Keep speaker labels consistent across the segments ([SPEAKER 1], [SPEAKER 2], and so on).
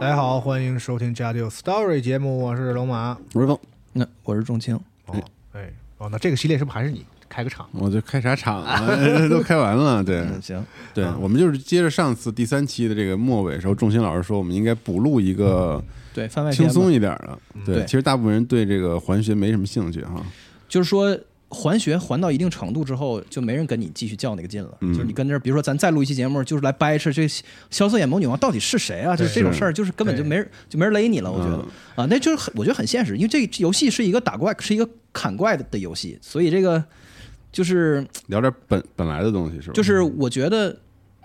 [SPEAKER 1] 大家好，欢迎收听《加六 Story》节目，我是龙马。
[SPEAKER 2] 我是梦，那我是仲青，
[SPEAKER 1] 哦，哎，哦，那这个系列是不是还是你开个场？
[SPEAKER 3] 我就开啥 场啊？ 都开完了，对
[SPEAKER 2] 嗯，行，
[SPEAKER 3] 对，我们就是接着上次第三期的这个末尾时候，仲兴老师说我们应该补录一个
[SPEAKER 2] 对，番外篇
[SPEAKER 3] 轻
[SPEAKER 2] 吧
[SPEAKER 3] 松一点的。对，
[SPEAKER 2] 嗯对
[SPEAKER 3] 其实大部分人对这个环学没什么兴趣哈。
[SPEAKER 2] 就是说还学还到一定程度之后，就没人跟你继续较那个劲了。
[SPEAKER 3] 嗯
[SPEAKER 2] 就是你跟这儿，比如说咱再录一期节目，就是来掰扯这萧瑟眼眸女王到底是谁啊？就是这种事儿，就是根本就没人就没人勒你了。我觉得
[SPEAKER 3] 嗯
[SPEAKER 2] 啊，那就是很我觉得很现实，因为这这游戏是一个打怪是一个砍怪的游戏，所以这个就是
[SPEAKER 3] 聊点本本来的东西是吧？嗯
[SPEAKER 2] 就是我觉得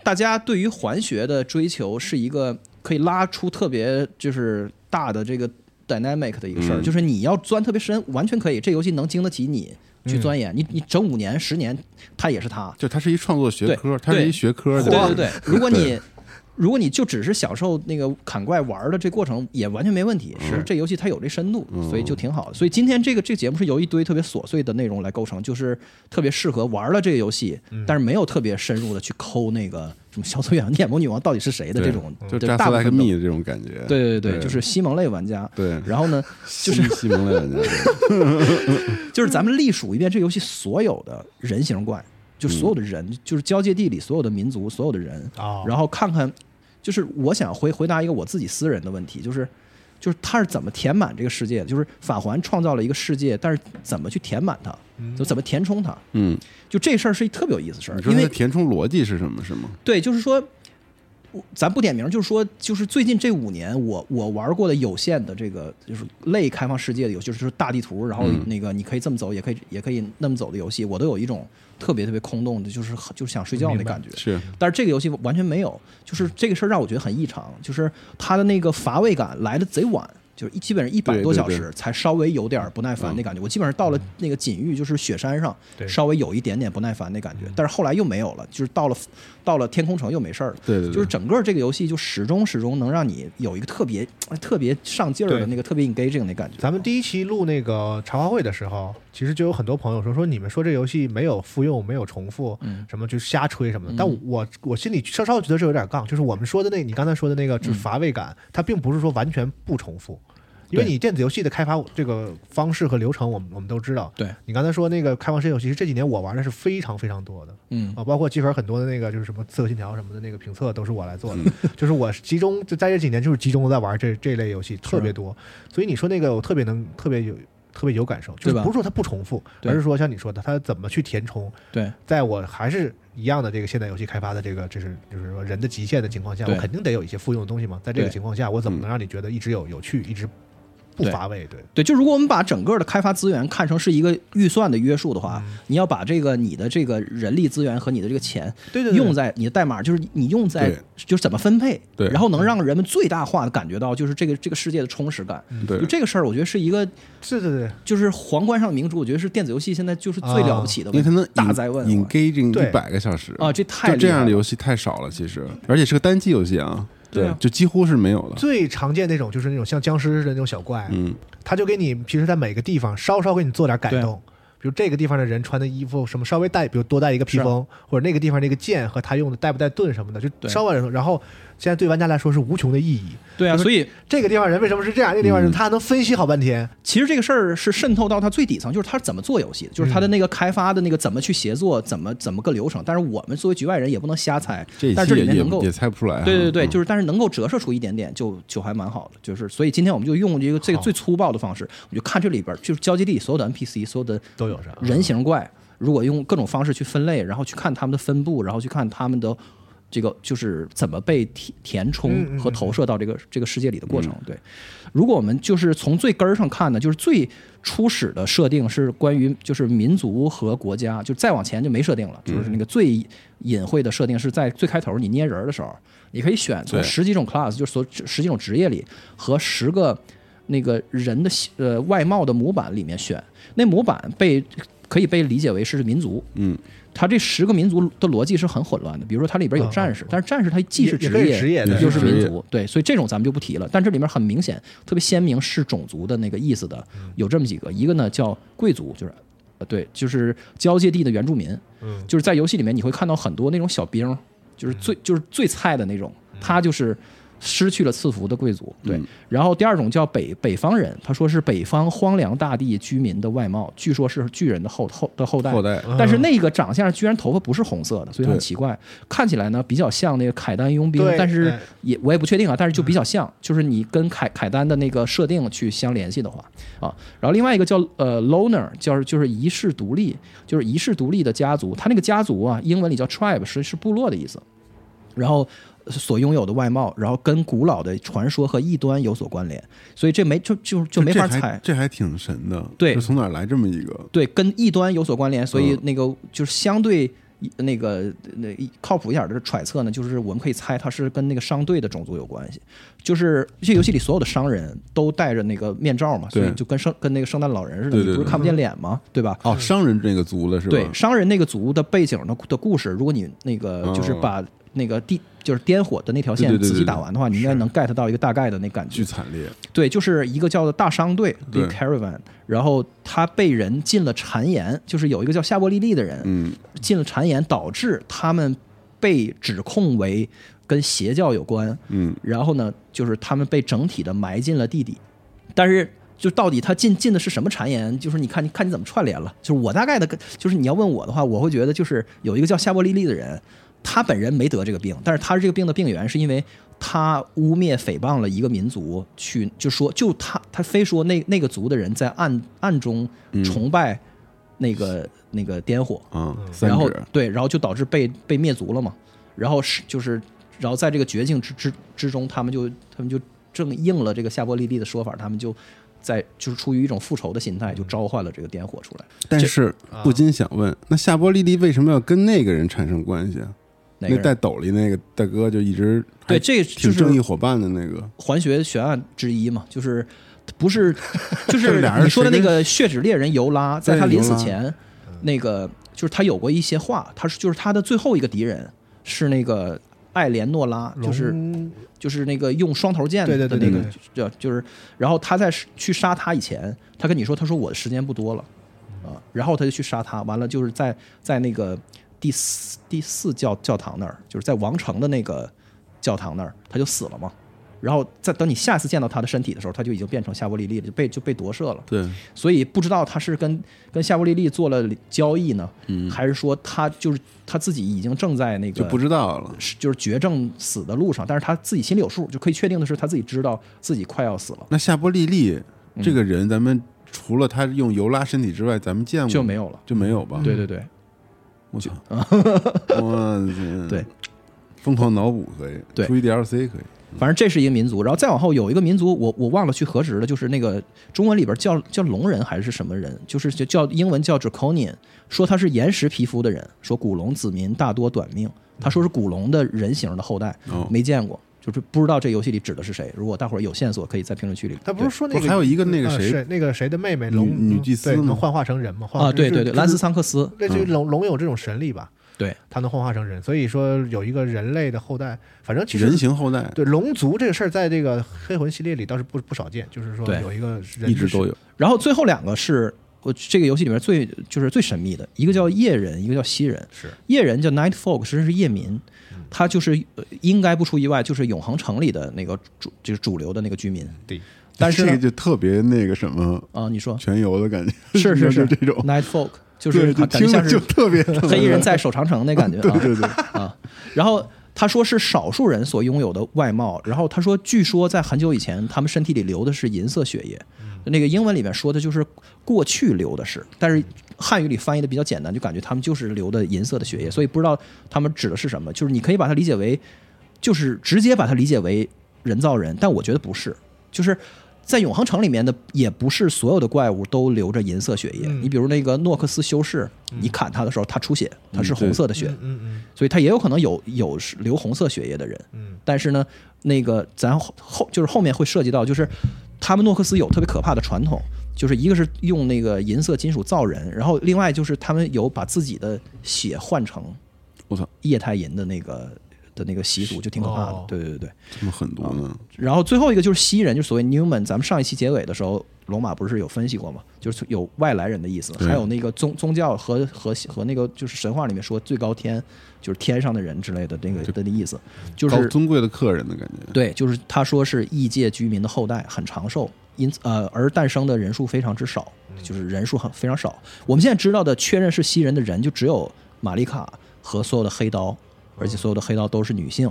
[SPEAKER 2] 大家对于环学的追求是一个可以拉出特别就是大的这个 dynamic 的一个事儿，
[SPEAKER 3] 嗯
[SPEAKER 2] 就是你要钻特别深，完全可以，这游戏能经得起你去钻研，你你整五年十年，它也是它。
[SPEAKER 3] 就它是一创作学科，
[SPEAKER 2] 对
[SPEAKER 3] 它是一
[SPEAKER 2] 对
[SPEAKER 3] 学科，
[SPEAKER 2] 对
[SPEAKER 3] 吧
[SPEAKER 2] 对对，如果你
[SPEAKER 3] 对
[SPEAKER 2] 如果你就只是享受那个砍怪玩儿的这过程，也完全没问
[SPEAKER 3] 嗯
[SPEAKER 2] 题。是这游戏它有这深度，所以就挺好的。所以今天这个这个节目是由一堆特别琐碎的内容来构成，就是特别适合玩了这个游戏，但是没有特别深入的去抠那个什么小丑眼眼眸女王到底是谁的这种，
[SPEAKER 3] 就
[SPEAKER 2] 就是
[SPEAKER 3] 扎
[SPEAKER 2] 大
[SPEAKER 3] 斯
[SPEAKER 2] 部
[SPEAKER 3] 莱克
[SPEAKER 2] 分都
[SPEAKER 3] 密的这种感觉。
[SPEAKER 2] 对对对对，
[SPEAKER 3] 对
[SPEAKER 2] 就是西蒙类玩家。
[SPEAKER 3] 对
[SPEAKER 2] 然后呢，
[SPEAKER 3] 就是西蒙类玩家，对
[SPEAKER 2] 就是咱们历数一遍这游戏所有的人形怪，
[SPEAKER 3] 嗯
[SPEAKER 2] 就所有的人，就是交界地里所有的民族，所有的人，
[SPEAKER 1] 哦
[SPEAKER 2] 然后看看，就是我想回回答一个我自己私人的问题，就是。就是它是怎么填满这个世界的？就是法环创造了一个世界，但是怎么去填满它？就怎么填充它？
[SPEAKER 3] 嗯，
[SPEAKER 2] 就这事儿是一特别有意思的事儿
[SPEAKER 3] 你，说
[SPEAKER 2] 因
[SPEAKER 3] 它的
[SPEAKER 2] 为
[SPEAKER 3] 填充逻辑是什么？是吗？
[SPEAKER 2] 对，就是说，我咱不点名，就是说，就是最近这五年我，我玩过的有限的这个就是类开放世界的游戏，就是大地图，然后
[SPEAKER 3] 嗯
[SPEAKER 2] 那个你可以这么走，也可以也可以那么走的游戏，我都有一种特别特别空洞的，就是很就是想睡觉那感觉。
[SPEAKER 3] 是，
[SPEAKER 2] 但是这个游戏完全没有，就是这个事儿让我觉得很异常，就是它的那个乏味感来的贼晚。就是一基本上一百多小
[SPEAKER 3] 对对嗯
[SPEAKER 2] 时才稍微有点不耐烦的感觉。我基本上到了那个锦域，就是雪山上，
[SPEAKER 4] 对
[SPEAKER 2] 稍微有一点点不耐烦的感觉，
[SPEAKER 3] 嗯
[SPEAKER 2] 但是后来又没有了，就是到了到了天空城又没事儿了。
[SPEAKER 3] 对对对
[SPEAKER 2] 就是整个这个游戏就始终始终能让你有一个特别特别上劲儿的
[SPEAKER 1] 对
[SPEAKER 2] 那个特别 engaging 的感觉。
[SPEAKER 1] 咱们第一期录那个茶话会的时候，其实就有很多朋友说说你们说这游戏没有复用，没有重复，什么就瞎吹什么的。但我我心里稍稍觉得是有点杠，就是我们说的那你刚才说的那个就是乏味感，它并不是说完全不重复，因为
[SPEAKER 2] 对
[SPEAKER 1] 你电子游戏的开发这个方式和流程，我们我们都知道。
[SPEAKER 2] 对，
[SPEAKER 1] 你刚才说那个开放式游戏，其实这几年我玩的是非常非常多的，
[SPEAKER 2] 嗯
[SPEAKER 1] 啊，包括集合很多的那个就是什么《刺客信条》什么的那个评测都是我来做的，就是我集中就在这几年就是集中地在玩这这类游戏特别多，所以你说那个我特别能特别有特别有感受，就是
[SPEAKER 2] 对吧
[SPEAKER 1] 不是说它不重复，
[SPEAKER 2] 对
[SPEAKER 1] 而是说像你说的它怎么去填充，
[SPEAKER 2] 对
[SPEAKER 1] 在我还是一样的这个现代游戏开发的这个就是就是说人的极限的情况下，
[SPEAKER 2] 对
[SPEAKER 1] 我肯定得有一些复用的东西嘛，在这个
[SPEAKER 2] 对
[SPEAKER 1] 情况下，我怎么能让你觉得一直有有趣，一直不
[SPEAKER 2] 对
[SPEAKER 1] 乏味？嗯对，
[SPEAKER 2] 对，就如果我们把整个的开发资源看成是一个预算的约束的话，
[SPEAKER 3] 嗯
[SPEAKER 2] 你要把这个你的这个人力资源和你的这个钱，
[SPEAKER 1] 对对对
[SPEAKER 2] 用在你的代码，就是你用在
[SPEAKER 3] 对
[SPEAKER 2] 就是怎么分配，
[SPEAKER 3] 对
[SPEAKER 2] 然后能让人们最大化的感觉到就是这个这个世界的充实感。
[SPEAKER 3] 对
[SPEAKER 2] 就这个事儿，我觉得是一个
[SPEAKER 1] 是对对
[SPEAKER 2] 就是皇冠上的明珠，我觉得是电子游戏现在就是最了不起的
[SPEAKER 3] 你
[SPEAKER 2] 问
[SPEAKER 3] 可
[SPEAKER 2] 题，
[SPEAKER 3] 能
[SPEAKER 2] 大灾问。我
[SPEAKER 3] engaging
[SPEAKER 1] 对
[SPEAKER 3] 一百个小时
[SPEAKER 2] 啊这太
[SPEAKER 3] 就这
[SPEAKER 2] 厉害
[SPEAKER 3] 样
[SPEAKER 2] 了
[SPEAKER 3] 的游戏太少了，其实，而且是个单机游戏啊，
[SPEAKER 2] 对啊
[SPEAKER 3] 就几乎是没有的。
[SPEAKER 1] 最常见那种就是那种像僵尸似的那种小怪，
[SPEAKER 3] 嗯，
[SPEAKER 1] 他就给你平时在每个地方稍稍给你做点改
[SPEAKER 2] 对
[SPEAKER 1] 动，比如这个地方的人穿的衣服什么稍微带，比如多带一个披
[SPEAKER 2] 是啊
[SPEAKER 1] 风，或者那个地方那个剑和他用的带不带盾什么的，就
[SPEAKER 2] 对
[SPEAKER 1] 稍微然后现在对玩家来说是无穷的意义。
[SPEAKER 2] 对啊，所以
[SPEAKER 1] 这个地方人为什么是这样？那个地方人
[SPEAKER 3] 嗯
[SPEAKER 1] 他能分析好半天。
[SPEAKER 2] 其实这个事儿是渗透到它最底层，就是它是怎么做游戏的，就是它
[SPEAKER 3] 嗯
[SPEAKER 2] 的那个开发的那个怎么去协作，怎么怎么个流程。但是我们作为局外人也不能瞎猜，
[SPEAKER 3] 这一
[SPEAKER 2] 但是
[SPEAKER 3] 期
[SPEAKER 2] 这里
[SPEAKER 3] 也
[SPEAKER 2] 面
[SPEAKER 3] 也
[SPEAKER 2] 能够
[SPEAKER 3] 也猜不出来啊。
[SPEAKER 2] 对对对，
[SPEAKER 3] 嗯
[SPEAKER 2] 就是但是能够折射出一点点就，就还蛮好的。就是所以今天我们就用一个这个最粗暴的方式，我们就看这里边儿就是交际地所有的 NPC 所有的
[SPEAKER 1] 都有是吧
[SPEAKER 2] 人形怪，如果用各种方式去分类，然后去看他们的分布，然后去看他们的。这个就是怎么被填填充和投射到这个这个世界里的过程。对，如果我们就是从最根儿上看呢，就是最初始的设定是关于就是民族和国家，就再往前就没设定了，就是那个最隐晦的设定是在最开头你捏人儿的时候，你可以选从
[SPEAKER 3] 对
[SPEAKER 2] 十几种 class，就是所十几种职业里和十个那个人的形呃外貌的模板里面选，那模板被可以被理解为是民族，
[SPEAKER 3] 嗯，
[SPEAKER 2] 它这十个民族的逻辑是很混乱的。比如说它里边有战士，但是战士它既是
[SPEAKER 1] 也也
[SPEAKER 2] 职
[SPEAKER 1] 可以
[SPEAKER 2] 业，
[SPEAKER 1] 职业对
[SPEAKER 2] 又是
[SPEAKER 3] 也是啊职
[SPEAKER 2] 民
[SPEAKER 3] 业
[SPEAKER 2] 族，对，所以这种咱们就不提了。但这里面很明显，特别鲜明是种族的那个意思的，
[SPEAKER 1] 嗯
[SPEAKER 2] 有这么几个，一个呢叫贵族，就是。呃，对，就是交界地的原住民，
[SPEAKER 1] 嗯
[SPEAKER 2] 就是在游戏里面你会看到很多那种小兵儿，就是最就是最菜的那种，他就是失去了赐福的贵族。对，然后第二种叫北北方人，他说是北方荒凉大地居民的外貌，据说是巨人的后后的后代。
[SPEAKER 3] 后代
[SPEAKER 2] 但是嗯那个长相居然头发不是红色的，所以很奇怪。看起来呢比较像那个凯丹佣兵
[SPEAKER 1] 对，
[SPEAKER 2] 但是
[SPEAKER 1] 哎
[SPEAKER 2] 也我也不确定啊，但是就比较
[SPEAKER 3] 嗯
[SPEAKER 2] 像，就是你跟凯凯丹的那个设定去相联系的话啊。然后另外一个叫呃 loner，叫就是遗世独立，就是遗世独立的家族，他那个家族啊，英文里叫 tribe，是是部落的意思。然后所拥有的外貌，然后跟古老的传说和异端有所关联，所以这没就就就没法
[SPEAKER 3] 这还
[SPEAKER 2] 猜。
[SPEAKER 3] 这还挺神的。
[SPEAKER 2] 对
[SPEAKER 3] 这从哪儿来这么一个？
[SPEAKER 2] 对，跟异端有所关联，所以
[SPEAKER 3] 嗯
[SPEAKER 2] 那个就是相对那个那靠谱一点的揣测呢，就是我们可以猜它是跟那个商队的种族有关系。就是这游戏里所有的商人都戴着那个面罩嘛，所以
[SPEAKER 3] 对
[SPEAKER 2] 就跟圣跟那个圣诞老人似的，
[SPEAKER 3] 对
[SPEAKER 2] 你
[SPEAKER 3] 对
[SPEAKER 2] 不是
[SPEAKER 3] 对
[SPEAKER 2] 看不见脸吗？对吧？
[SPEAKER 3] 哦，商人这个族了是吧？
[SPEAKER 2] 对，商人那个族的背景的的故事，如果你那个就是
[SPEAKER 3] 哦
[SPEAKER 2] 把那个地就是颠火的那条线
[SPEAKER 3] 对对对
[SPEAKER 2] 仔细
[SPEAKER 3] 对
[SPEAKER 2] 打
[SPEAKER 3] 对
[SPEAKER 2] 完的话，你应该能 get 到一个大概的那感觉
[SPEAKER 3] 巨。惨烈。
[SPEAKER 2] 对，就是一个叫做大商队 （Big
[SPEAKER 3] 对
[SPEAKER 2] Caravan），然后他被人进了谗言，就是有一个叫夏伯利利的人、
[SPEAKER 3] 嗯，
[SPEAKER 2] 进了谗言，导致他们被指控为跟邪教有关。
[SPEAKER 3] 嗯，
[SPEAKER 2] 然后呢，就是他们被整体的埋进了地底，但是。就到底他进进的是什么谗言？就是你看，你看你怎么串联了。就是我大概的跟，就是你要问我的话，我会觉得就是有一个叫夏伯利利的人，他本人没得这个病，但是他这个病的病源是因为他污蔑诽谤了一个民族，去就说就他他非说那那个族的人在暗暗中崇拜那个、那个颠火，
[SPEAKER 3] 啊，
[SPEAKER 2] 嗯
[SPEAKER 3] 三
[SPEAKER 2] 然后
[SPEAKER 3] 指
[SPEAKER 2] 对，然后就导致被被灭族了嘛。然后是就是，然后在这个绝境之之之中，他们就他们就正应了这个夏伯利利的说法，他们就在就是出于一种复仇的心态，就召唤了这个颠火出来。
[SPEAKER 3] 但是不禁想问，那夏波利利为什么要跟那个人产生关系啊？
[SPEAKER 2] 哪
[SPEAKER 3] 那
[SPEAKER 2] 个
[SPEAKER 3] 带
[SPEAKER 2] 人？
[SPEAKER 3] 斗笠那个大哥就一直
[SPEAKER 2] 对，
[SPEAKER 3] 还
[SPEAKER 2] 这
[SPEAKER 3] 挺
[SPEAKER 2] 就是
[SPEAKER 3] 正义伙伴的那个，
[SPEAKER 2] 环学悬案之一嘛，就是不 是就是
[SPEAKER 3] 俩人
[SPEAKER 2] 你说的那个血指猎人尤拉，在他临死前，
[SPEAKER 3] 嗯
[SPEAKER 2] 那个就是他有过一些话，他是就是他的最后一个敌人是那个艾莲诺拉，就是
[SPEAKER 1] 龙
[SPEAKER 2] 就是那个用双头剑的
[SPEAKER 1] 对
[SPEAKER 2] 那
[SPEAKER 1] 对
[SPEAKER 2] 个，
[SPEAKER 1] 对对对
[SPEAKER 2] 就就是，然后他在去杀他以前，他跟你说，他说我的时间不多了，啊，然后他就去杀他，完了就是在在那个第四第四教教堂那儿，就是在王城的那个教堂那儿，他就死了嘛。然后在等你下次见到他的身体的时候，他就已经变成夏波利利了，就被就被夺舍了。
[SPEAKER 3] 对，
[SPEAKER 2] 所以不知道他是跟跟夏波利利做了交易呢，还是说他就是他自己已经正在那个
[SPEAKER 3] 嗯就不知道了。
[SPEAKER 2] 是就是绝症死的路上，但是他自己心里有数，就可以确定的是他自己知道自己快要死了，
[SPEAKER 3] 那夏波利利
[SPEAKER 2] 嗯
[SPEAKER 3] 这个人，咱们除了他用油拉身体之外，咱们见
[SPEAKER 1] 嗯
[SPEAKER 3] 过
[SPEAKER 2] 就没
[SPEAKER 3] 有
[SPEAKER 2] 有了。
[SPEAKER 3] 就没有吧？
[SPEAKER 2] 对，对对
[SPEAKER 3] 我操，哇 塞，
[SPEAKER 2] 对，
[SPEAKER 3] 疯狂脑补可以，
[SPEAKER 2] 对
[SPEAKER 3] 出一 DLC 可以，
[SPEAKER 2] 反正这是一个民族，然后再往后有一个民族，我我忘了去核实了，就是那个中文里边叫叫龙人还是什么人，就是就叫英文叫 Draconian，说他是岩石皮肤的人，说古龙子民大多短命，他说是古龙的人形的后代，
[SPEAKER 3] 哦
[SPEAKER 2] 没见过，就是不知道这游戏里指的是谁。如果大伙儿有线索，可以在评论区里。
[SPEAKER 1] 他不是说那
[SPEAKER 3] 不是
[SPEAKER 1] 个
[SPEAKER 3] 还有一个那个
[SPEAKER 1] 呃
[SPEAKER 3] 谁
[SPEAKER 1] 是那个谁的妹妹
[SPEAKER 3] 女
[SPEAKER 1] 龙
[SPEAKER 3] 女祭司
[SPEAKER 1] 对
[SPEAKER 3] 吗
[SPEAKER 1] 能幻化成人吗？幻化
[SPEAKER 2] 啊，对对对，兰斯，
[SPEAKER 3] 嗯
[SPEAKER 1] 就是
[SPEAKER 2] 桑克斯，
[SPEAKER 1] 类似于龙龙有这种神力吧，
[SPEAKER 2] 对，
[SPEAKER 1] 他能幻化成人，所以说有一个人类的后代，反正其实
[SPEAKER 3] 人形后代
[SPEAKER 1] 对龙族这个事儿，在这个黑魂系列里倒是不不少见，就是说
[SPEAKER 2] 对
[SPEAKER 1] 有一个人
[SPEAKER 3] 一直都有，
[SPEAKER 2] 然后最后两个是我这个游戏里面最就是最神秘的，一个叫夜人，一个叫西人。
[SPEAKER 1] 是
[SPEAKER 2] 夜人叫 Night Folk，实际上是夜民，他就是呃应该不出意外，就是永恒城里的那个主就是主流的那个居民。
[SPEAKER 1] 对，
[SPEAKER 2] 但是 呢
[SPEAKER 3] 这个就特别那个什么
[SPEAKER 2] 啊、你说
[SPEAKER 3] 全游的感觉，
[SPEAKER 2] 是是是
[SPEAKER 3] 就这种，
[SPEAKER 2] Night Folk，就
[SPEAKER 3] 对，
[SPEAKER 2] 是
[SPEAKER 3] 就
[SPEAKER 2] 很
[SPEAKER 3] 听
[SPEAKER 2] 像
[SPEAKER 3] 着
[SPEAKER 2] 是
[SPEAKER 3] 就 特别 疼
[SPEAKER 2] 黑衣人在守长城那感觉啊。
[SPEAKER 3] 对对对，
[SPEAKER 2] 啊，然后他说是少数人所拥有的外貌，然后他说，据说在很久以前，他们身体里流的是银色血液，那个英文里面说的就是过去流的是，但是汉语里翻译的比较简单，就感觉他们就是流的银色的血液，所以不知道他们指的是什么，就是你可以把它理解为，就是直接把它理解为人造人，但我觉得不是，就是。在永恒城里面的也不是所有的怪物都流着银色血液，
[SPEAKER 1] 嗯
[SPEAKER 2] 你比如那个诺克斯修士，你砍他的时候他出血，他是
[SPEAKER 3] 嗯对
[SPEAKER 2] 红色的血，
[SPEAKER 1] 嗯嗯嗯
[SPEAKER 2] 所以他也有可能有有是流红色血液的人。
[SPEAKER 1] 嗯，
[SPEAKER 2] 但是呢，那个咱后后就是后面会涉及到，就是他们诺克斯有特别可怕的传统，就是一个是用那个银色金属造人，然后另外就是他们有把自己的血换成
[SPEAKER 3] 我操，
[SPEAKER 2] 液态银的那个的那个习俗，就挺可怕的
[SPEAKER 1] 哦。
[SPEAKER 2] 对对对对。
[SPEAKER 3] 这么狠毒呢？
[SPEAKER 2] 然后最后一个就是西人，就所谓 Newman，咱们上一期结尾的时候，龙马不是有分析过吗？就是有外来人的意思，
[SPEAKER 3] 对
[SPEAKER 2] 还有那个宗宗教和和和那个就是神话里面说最高天，就是天上的人之类的那个的那意思，就
[SPEAKER 3] 高
[SPEAKER 2] 是
[SPEAKER 3] 尊贵的客人的感觉，
[SPEAKER 2] 对，就是他说是异界居民的后代，很长寿，因此呃而诞生的人数非常之少，
[SPEAKER 3] 嗯
[SPEAKER 2] 就是人数很非常少。我们现在知道的确认是西人的人，就只有玛丽卡和所有的黑刀，而
[SPEAKER 3] 嗯
[SPEAKER 2] 且所有的黑刀都是女性。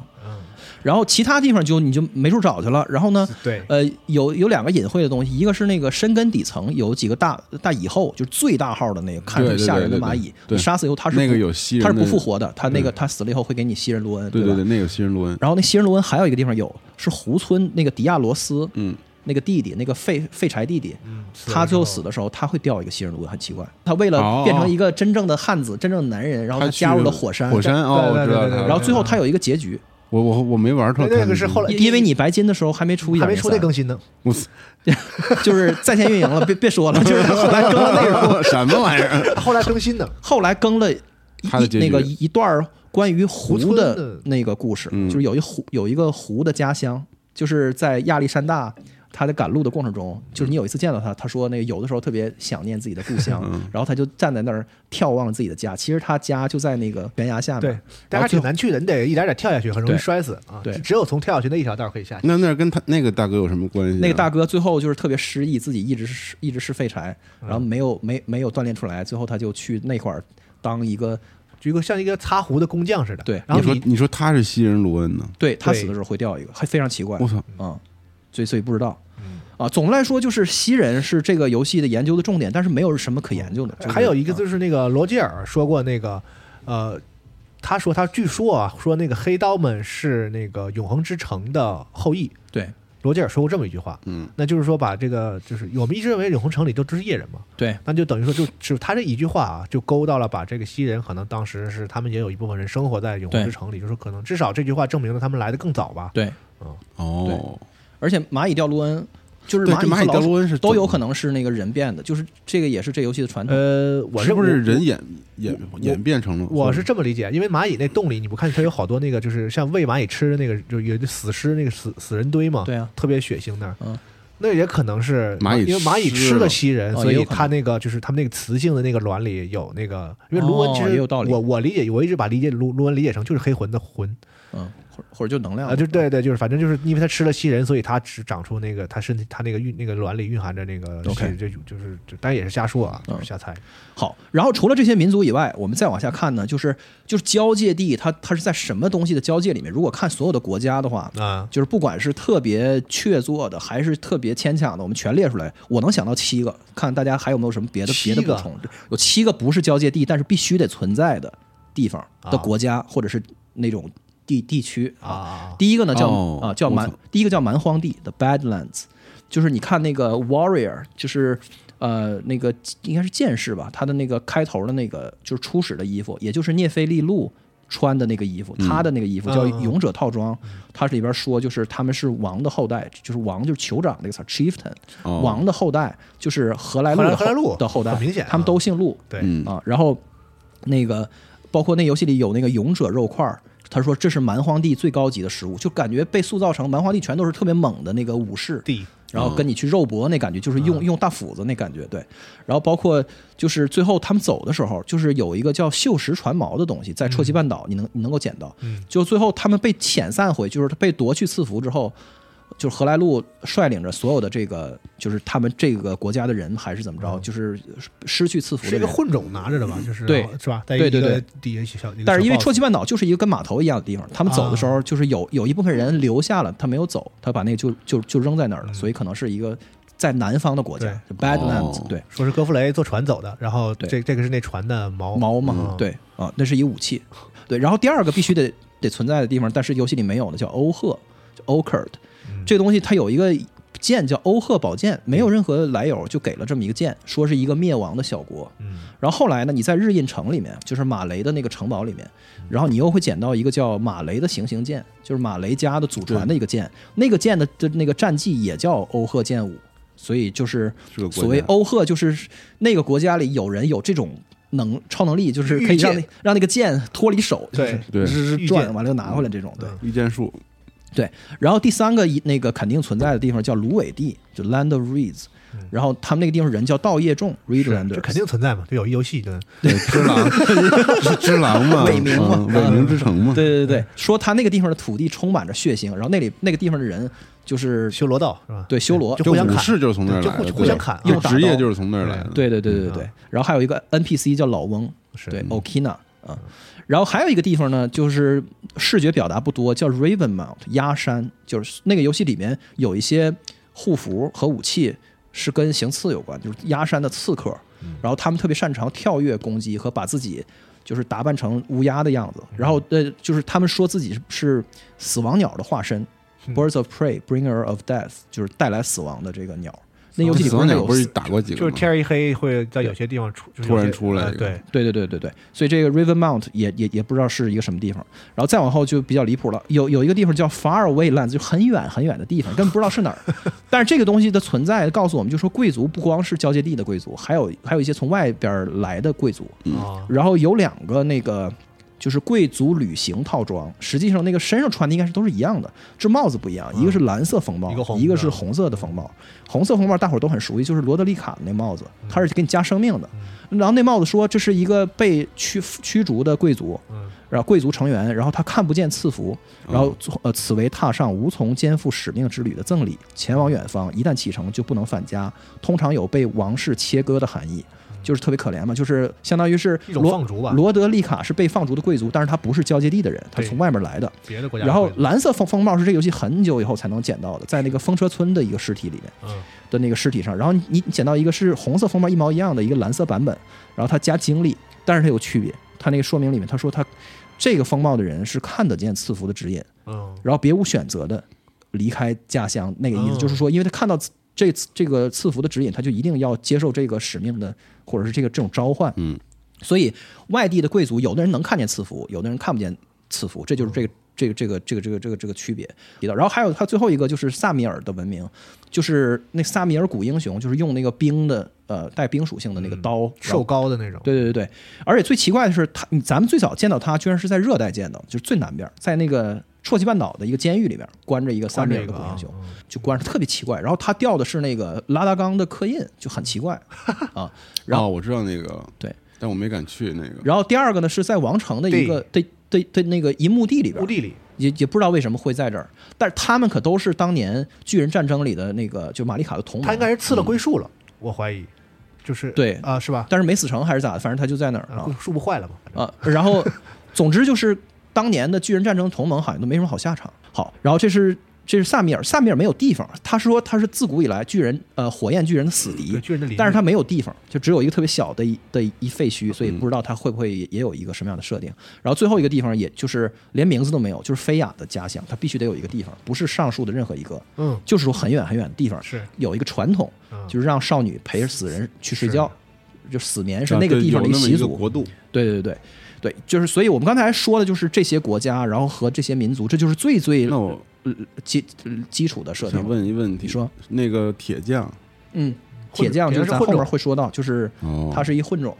[SPEAKER 2] 然后其他地方就你就没处找去了。然后呢，
[SPEAKER 1] 对，
[SPEAKER 2] 呃，有有两个隐晦的东西，一个是那个深根底层有几个大大蚁后，就是最大号的那个看着
[SPEAKER 3] 对对
[SPEAKER 2] 吓人的
[SPEAKER 3] 对对
[SPEAKER 2] 蚂
[SPEAKER 3] 对
[SPEAKER 2] 蚁，
[SPEAKER 3] 对
[SPEAKER 2] 你杀死以后它是
[SPEAKER 3] 那个
[SPEAKER 2] 不
[SPEAKER 3] 有吸人
[SPEAKER 2] 它是不
[SPEAKER 3] 的
[SPEAKER 2] 复活的，它那个它死了以后会给你吸人卢恩，
[SPEAKER 3] 对
[SPEAKER 2] 吧？
[SPEAKER 3] 对，那有新人罗恩，
[SPEAKER 2] 然后那西人罗恩还有一个地方有，是湖村那个迪亚罗斯，
[SPEAKER 3] 嗯，
[SPEAKER 2] 那个弟弟，那个废废柴弟弟，
[SPEAKER 1] 的
[SPEAKER 2] 他最后
[SPEAKER 1] 时候
[SPEAKER 2] 死的时候，他会掉一个西人罗恩，很奇怪。他为
[SPEAKER 3] 哦
[SPEAKER 2] 了变成一个真正的汉子、真正的男人，然后
[SPEAKER 3] 他
[SPEAKER 2] 加
[SPEAKER 3] 去
[SPEAKER 2] 入了火山，
[SPEAKER 3] 火山哦，我
[SPEAKER 1] 对对
[SPEAKER 3] 知道
[SPEAKER 1] 对对
[SPEAKER 3] 他了。
[SPEAKER 1] 对
[SPEAKER 2] 然后最后他有一个结局，
[SPEAKER 3] 我我我没玩透，
[SPEAKER 1] 那那个是后来
[SPEAKER 2] 因因为你白金的时候还没出一
[SPEAKER 1] 还
[SPEAKER 2] 点
[SPEAKER 1] 没
[SPEAKER 2] 零
[SPEAKER 1] 出
[SPEAKER 2] 三，
[SPEAKER 1] 那更 新呢，
[SPEAKER 3] 我操
[SPEAKER 2] 就是在线运营了，别别说了，就是后来更了那 个，
[SPEAKER 3] 什么玩意儿？
[SPEAKER 1] 后来更新 呢，
[SPEAKER 2] 后来更了一
[SPEAKER 3] 他的
[SPEAKER 2] 一
[SPEAKER 3] 结
[SPEAKER 2] 那
[SPEAKER 3] 局
[SPEAKER 2] 个一一段儿关于
[SPEAKER 1] 湖
[SPEAKER 2] 湖
[SPEAKER 1] 村
[SPEAKER 2] 的
[SPEAKER 1] 的
[SPEAKER 2] 那个故事，
[SPEAKER 3] 嗯
[SPEAKER 2] 就是有一湖有一个湖的家乡，就是在亚历山大。他在赶路的过程
[SPEAKER 3] 嗯
[SPEAKER 2] 中，就是你有一次见到他，他说那个有的时候特别想念自己的故乡，
[SPEAKER 3] 嗯
[SPEAKER 2] 然后他就站在那儿眺望自己的家。其实他家就在那个悬崖下面，
[SPEAKER 1] 对，
[SPEAKER 2] 然
[SPEAKER 1] 但
[SPEAKER 2] 后
[SPEAKER 1] 还
[SPEAKER 2] 最
[SPEAKER 1] 挺
[SPEAKER 2] 后
[SPEAKER 1] 难去的，你得一点点跳下去，很容易
[SPEAKER 2] 对
[SPEAKER 1] 摔死啊。
[SPEAKER 2] 对
[SPEAKER 1] 只有从跳下去那一条道可以下去。
[SPEAKER 3] 那那跟他那个大哥有什么关系啊？
[SPEAKER 2] 那个大哥最后就是特别失意，自己一直是一直是废柴，
[SPEAKER 1] 嗯
[SPEAKER 2] 然后没有没没有锻炼出来，最后他就去那块儿当一个
[SPEAKER 1] 就一个像一个擦壶的工匠似的。
[SPEAKER 2] 对
[SPEAKER 1] 然
[SPEAKER 3] 你
[SPEAKER 1] 后
[SPEAKER 3] 说
[SPEAKER 1] 你
[SPEAKER 3] 你说他是西人罗恩呢？
[SPEAKER 2] 对他
[SPEAKER 1] 对
[SPEAKER 2] 死的时候会掉一个，还非常奇怪。
[SPEAKER 3] 我操，
[SPEAKER 2] 嗯，所以所以不知道。啊，总的来说就是西人是这个游戏的研究的重点，但是没有什么可研究的。就是
[SPEAKER 1] 还有一个
[SPEAKER 2] 啊
[SPEAKER 1] 就是那个罗吉尔说过那个，呃，他说他据说啊，说那个黑刀们是那个永恒之城的后裔，
[SPEAKER 2] 对
[SPEAKER 1] 罗杰尔说过这么一句话，
[SPEAKER 3] 嗯，
[SPEAKER 1] 那就是说把这个就是我们一直认为永恒城里都只是夜人嘛，
[SPEAKER 2] 对，
[SPEAKER 1] 那就等于说就就他这一句话啊，就勾到了把这个西人可能当时是他们也有一部分人生活在永恒之城里，就是可能至少这句话证明了他们来的更早吧。
[SPEAKER 2] 对，
[SPEAKER 1] 嗯
[SPEAKER 3] 哦，
[SPEAKER 2] 而且蚂蚁掉落恩就是
[SPEAKER 3] 对，这蚂
[SPEAKER 2] 蚁
[SPEAKER 3] 蚁
[SPEAKER 2] 和老
[SPEAKER 3] 掉
[SPEAKER 2] 鼠
[SPEAKER 3] 落恩是
[SPEAKER 2] 都有
[SPEAKER 3] 能。
[SPEAKER 2] 可能是那个人变的，就是这个也是这游戏的传统。
[SPEAKER 1] 呃，我
[SPEAKER 3] 是
[SPEAKER 1] 认
[SPEAKER 3] 不
[SPEAKER 1] 为
[SPEAKER 3] 是人演演
[SPEAKER 1] 我
[SPEAKER 3] 演变成了？
[SPEAKER 1] 我是这么理解，因为蚂蚁那洞里，你不看它有好多那个，就是像喂蚂蚁吃的那个，就有死尸那个死死人堆嘛，
[SPEAKER 2] 对啊，
[SPEAKER 1] 特别血腥那儿。
[SPEAKER 2] 嗯
[SPEAKER 1] 那也可能是
[SPEAKER 3] 蚂蚁
[SPEAKER 1] 因为蚂蚁
[SPEAKER 3] 吃
[SPEAKER 1] 吃
[SPEAKER 3] 了
[SPEAKER 1] 了蜥人，
[SPEAKER 2] 哦
[SPEAKER 1] 所
[SPEAKER 2] 也
[SPEAKER 1] 以
[SPEAKER 2] 有可能
[SPEAKER 1] 它那个就是他们那个雌性的那个卵里有那个，因为卢
[SPEAKER 2] 哦
[SPEAKER 1] 恩其实
[SPEAKER 2] 也有道理
[SPEAKER 1] 我我理解，我一直把理解卢卢恩理解成就是黑魂的魂
[SPEAKER 2] 嗯，或者或者就能量
[SPEAKER 1] 啊，就对对，就是反正就是因为它吃了蜥人，所以它只长出那个它身体它那个孕那个卵里蕴含着那个蜥
[SPEAKER 2] OK
[SPEAKER 1] 人，就就是就当然也是瞎说啊，
[SPEAKER 2] 嗯
[SPEAKER 1] 就是瞎猜。
[SPEAKER 2] 好，然后除了这些民族以外，我们再往下看呢，就是就是交界地，它它是在什么东西的交界里面？如果看所有的国家的话，
[SPEAKER 1] 啊，
[SPEAKER 2] 就是不管是特别确凿的，还是特别牵强的，我们全列出来，我能想到七个，看大家还有没有什么别的
[SPEAKER 1] 七
[SPEAKER 2] 别
[SPEAKER 1] 个
[SPEAKER 2] 的补充？有七个不是交界地，但是必须得存在的地方的
[SPEAKER 1] 啊
[SPEAKER 2] 国家，或者是那种地地区
[SPEAKER 1] 啊啊啊
[SPEAKER 2] 第一个呢叫、
[SPEAKER 3] 哦
[SPEAKER 2] 啊叫
[SPEAKER 3] 我
[SPEAKER 2] 蛮
[SPEAKER 3] 操，
[SPEAKER 2] 第一个叫蛮荒地的 Badlands，就是你看那个 Warrior，就是呃那个应该是剑士吧，他的那个开头的那个就是初始的衣服，也就是聂菲利路穿的那个衣服，他的那个衣服叫
[SPEAKER 1] 嗯嗯嗯
[SPEAKER 2] 勇者套装，它里边说就是他们是王的后代，就是王就是酋长那个词儿 chieftain，、
[SPEAKER 3] 哦
[SPEAKER 2] 王的后代就是荷来鹿
[SPEAKER 1] 荷
[SPEAKER 2] 的
[SPEAKER 1] 兰荷兰
[SPEAKER 2] 后
[SPEAKER 1] 鹿
[SPEAKER 2] 的后代，
[SPEAKER 1] 很明显啊
[SPEAKER 2] 他们都姓鹿，
[SPEAKER 1] 对，
[SPEAKER 3] 嗯
[SPEAKER 2] 啊，然后那个包括那游戏里有那个勇者肉块儿，他说这是蛮荒地最高级的食物，就感觉被塑造成蛮荒地全都是特别猛的那个武士，
[SPEAKER 1] 地
[SPEAKER 2] 然后跟你去肉搏那感觉，就是
[SPEAKER 1] 嗯
[SPEAKER 2] 用、用大斧子那感觉，对。然后包括就是最后他们走的时候，就是有一个叫锈蚀船锚的东西，在戳击半岛你能你能够捡到，
[SPEAKER 1] 嗯
[SPEAKER 2] 就最后他们被遣散回，就是被夺去赐福之后。就是何来路率领着所有的这个，就是他们这个国家的人，还是怎么着，就是失去赐
[SPEAKER 1] 嗯
[SPEAKER 2] 福
[SPEAKER 1] 是
[SPEAKER 2] 的
[SPEAKER 1] 一个
[SPEAKER 2] 人，
[SPEAKER 1] 混种拿着的吧？就是
[SPEAKER 2] 对
[SPEAKER 1] 是吧？在一
[SPEAKER 2] 对
[SPEAKER 1] 个
[SPEAKER 2] 对对
[SPEAKER 1] 底下小，那个
[SPEAKER 2] 但是因为
[SPEAKER 1] 小啊
[SPEAKER 2] 戳击半岛就是一个跟码头一样的地方，他们走的时候就是有有一部分人留下了，他没有走，他把那个就就就扔在那
[SPEAKER 1] 嗯
[SPEAKER 2] 儿了，所以可能是一个在南方的国家就
[SPEAKER 3] 哦
[SPEAKER 2] ，Badlands，对，
[SPEAKER 1] 说是戈弗雷坐船走的，然后
[SPEAKER 2] 对
[SPEAKER 1] 这这个是那船的锚
[SPEAKER 2] 毛嘛
[SPEAKER 1] 嗯，
[SPEAKER 2] 对啊，那是一武器，对。然后第二个必须得得存在的地方，但是游戏里没有的叫欧赫，叫 Oakert，这个东西它有一个剑叫欧赫宝剑，没有任何来由就给了这么一个剑，说是一个灭亡的小国，
[SPEAKER 1] 嗯
[SPEAKER 2] 然后后来呢，你在日印城里面，就是马雷的那个城堡里面，
[SPEAKER 1] 嗯
[SPEAKER 2] 然后你又会捡到一个叫马雷的行刑舰，就是马雷家的祖传的一个舰，那个舰的的那个战绩也叫欧赫剑舞，所以就是
[SPEAKER 3] 是个国家
[SPEAKER 2] 所谓欧赫，就是那个国家里有人有这种能超能力，就是可以让
[SPEAKER 1] 御
[SPEAKER 2] 那让那个剑脱离手，就是
[SPEAKER 3] 对
[SPEAKER 2] 是
[SPEAKER 1] 御
[SPEAKER 2] 是转
[SPEAKER 1] 剑
[SPEAKER 2] 完了又拿回来这种，对。
[SPEAKER 3] 御 剑术，
[SPEAKER 2] 然后第三个一那个肯定存在的地方叫芦苇地，就 Land of Reeds，然后他们那个地方人叫稻叶众
[SPEAKER 1] 是
[SPEAKER 2] Reedlanders，
[SPEAKER 1] 这肯定存在嘛？这有一游戏的，
[SPEAKER 3] 对，只狼是只狼 嘛，
[SPEAKER 2] 伟明嘛
[SPEAKER 3] 嗯伟明之城 嘛，
[SPEAKER 2] 对对对，对，说他那个地方的土地充满着血腥，然后那里那个地方的人就是
[SPEAKER 1] 修罗道是吧？
[SPEAKER 2] 对修罗
[SPEAKER 1] 就
[SPEAKER 3] 就
[SPEAKER 1] 互相
[SPEAKER 3] 武
[SPEAKER 1] 砍
[SPEAKER 3] 士就是从那儿
[SPEAKER 1] 就
[SPEAKER 3] 来的，
[SPEAKER 1] 互互相
[SPEAKER 3] 对
[SPEAKER 1] 砍啊
[SPEAKER 3] 就
[SPEAKER 2] 用打
[SPEAKER 3] 职业
[SPEAKER 2] 刀
[SPEAKER 3] 就是从那儿来的，
[SPEAKER 2] 对对对对
[SPEAKER 3] 嗯
[SPEAKER 2] 对，
[SPEAKER 3] 啊
[SPEAKER 2] 然后还有一个 NPC 叫老翁，
[SPEAKER 1] 是
[SPEAKER 2] 对 Okina 啊，然后还有一个地方呢，就是视觉表达不多，叫 Ravenmount 压山，就是那个游戏里面有一些护符和武器是跟行刺有关，就是压山的刺客，
[SPEAKER 3] 嗯
[SPEAKER 2] 然后他们特别擅长跳跃攻击和把自己。就是打扮成乌鸦的样
[SPEAKER 3] 嗯
[SPEAKER 2] 子，然后呃，就是他们说自己是是死亡鸟的化身，Birds
[SPEAKER 3] 嗯
[SPEAKER 2] of Prey, Bringer of Death，就是带来死亡的这个鸟。那游戏里
[SPEAKER 3] 死亡
[SPEAKER 2] 是
[SPEAKER 3] 鸟
[SPEAKER 2] 有
[SPEAKER 3] 不是
[SPEAKER 2] 四
[SPEAKER 3] 打过几个
[SPEAKER 1] 就
[SPEAKER 3] 吗？
[SPEAKER 1] 是天儿一黑会在有些地方出，就是有些
[SPEAKER 3] 突然出来
[SPEAKER 1] 呃
[SPEAKER 3] 一个
[SPEAKER 1] 对，
[SPEAKER 2] 对对对对对，所以这个 River Mount 也也也不知道是一个什么地方，然后再往后就比较离谱了，有有一个地方叫 Far Away Lands，就很远很远的地方，根本不知道是哪儿。但是这个东西的存在告诉我们，就说贵族不光是交界地的贵族，还有还有一些从外边儿来的贵族，
[SPEAKER 1] 啊，
[SPEAKER 2] 然后有两个那个就是贵族旅行套装，实际上那个身上穿的应该是都是一样的，这帽子不一样，一个是蓝色风帽，
[SPEAKER 1] 嗯一个红
[SPEAKER 2] 是红色的风帽。红色风帽大伙儿都很熟悉，就是罗德里卡的那帽子，
[SPEAKER 1] 嗯
[SPEAKER 2] 它是给你加生命的。然后那帽子说这是一个被驱驱逐的贵族，
[SPEAKER 1] 嗯
[SPEAKER 2] 然后贵族成员，然后他看不见赐福，然后呃此为踏上无从肩负使命之旅的赠礼，前往远方，一旦启程就不能返家，通常有被王室切割的含义，就是特别可怜嘛，就是相当于是
[SPEAKER 1] 嗯一种
[SPEAKER 2] 罗
[SPEAKER 1] 放逐吧
[SPEAKER 2] 罗德利卡是被放逐的贵族，但是他不是交界地的人，他
[SPEAKER 1] 对
[SPEAKER 2] 是从外面来的。
[SPEAKER 1] 别的国家
[SPEAKER 2] 然后
[SPEAKER 1] 会的
[SPEAKER 2] 蓝色风风暴是这个游戏很久以后才能捡到的，在那个风车村的一个尸体里面
[SPEAKER 1] 嗯
[SPEAKER 2] 的那个尸体上，然后你你捡到一个是红色风暴一毛一样的一个蓝色版本，然后它加经历，但是它有区别。它那个说明里面他说他这个风暴的人是看得见赐福的指引，
[SPEAKER 1] 嗯
[SPEAKER 2] 然后别无选择的离开家乡那个意思，就是说，因为他看到这这个赐福的指引，他就一定要接受这个使命的，或者是这个这种召唤。
[SPEAKER 3] 嗯，
[SPEAKER 2] 所以外地的贵族，有的人能看见赐福，有的人看不见赐福，这就是这个这个这个这个这个这个这个区别提到。然后还有还有最后一个就是萨米尔的文明，就是那萨米尔古英雄，就是用那个冰的呃带冰属性的那个刀，然
[SPEAKER 1] 瘦
[SPEAKER 2] 后
[SPEAKER 1] 高的那种，
[SPEAKER 2] 对对对对，而且最奇怪的是，他咱们最早见到他，居然是在热带见到，就是最南边，在那个啜泣半岛的一个监狱里边关着一个
[SPEAKER 1] 关
[SPEAKER 2] 三
[SPEAKER 1] 着一
[SPEAKER 2] 米尔
[SPEAKER 1] 个
[SPEAKER 2] 的古
[SPEAKER 1] 啊
[SPEAKER 2] 英雄，就关着特别奇怪。然后他掉的是那个拉达冈的刻印，就很 奇怪啊。然后
[SPEAKER 3] 哦我知道那个了，
[SPEAKER 2] 对，
[SPEAKER 3] 但我没敢去那个。
[SPEAKER 2] 然后第二个呢是在王城的一个对对对那个一墓地里边
[SPEAKER 1] 墓，地里
[SPEAKER 2] 也也不知道为什么会在这儿，但是他们可都是当年巨人战争里的那个就玛丽卡的同盟，
[SPEAKER 1] 他应该是刺了龟树了，我怀疑，就是
[SPEAKER 2] 对
[SPEAKER 1] 啊、是吧？
[SPEAKER 2] 但是没死成还是咋的，反正他就在那儿
[SPEAKER 1] 啊
[SPEAKER 2] 啊。，
[SPEAKER 1] 树不坏了嘛？
[SPEAKER 2] 啊，然后总之就是当年的巨人战争同盟好像都没什么好下场。好，然后这是这是萨米尔，萨米尔没有地方，他说他是自古以来巨人呃火焰巨人的死敌
[SPEAKER 1] 对，巨人的邻居
[SPEAKER 2] 但是他没有地方，就只有一个特别小的一的一废墟，
[SPEAKER 3] 嗯
[SPEAKER 2] 所以不知道他会不会也也有一个什么样的设定。然后最后一个地方也就是连名字都没有，就是菲亚的家乡，他必须得有一个地方，不是上述的任何一个，
[SPEAKER 1] 嗯，
[SPEAKER 2] 就是说很远很远的地方，
[SPEAKER 1] 是
[SPEAKER 2] 有一个传统，
[SPEAKER 1] 嗯
[SPEAKER 2] 就是让少女陪着死人去睡
[SPEAKER 1] 是
[SPEAKER 2] 觉，就死眠是
[SPEAKER 3] 啊
[SPEAKER 2] 那个
[SPEAKER 3] 对
[SPEAKER 2] 地方的
[SPEAKER 3] 有
[SPEAKER 2] 一
[SPEAKER 3] 那么
[SPEAKER 2] 习
[SPEAKER 3] 一个
[SPEAKER 2] 俗。
[SPEAKER 3] 国度，
[SPEAKER 2] 对对对对，就是所以我们刚才说的就是这些国家，然后和这些民族，这就是最最
[SPEAKER 3] 那我
[SPEAKER 2] 呃基基础的设定
[SPEAKER 3] 想
[SPEAKER 2] 了。
[SPEAKER 3] 问一问题，
[SPEAKER 2] 你说
[SPEAKER 3] 那个铁匠，
[SPEAKER 2] 嗯，铁匠就是
[SPEAKER 1] 铁匠是
[SPEAKER 2] 咱
[SPEAKER 1] 混
[SPEAKER 2] 后
[SPEAKER 1] 种嗯
[SPEAKER 2] 面会说到，就是
[SPEAKER 3] 哦
[SPEAKER 2] 他是一混种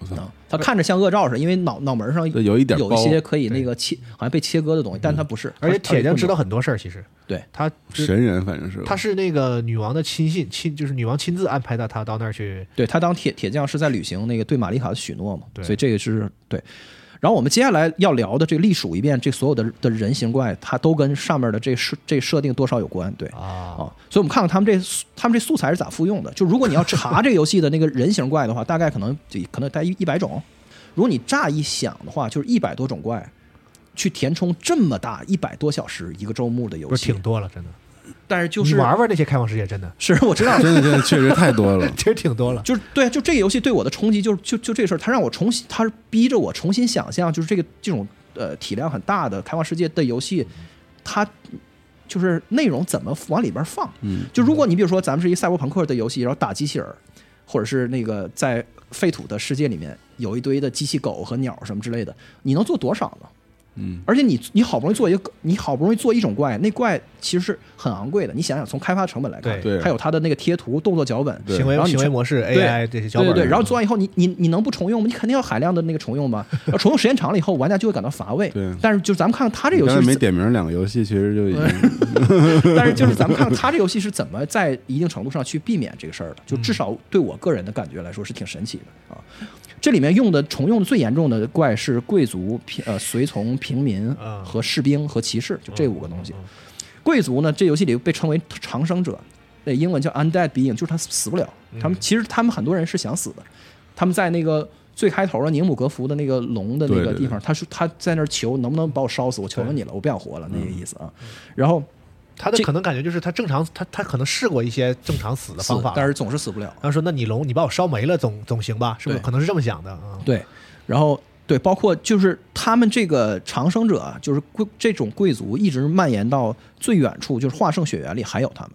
[SPEAKER 3] 我操
[SPEAKER 2] 啊，他看着像恶兆似的，因为脑脑门上
[SPEAKER 3] 对有一点
[SPEAKER 2] 有一
[SPEAKER 3] 包
[SPEAKER 2] 些可以那个切，好像被切割的东西，但他不是，
[SPEAKER 1] 嗯而且
[SPEAKER 2] 他是
[SPEAKER 1] 铁匠知，道
[SPEAKER 2] 他是
[SPEAKER 1] 很多事儿，其实
[SPEAKER 2] 对
[SPEAKER 1] 他就
[SPEAKER 3] 神人，反正是，
[SPEAKER 1] 他是那个女王的亲信，亲就是女王亲自安排到他到那儿去。
[SPEAKER 2] 混种对他当铁铁匠是在履行那个对玛丽卡的许诺嘛，
[SPEAKER 1] 对
[SPEAKER 2] 所以这个是对。然后我们接下来要聊的这个历数一遍，这所有的的人形怪，它都跟上面的这设这设定多少有关，对
[SPEAKER 1] 啊，
[SPEAKER 2] 啊，所以我们看看他们这素他们这素材是咋复用的。就如果你要查这个游戏的那个人形怪的话，大概可能就可能大概一百种。如果你乍一想的话，就是一百多种怪，去填充这么大一百多小时一个周目的游
[SPEAKER 1] 不是
[SPEAKER 2] 戏
[SPEAKER 1] 挺，多了，真的。
[SPEAKER 2] 但是就
[SPEAKER 1] 你
[SPEAKER 2] 是
[SPEAKER 1] 玩玩那些开放世界，真的。
[SPEAKER 2] 是我知道
[SPEAKER 3] 真的真的确实太多了
[SPEAKER 1] 其实挺多了。
[SPEAKER 2] 就是对，啊就这个游戏对我的冲击就是就就这事儿，它让我重新，它是逼着我重新想象，就是这个这种呃体量很大的开放世界的游戏，它就是内容怎么往里边放。
[SPEAKER 3] 嗯，
[SPEAKER 2] 就如果你比如说咱们是一赛博朋克的游戏，然后打机器人儿，或者是那个在废土的世界里面有一堆的机器狗和鸟什么之类的，你能做多少呢？
[SPEAKER 3] 嗯，
[SPEAKER 2] 而且你你好不容易做一个，你好不容易做一种怪，那怪其实是很昂贵的。你想想，从开发成本来看，
[SPEAKER 3] 对对
[SPEAKER 2] 还有它的那个贴图、动作脚本，
[SPEAKER 3] 对
[SPEAKER 1] 行为
[SPEAKER 2] 然后你
[SPEAKER 1] 行为
[SPEAKER 2] 全
[SPEAKER 1] 模式
[SPEAKER 2] 对
[SPEAKER 1] AI 这些小
[SPEAKER 2] 对
[SPEAKER 1] 本
[SPEAKER 2] 对
[SPEAKER 1] 儿，
[SPEAKER 2] 对，然后做完以后，你你你能不重用吗？你肯定要海量的那个重 用吧。然后重用时间长了以后，玩家就会感到乏味。
[SPEAKER 3] 对
[SPEAKER 2] 但是就是咱们看看 他这
[SPEAKER 3] 你
[SPEAKER 2] 游戏
[SPEAKER 3] 刚
[SPEAKER 2] 是
[SPEAKER 3] 才没
[SPEAKER 2] 怎，
[SPEAKER 3] 点名两个游戏，其实就已经
[SPEAKER 2] 但是就是咱们看看他这游戏是怎么在一定程度上去避免这个事儿的。
[SPEAKER 1] 嗯
[SPEAKER 2] 就至少对我个人的感觉来说是挺神奇的啊。这里面用的重用的最严重的怪是贵族、平呃随从、平民
[SPEAKER 1] 嗯
[SPEAKER 2] 和士兵和骑士，就这五个东西。贵族呢，这游戏里被称为长生者，那英文叫 undead being，就是他死不了。
[SPEAKER 3] 嗯
[SPEAKER 2] 他们其实他们很多人是想死的，他们在那个最开头的宁姆格福的那个龙的那
[SPEAKER 3] 对
[SPEAKER 2] 个
[SPEAKER 3] 对
[SPEAKER 2] 地方，他说他在那儿求能不能把我烧死，我求求你了，我不想活了那个意思啊。
[SPEAKER 3] 嗯
[SPEAKER 2] 然后
[SPEAKER 1] 他的
[SPEAKER 2] 这
[SPEAKER 1] 可能感觉就是他正常，他他可能试过一些正常死的方法
[SPEAKER 2] 死，但是总是死不了。
[SPEAKER 1] 然后说那你龙你把我烧没了总总行吧？是不是？
[SPEAKER 2] 对
[SPEAKER 1] 可能是这么想的啊。
[SPEAKER 2] 对，然后对，包括就是他们这个长生者啊，就是贵这种贵族一直蔓延到最远处，就是华盛雪原里还有他们，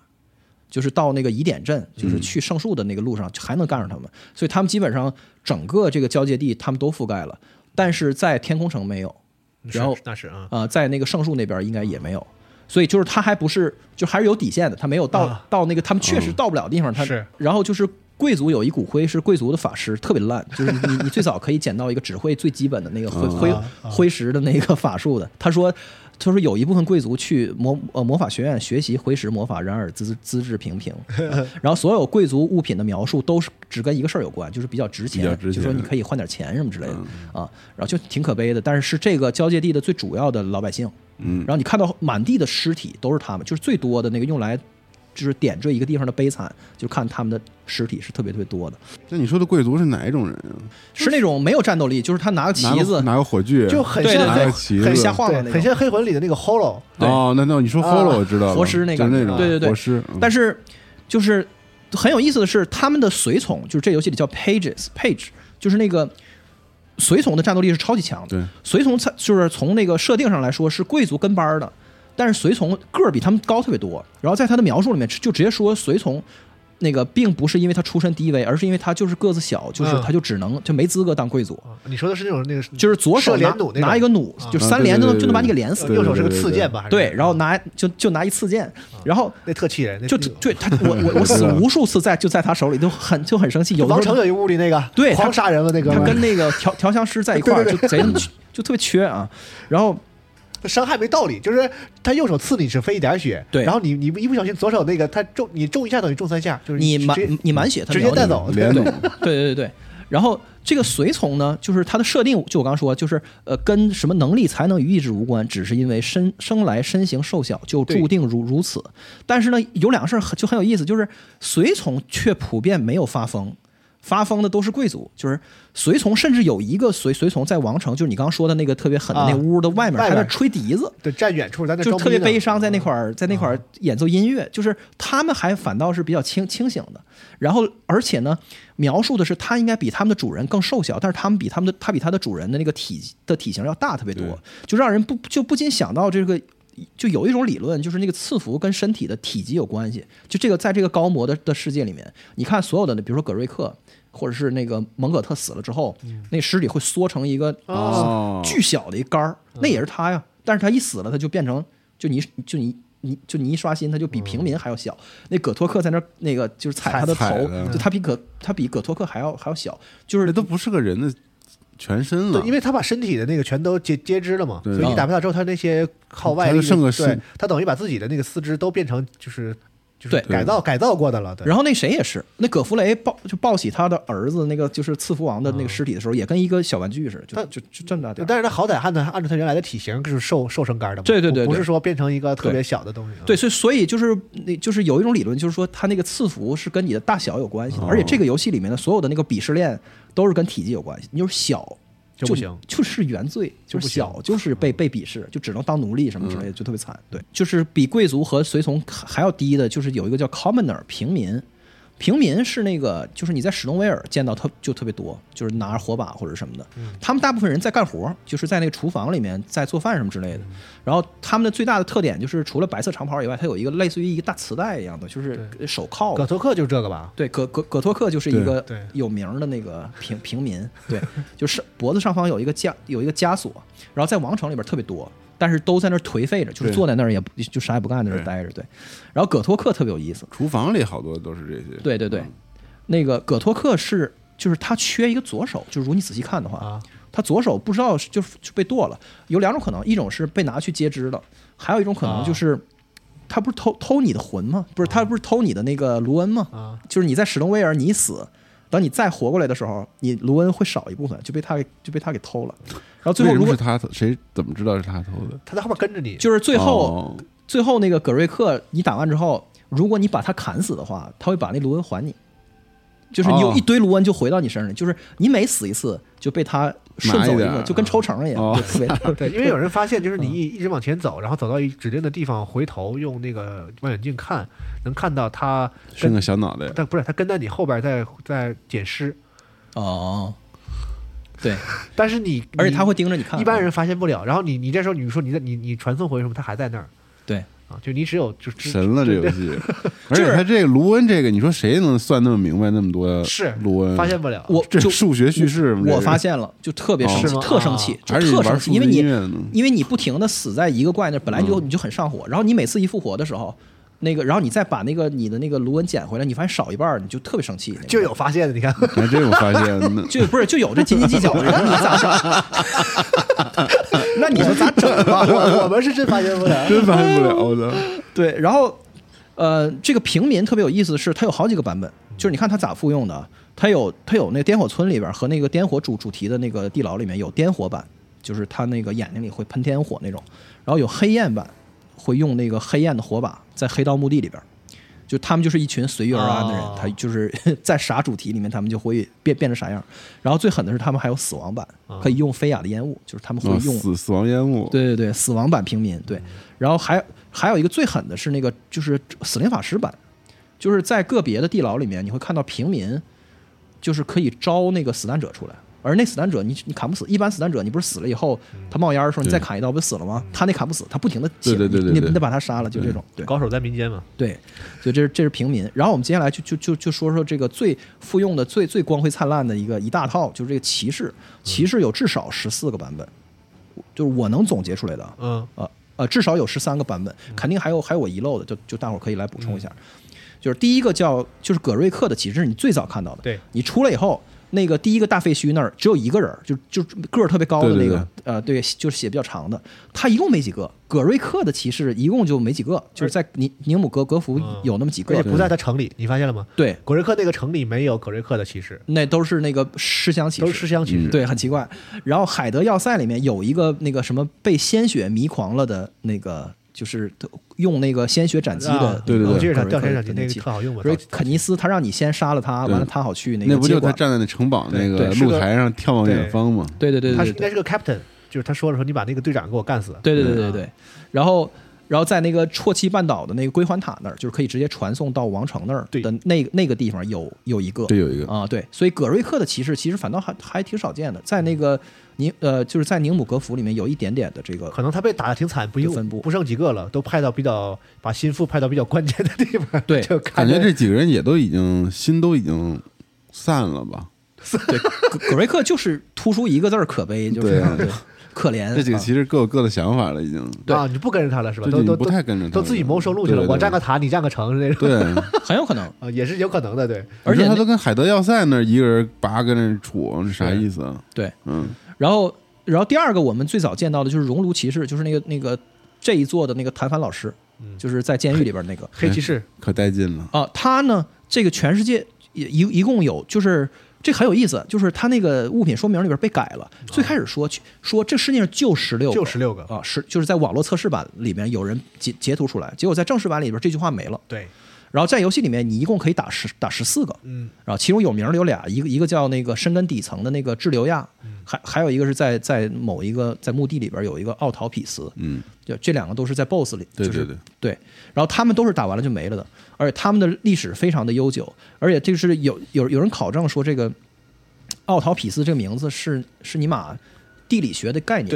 [SPEAKER 2] 就是到那个疑点镇，就是去圣树的那个路上还能干上他们，所以他们基本上整个这个交界地他们都覆盖了，但是在天空城没有，
[SPEAKER 1] 是
[SPEAKER 2] 然后
[SPEAKER 1] 那是啊，
[SPEAKER 2] 呃，在那个圣树那边应该也没有。所以就是他还不是，就还是有底线的，他没有到、
[SPEAKER 1] 啊嗯
[SPEAKER 2] 到那个他们确实到不了的地方，他
[SPEAKER 1] 是
[SPEAKER 2] 然后就是贵族有一骨灰是贵族的法师，特别 烂，就是你你最早可以捡到一个只会最基本的那个灰
[SPEAKER 1] 啊
[SPEAKER 2] 灰灰石的那个法术的。他说他说有一部分贵族去魔呃魔法学院学习灰石魔法，然而资资质 平平。然后所有贵族物品的描述都是只跟一个事儿有关，就是比较值
[SPEAKER 3] 比较
[SPEAKER 2] 钱，
[SPEAKER 3] 值钱
[SPEAKER 2] 就说你可以换点钱什么之类的、
[SPEAKER 3] 嗯
[SPEAKER 2] 啊，然后就挺可悲的。但是是这个交界地的最主要的老百姓，
[SPEAKER 3] 嗯
[SPEAKER 2] 然后你看到满地的尸体都是他们，就是最多的那个用来就是点缀一个地方的悲惨，就看他们的尸体是特别特别多的，
[SPEAKER 3] 那你说的贵族是哪一种人啊？
[SPEAKER 2] 是那种没有战斗力，就是他拿个
[SPEAKER 3] 拿
[SPEAKER 2] 旗
[SPEAKER 3] 个
[SPEAKER 2] 子，
[SPEAKER 3] 拿个火炬，
[SPEAKER 1] 就很
[SPEAKER 2] 对
[SPEAKER 1] 像
[SPEAKER 2] 对
[SPEAKER 3] 拿
[SPEAKER 2] 对
[SPEAKER 3] 个
[SPEAKER 1] 在
[SPEAKER 3] 旗
[SPEAKER 2] 很
[SPEAKER 3] 子
[SPEAKER 2] 瞎，晃的那
[SPEAKER 1] 很
[SPEAKER 2] 种。
[SPEAKER 1] 像黑魂里的那个 Hollow，
[SPEAKER 2] 对啊
[SPEAKER 3] 哦，那那你说 follow 我知道了，
[SPEAKER 2] 活尸那
[SPEAKER 3] 就是
[SPEAKER 2] 感觉
[SPEAKER 3] 那种，
[SPEAKER 2] 对对对
[SPEAKER 3] 活尸。嗯
[SPEAKER 2] 但是就是很有意思的是，他们的随从就是这游戏里叫 pages page，就是那个随从的战斗力是超级强的。
[SPEAKER 3] 对
[SPEAKER 2] 随从才就是从那个设定上来说是贵族跟班儿的，但是随从个儿比他们高特别多，然后在他的描述里面就直接说随从。那个并不是因为他出身低微，而是因为他就是个子小，就是
[SPEAKER 1] 嗯
[SPEAKER 2] 他就只能就没资格当贵族，
[SPEAKER 1] 啊你说的是那种那个，
[SPEAKER 2] 就是左手
[SPEAKER 1] 射连
[SPEAKER 2] 拿
[SPEAKER 1] 弩那种呃
[SPEAKER 2] 拿一个弩，就
[SPEAKER 3] 啊
[SPEAKER 2] 三
[SPEAKER 3] 对
[SPEAKER 2] 连
[SPEAKER 3] 对
[SPEAKER 2] 就
[SPEAKER 3] 对
[SPEAKER 2] 能就能把
[SPEAKER 3] 对
[SPEAKER 2] 你给连死
[SPEAKER 3] 对，
[SPEAKER 1] 右手是个刺剑吧？还是
[SPEAKER 2] 对，然后拿就就拿一刺剑，然后
[SPEAKER 1] 那特气人，那
[SPEAKER 2] 就
[SPEAKER 1] 那
[SPEAKER 2] 对他我我我死无数次在就在他手里都很就很生气，有的
[SPEAKER 1] 王
[SPEAKER 2] 时
[SPEAKER 1] 成
[SPEAKER 2] 候
[SPEAKER 1] 有一屋里那个，
[SPEAKER 2] 对他
[SPEAKER 1] 狂杀人了那哥
[SPEAKER 2] 他
[SPEAKER 1] 们儿，
[SPEAKER 2] 跟那个调调香师在一块儿就贼就特别缺啊，然后
[SPEAKER 1] 他伤害没道理，就是他右手刺你只飞一点血，
[SPEAKER 2] 对
[SPEAKER 1] 然后你你一不小心左手那个他中你中一下等于中三下，就是
[SPEAKER 2] 你满
[SPEAKER 1] 直接
[SPEAKER 2] 你满血他
[SPEAKER 1] 直接
[SPEAKER 2] 秒你
[SPEAKER 1] 带 走，
[SPEAKER 3] 连弩，
[SPEAKER 2] 哦对对对对。然后这个随从呢，就是他的设定，就我刚说，就是呃，跟什么能力才能与意志无关，只是因为身生来身形瘦小就注定如如此。但是呢，有两个事儿很就很有意思，就是随从却普遍没有发疯。发疯的都是贵族，就是随从，甚至有一个随随从在王城，就是你刚刚说的那个特别狠的那
[SPEAKER 1] 啊
[SPEAKER 2] 屋的外面，
[SPEAKER 1] 外
[SPEAKER 2] 他
[SPEAKER 1] 面
[SPEAKER 2] 在吹笛子，
[SPEAKER 1] 对，站远处在那
[SPEAKER 2] 就
[SPEAKER 1] 装
[SPEAKER 2] 特别
[SPEAKER 1] 逼呢嗯
[SPEAKER 2] 悲伤，在那块儿，在那块儿演奏音乐，就是他们还反倒是比较清清醒的。然后，而且呢，描述的是他应该比他们的主人更瘦小，但是他们比他们的他比他的主人的那个体的体型要大特别多
[SPEAKER 3] 对，
[SPEAKER 2] 就让人不就不禁想到这个。就有一种理论，就是那个赐福跟身体的体积有关系。就这个，在这个高模的的世界里面，你看所有的，比如说葛瑞克，或者是那个蒙葛特死了之后，
[SPEAKER 1] 嗯
[SPEAKER 2] 那尸体会缩成一个
[SPEAKER 3] 哦
[SPEAKER 2] 巨小的一杆儿，那也是他呀。但是他一死了，他就变成就你就你你就你一刷新，他就
[SPEAKER 3] 嗯
[SPEAKER 2] 比平民还要小。那葛托克在那儿那个就是踩他的
[SPEAKER 3] 踩
[SPEAKER 2] 头
[SPEAKER 3] 的，
[SPEAKER 2] 就他比葛他比葛托克还要还要小，就
[SPEAKER 3] 这
[SPEAKER 2] 是
[SPEAKER 3] 都不是个人的全身了
[SPEAKER 1] 对，，因为他把身体的那个全都截截肢了嘛，
[SPEAKER 3] 对啊
[SPEAKER 1] 所以你打败他之后，他那些靠外
[SPEAKER 3] 他
[SPEAKER 1] 力
[SPEAKER 3] 就
[SPEAKER 1] 的，
[SPEAKER 3] 剩个
[SPEAKER 1] 对
[SPEAKER 3] 身，
[SPEAKER 1] 他等于把自己的那个四肢都变成就是就是
[SPEAKER 2] 对
[SPEAKER 1] 改造改造过的了，对。
[SPEAKER 2] 然后那谁也是，那葛弗雷抱就抱起他的儿子那个就是赐福王的
[SPEAKER 3] 嗯
[SPEAKER 2] 那个尸体的时候，也跟一个小玩具似的，就
[SPEAKER 1] 但
[SPEAKER 2] 就就这么大点儿。
[SPEAKER 1] 但是他好歹按照按照他原来的体型，就是瘦瘦身杆的嘛，
[SPEAKER 2] 对对对对
[SPEAKER 1] 不不是说变成一个特别小的东西。嗯，
[SPEAKER 2] 对，所以所以就是那就是有一种理论，就是说它那个赐福是跟你的大小有关系的，
[SPEAKER 3] 哦
[SPEAKER 2] 而且这个游戏里面的所有的那个鄙视链都是跟体积有关系，你就是小
[SPEAKER 1] 就不行
[SPEAKER 2] 就是原罪，就
[SPEAKER 1] 就不
[SPEAKER 2] 是小就是被被鄙视，就只能当奴隶什么之类的，就特别惨。对，就是比贵族和随从还还要低的，就是有一个叫 commoner 平民。平民是那个，就是你在史东威尔见到特就特别多，就是拿着火把或者什么的。他们大部分人在干活，就是在那个厨房里面在做饭什么之类的。然后他们的最大的特点就是，除了白色长袍以外，它有一个类似于一个大磁带一样的，就是手铐
[SPEAKER 1] 葛。托克就是这个吧？
[SPEAKER 2] 对，葛葛葛托克就是一个
[SPEAKER 1] 对对
[SPEAKER 2] 有名儿的那个平 平民，对，就是脖子上方有一个枷有一个枷锁，然后在王城里边特别多，但是都在那儿颓废着，就是
[SPEAKER 3] 对
[SPEAKER 2] 坐在那儿也不就啥也不干，在那儿
[SPEAKER 3] 对
[SPEAKER 2] 待着，对。然后葛托克特别有意思，
[SPEAKER 3] 厨房里好多都是这些。
[SPEAKER 2] 对对对，那个葛托克是就是他缺一个左手，就如你仔细看的话，
[SPEAKER 1] 啊
[SPEAKER 2] 他左手不知道是就就被剁了，有两种可能，一种是被拿去截肢了，还有一种可
[SPEAKER 1] 啊
[SPEAKER 2] 能就是。他不是偷偷你的魂吗？不是，他不是偷你的那个卢恩吗？
[SPEAKER 1] 啊，
[SPEAKER 2] 就是你在史东威尔，你死，等你再活过来的时候，你卢恩会少一部分，就被他给就被他给偷了。然后最
[SPEAKER 3] 为
[SPEAKER 2] 后
[SPEAKER 3] 什
[SPEAKER 2] 如
[SPEAKER 3] 么
[SPEAKER 2] 果
[SPEAKER 3] 是他偷谁怎么知道是他偷的？
[SPEAKER 1] 他在后面跟着你，
[SPEAKER 2] 就是最后、
[SPEAKER 3] 哦
[SPEAKER 2] 最后那个葛瑞克，你打完之后，如果你把他砍死的话，他会把那卢恩还你，就是你有
[SPEAKER 3] 哦
[SPEAKER 2] 一堆卢恩就回到你身上，就是你每死一次就被他顺走
[SPEAKER 3] 拿一
[SPEAKER 2] 一
[SPEAKER 3] 点
[SPEAKER 2] 个，
[SPEAKER 3] 儿
[SPEAKER 2] 就跟抽成一样，
[SPEAKER 3] 哦
[SPEAKER 2] 就特别
[SPEAKER 1] 对，因为有人发现，就是
[SPEAKER 2] 嗯
[SPEAKER 1] 你一一直往前走，然后走到一指定的地方，回头用那个望远镜看，能看到他
[SPEAKER 3] 伸
[SPEAKER 1] 跟
[SPEAKER 3] 个小脑袋，
[SPEAKER 1] 但不是他跟在你后边在在捡尸，
[SPEAKER 2] 哦，对，
[SPEAKER 1] 但是你
[SPEAKER 2] 而且他会
[SPEAKER 1] 你
[SPEAKER 2] 盯着你看，
[SPEAKER 1] 一般人发现不了。然后你你这时候你说你在你你传送回什么，他还在那儿
[SPEAKER 2] 对。
[SPEAKER 1] 啊，就你只有就只
[SPEAKER 3] 神了这
[SPEAKER 1] 对
[SPEAKER 3] 游
[SPEAKER 1] 对
[SPEAKER 3] 戏。 而且他这个卢恩这个，你说谁能算那么明白那么多？
[SPEAKER 1] 是
[SPEAKER 3] 卢恩
[SPEAKER 1] 发现不了。
[SPEAKER 2] 我
[SPEAKER 3] 这
[SPEAKER 2] 就
[SPEAKER 3] 数学叙事吗？这
[SPEAKER 2] 我
[SPEAKER 3] 是
[SPEAKER 2] 发现了，就特别生
[SPEAKER 1] 哦
[SPEAKER 2] 气
[SPEAKER 1] 是，吗
[SPEAKER 2] 特生气，就
[SPEAKER 3] 还是你
[SPEAKER 2] 特生
[SPEAKER 3] 玩
[SPEAKER 2] 气，
[SPEAKER 3] 数
[SPEAKER 2] 因
[SPEAKER 3] 字
[SPEAKER 2] 为你
[SPEAKER 3] 音乐呢？嗯
[SPEAKER 2] 因为你不停的死在一个怪那儿，本来就你就很上火，然后你每次一复活的时候，那个然后你再把那个你的那个卢恩捡回来，你发现少一半儿，你就特别生气。那 个
[SPEAKER 1] 就有发现的， 你看，
[SPEAKER 3] 还真有发现，那
[SPEAKER 2] 就不是就有这斤斤计 较的，那你咋想？ 那你说咋整吧？
[SPEAKER 1] 我我们是真发现不了。
[SPEAKER 3] 真发现不了我操！
[SPEAKER 2] 对，然后呃，这个平民特别有意思的是，它有好几个版本，就是你看它咋复用的啊，它有它有那个点火村里边儿和那个点火主主题的那个地牢里面有点火版，就是它那个眼睛里会喷天火那种，然后有黑焰版，会用那个黑焰的火把在黑道墓地里边儿。就他们就是一群随遇而安的人，
[SPEAKER 1] 哦
[SPEAKER 2] 他就是在啥主题里面，他们就会变变成啥样。然后最狠的是，他们还有死亡版，可以用飞雅的烟雾，就是他们会
[SPEAKER 3] 哦
[SPEAKER 2] 用
[SPEAKER 3] 死死亡烟雾，，
[SPEAKER 2] 对对对，死亡版平民
[SPEAKER 3] 嗯
[SPEAKER 2] 对，然后还还有一个最狠的是那个就是死灵法师版，就是在个别的地牢里面你会看到平民，就是可以招那个死难者出来，而那死难者你你砍不死，一般死难者你不是死了以后他冒烟的时候你再砍一刀不就死了吗？他那砍不死，他不停的
[SPEAKER 3] 嗯对对对对
[SPEAKER 2] 你
[SPEAKER 3] 对
[SPEAKER 2] 你得把他杀了，就这种对。
[SPEAKER 1] 高手在民间嘛，
[SPEAKER 2] 对，所以这是这是平民。然后我们接下来就就就就说说这个最复用的、最最光辉灿烂的一个一大套，就是这个骑士。骑士有至少十四个版本，就是我能总结出来的啊，
[SPEAKER 1] 嗯，
[SPEAKER 2] 呃呃，至少有十三个版本，肯定还有还有我遗漏的，就就大伙儿可以来补充一下。
[SPEAKER 1] 嗯
[SPEAKER 2] 就是第一个叫就是葛瑞克的骑士，你最早看到的，
[SPEAKER 1] 对
[SPEAKER 2] 你出来以后。那个第一个大废墟那儿只有一个人儿，就就个儿特别高的那个，
[SPEAKER 3] 对对对
[SPEAKER 2] 呃，对，就是血比较长的，他一共没几个。葛瑞克的骑士一共就没几个，就是在宁宁姆格格服
[SPEAKER 1] 嗯
[SPEAKER 2] 有那么几
[SPEAKER 1] 而
[SPEAKER 2] 个
[SPEAKER 1] 且，不在他城里，你发现了吗？
[SPEAKER 2] 对，
[SPEAKER 1] 葛瑞克那个城里没有葛瑞克的骑士，
[SPEAKER 2] 那都是那个尸香骑
[SPEAKER 1] 都是
[SPEAKER 2] 士嗯
[SPEAKER 1] 吃。香骑士。啊
[SPEAKER 2] 对，很奇怪。然后《海德要塞》里面有一个那个什么被鲜血迷狂了的那个，就是用那个鲜血斩击的
[SPEAKER 1] 啊，
[SPEAKER 3] 对对对
[SPEAKER 1] 我记得他
[SPEAKER 2] 葛
[SPEAKER 1] 掉
[SPEAKER 2] 瑞克
[SPEAKER 1] 闪
[SPEAKER 2] 的
[SPEAKER 1] 闪击那个
[SPEAKER 2] 技
[SPEAKER 1] 特好用嘛。
[SPEAKER 2] 所以肯尼斯他让你先杀了他，
[SPEAKER 3] 对
[SPEAKER 2] 完了他好去那个
[SPEAKER 3] 那不
[SPEAKER 2] 接
[SPEAKER 3] 就他
[SPEAKER 2] 管。
[SPEAKER 3] 站在那城堡那
[SPEAKER 1] 对
[SPEAKER 3] 个
[SPEAKER 1] 对是
[SPEAKER 3] 露
[SPEAKER 1] 个
[SPEAKER 3] 台上眺望远
[SPEAKER 1] 对
[SPEAKER 3] 方嘛？
[SPEAKER 2] 对对对
[SPEAKER 1] 他是应
[SPEAKER 2] 对
[SPEAKER 1] 该
[SPEAKER 2] 对
[SPEAKER 1] 是个 captain，就是他说的时候，你把那个队长给我干死。
[SPEAKER 2] 对对对
[SPEAKER 3] 啊
[SPEAKER 2] 对对。然后。然后在那个啜泣半岛的那个归还塔那儿，就是可以直接传送到王城那儿
[SPEAKER 1] 对
[SPEAKER 2] 的那个那个地方有有一个，
[SPEAKER 3] 对，有一个
[SPEAKER 2] 啊，对，所以葛瑞克的骑士其实反倒还还挺少见的，在那个宁呃，就是在宁姆格服里面有一点点的这 个
[SPEAKER 1] 可能他被打的挺惨，不
[SPEAKER 2] 就分
[SPEAKER 1] 用
[SPEAKER 2] 布
[SPEAKER 1] 不剩几个了，都派到比较把心腹派到比较关键的地方。
[SPEAKER 2] 对
[SPEAKER 1] 就
[SPEAKER 3] 感
[SPEAKER 1] 看着
[SPEAKER 3] 觉这几个人也都已经心都已经散了吧？
[SPEAKER 2] 对葛葛瑞克就是突出一个字儿可悲，就是
[SPEAKER 3] 对啊
[SPEAKER 2] 对可怜。
[SPEAKER 3] 这几个
[SPEAKER 2] 啊
[SPEAKER 3] 其实各有各的想法了，已经
[SPEAKER 2] 对
[SPEAKER 1] 啊，你就不跟着他了是吧？
[SPEAKER 3] 这
[SPEAKER 1] 都
[SPEAKER 3] 就
[SPEAKER 1] 都
[SPEAKER 3] 不
[SPEAKER 1] 都
[SPEAKER 3] 太跟着他
[SPEAKER 1] 都自己
[SPEAKER 3] 了
[SPEAKER 1] 谋生路去了，
[SPEAKER 3] 对对
[SPEAKER 1] 我
[SPEAKER 3] 对
[SPEAKER 1] 占个塔，你占个城是那种。
[SPEAKER 3] 对，
[SPEAKER 2] 很有可能，
[SPEAKER 1] 啊，也是有可能的，对。
[SPEAKER 2] 而
[SPEAKER 3] 你
[SPEAKER 2] 且
[SPEAKER 3] 说他
[SPEAKER 2] 那
[SPEAKER 3] 都跟海德要塞那儿一个人拔跟那杵，这啥
[SPEAKER 1] 是
[SPEAKER 3] 意思啊？
[SPEAKER 2] 对。
[SPEAKER 3] 嗯，
[SPEAKER 2] 然后，然后第二个我们最早见到的就是熔炉骑士，就是那个那个这一座的那个谭凡老师，
[SPEAKER 3] 嗯
[SPEAKER 2] 就是在监狱里边那个
[SPEAKER 1] 黑骑士，
[SPEAKER 3] 可带劲了。
[SPEAKER 2] 啊，他呢，这个全世界一一一共有，就是这很有意思，就是他那个物品说明里边被改了，最开始说去说这世界上就十六，
[SPEAKER 1] 就16个
[SPEAKER 2] 啊，是就是在网络测试版里面有人截截图出来，结果在正式版里边这句话没了。
[SPEAKER 1] 对，
[SPEAKER 2] 然后在游戏里面，你一共可以打十打十四个，
[SPEAKER 1] 嗯，
[SPEAKER 2] 然后其中有名儿的有俩，一个一个叫那个深根底层的那个滞留亚，还还有一个是在在某一个在墓地里边有一个奥陶匹斯，
[SPEAKER 3] 嗯，
[SPEAKER 2] 就这两个都是在 BOSS 里，
[SPEAKER 3] 对
[SPEAKER 2] 就是
[SPEAKER 3] 对对
[SPEAKER 2] 对，然后他们都是打完了就没了的，而且他们的历史非常的悠久，而且这是有有有人考证说这个奥陶匹斯这个名字是是尼玛地理学的概念，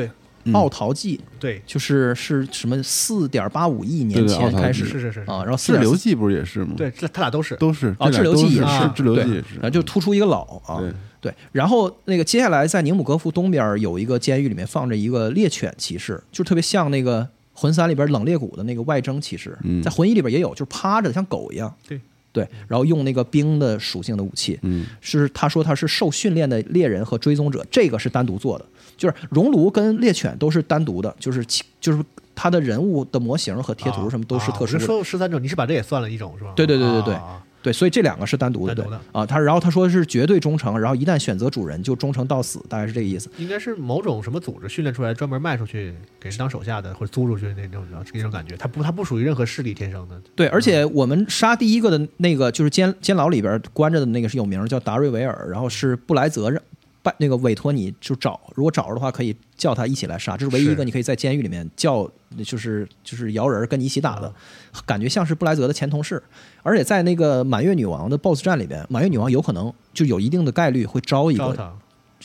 [SPEAKER 1] 对
[SPEAKER 2] 奥陶纪
[SPEAKER 1] 对，
[SPEAKER 2] 就是是什么四点八五亿年
[SPEAKER 3] 对对奥
[SPEAKER 2] 前
[SPEAKER 3] 陶纪
[SPEAKER 2] 开始
[SPEAKER 1] 是是是
[SPEAKER 2] 啊，然后
[SPEAKER 3] 滞
[SPEAKER 2] 4.4
[SPEAKER 3] 留记不是也是吗？
[SPEAKER 1] 对，，
[SPEAKER 2] 嗯
[SPEAKER 1] 这他俩都是。
[SPEAKER 3] 都是
[SPEAKER 2] 哦，
[SPEAKER 3] 这
[SPEAKER 2] 滞
[SPEAKER 3] 俩
[SPEAKER 2] 留
[SPEAKER 3] 都
[SPEAKER 2] 记
[SPEAKER 3] 是
[SPEAKER 2] 也
[SPEAKER 3] 是滞留
[SPEAKER 2] 对
[SPEAKER 3] 记也是，嗯
[SPEAKER 2] 然后就突出一个老啊，
[SPEAKER 3] 对
[SPEAKER 2] 对。然后那个接下来在宁姆格夫东边有一个监狱，里面放着一个猎犬骑士，就特别像那个魂三里边冷冽谷的那个外征骑士，
[SPEAKER 3] 嗯
[SPEAKER 2] 在魂一里边也有，就是趴着的像狗一样，
[SPEAKER 1] 对，
[SPEAKER 2] 对，然后用那个冰的属性的武器，
[SPEAKER 3] 嗯，
[SPEAKER 2] 是他说他是受训练的猎人和追踪者，这个是单独做的，就是熔炉跟猎犬都是单独的，就是其就是他的人物的模型和贴图什么都是特殊
[SPEAKER 1] 啊我
[SPEAKER 2] 的
[SPEAKER 1] 就说十三种，你是把这也算了一种是吧？
[SPEAKER 2] 对对对对对
[SPEAKER 1] 啊
[SPEAKER 2] 对，所以这两个是单独的，
[SPEAKER 1] 单独的
[SPEAKER 2] 对啊。他然后他说是绝对忠诚，然后一旦选择主人就忠诚到死，大概是这个意思。
[SPEAKER 1] 应该是某种什么组织训练出来，专门卖出去给人当手下的，或者租出去那种的那种感觉。他不，他不属于任何势力天生的。
[SPEAKER 2] 对，而且我们杀第一个的那个就是监监牢里边关着的那个是有名儿叫达瑞维尔，然后是布莱泽让拜那个委托你就找，如果找着的话可以叫他一起来杀，这是唯一一个
[SPEAKER 1] 是
[SPEAKER 2] 你可以在监狱里面叫，就是就是摇人儿跟你一起打的，
[SPEAKER 1] 嗯
[SPEAKER 2] 感觉像是布莱泽的前同事。而且在那个满月女王的 BOSS 战里边，满月女王有可能就有一定的概率会招一
[SPEAKER 1] 招
[SPEAKER 2] 个
[SPEAKER 1] 他，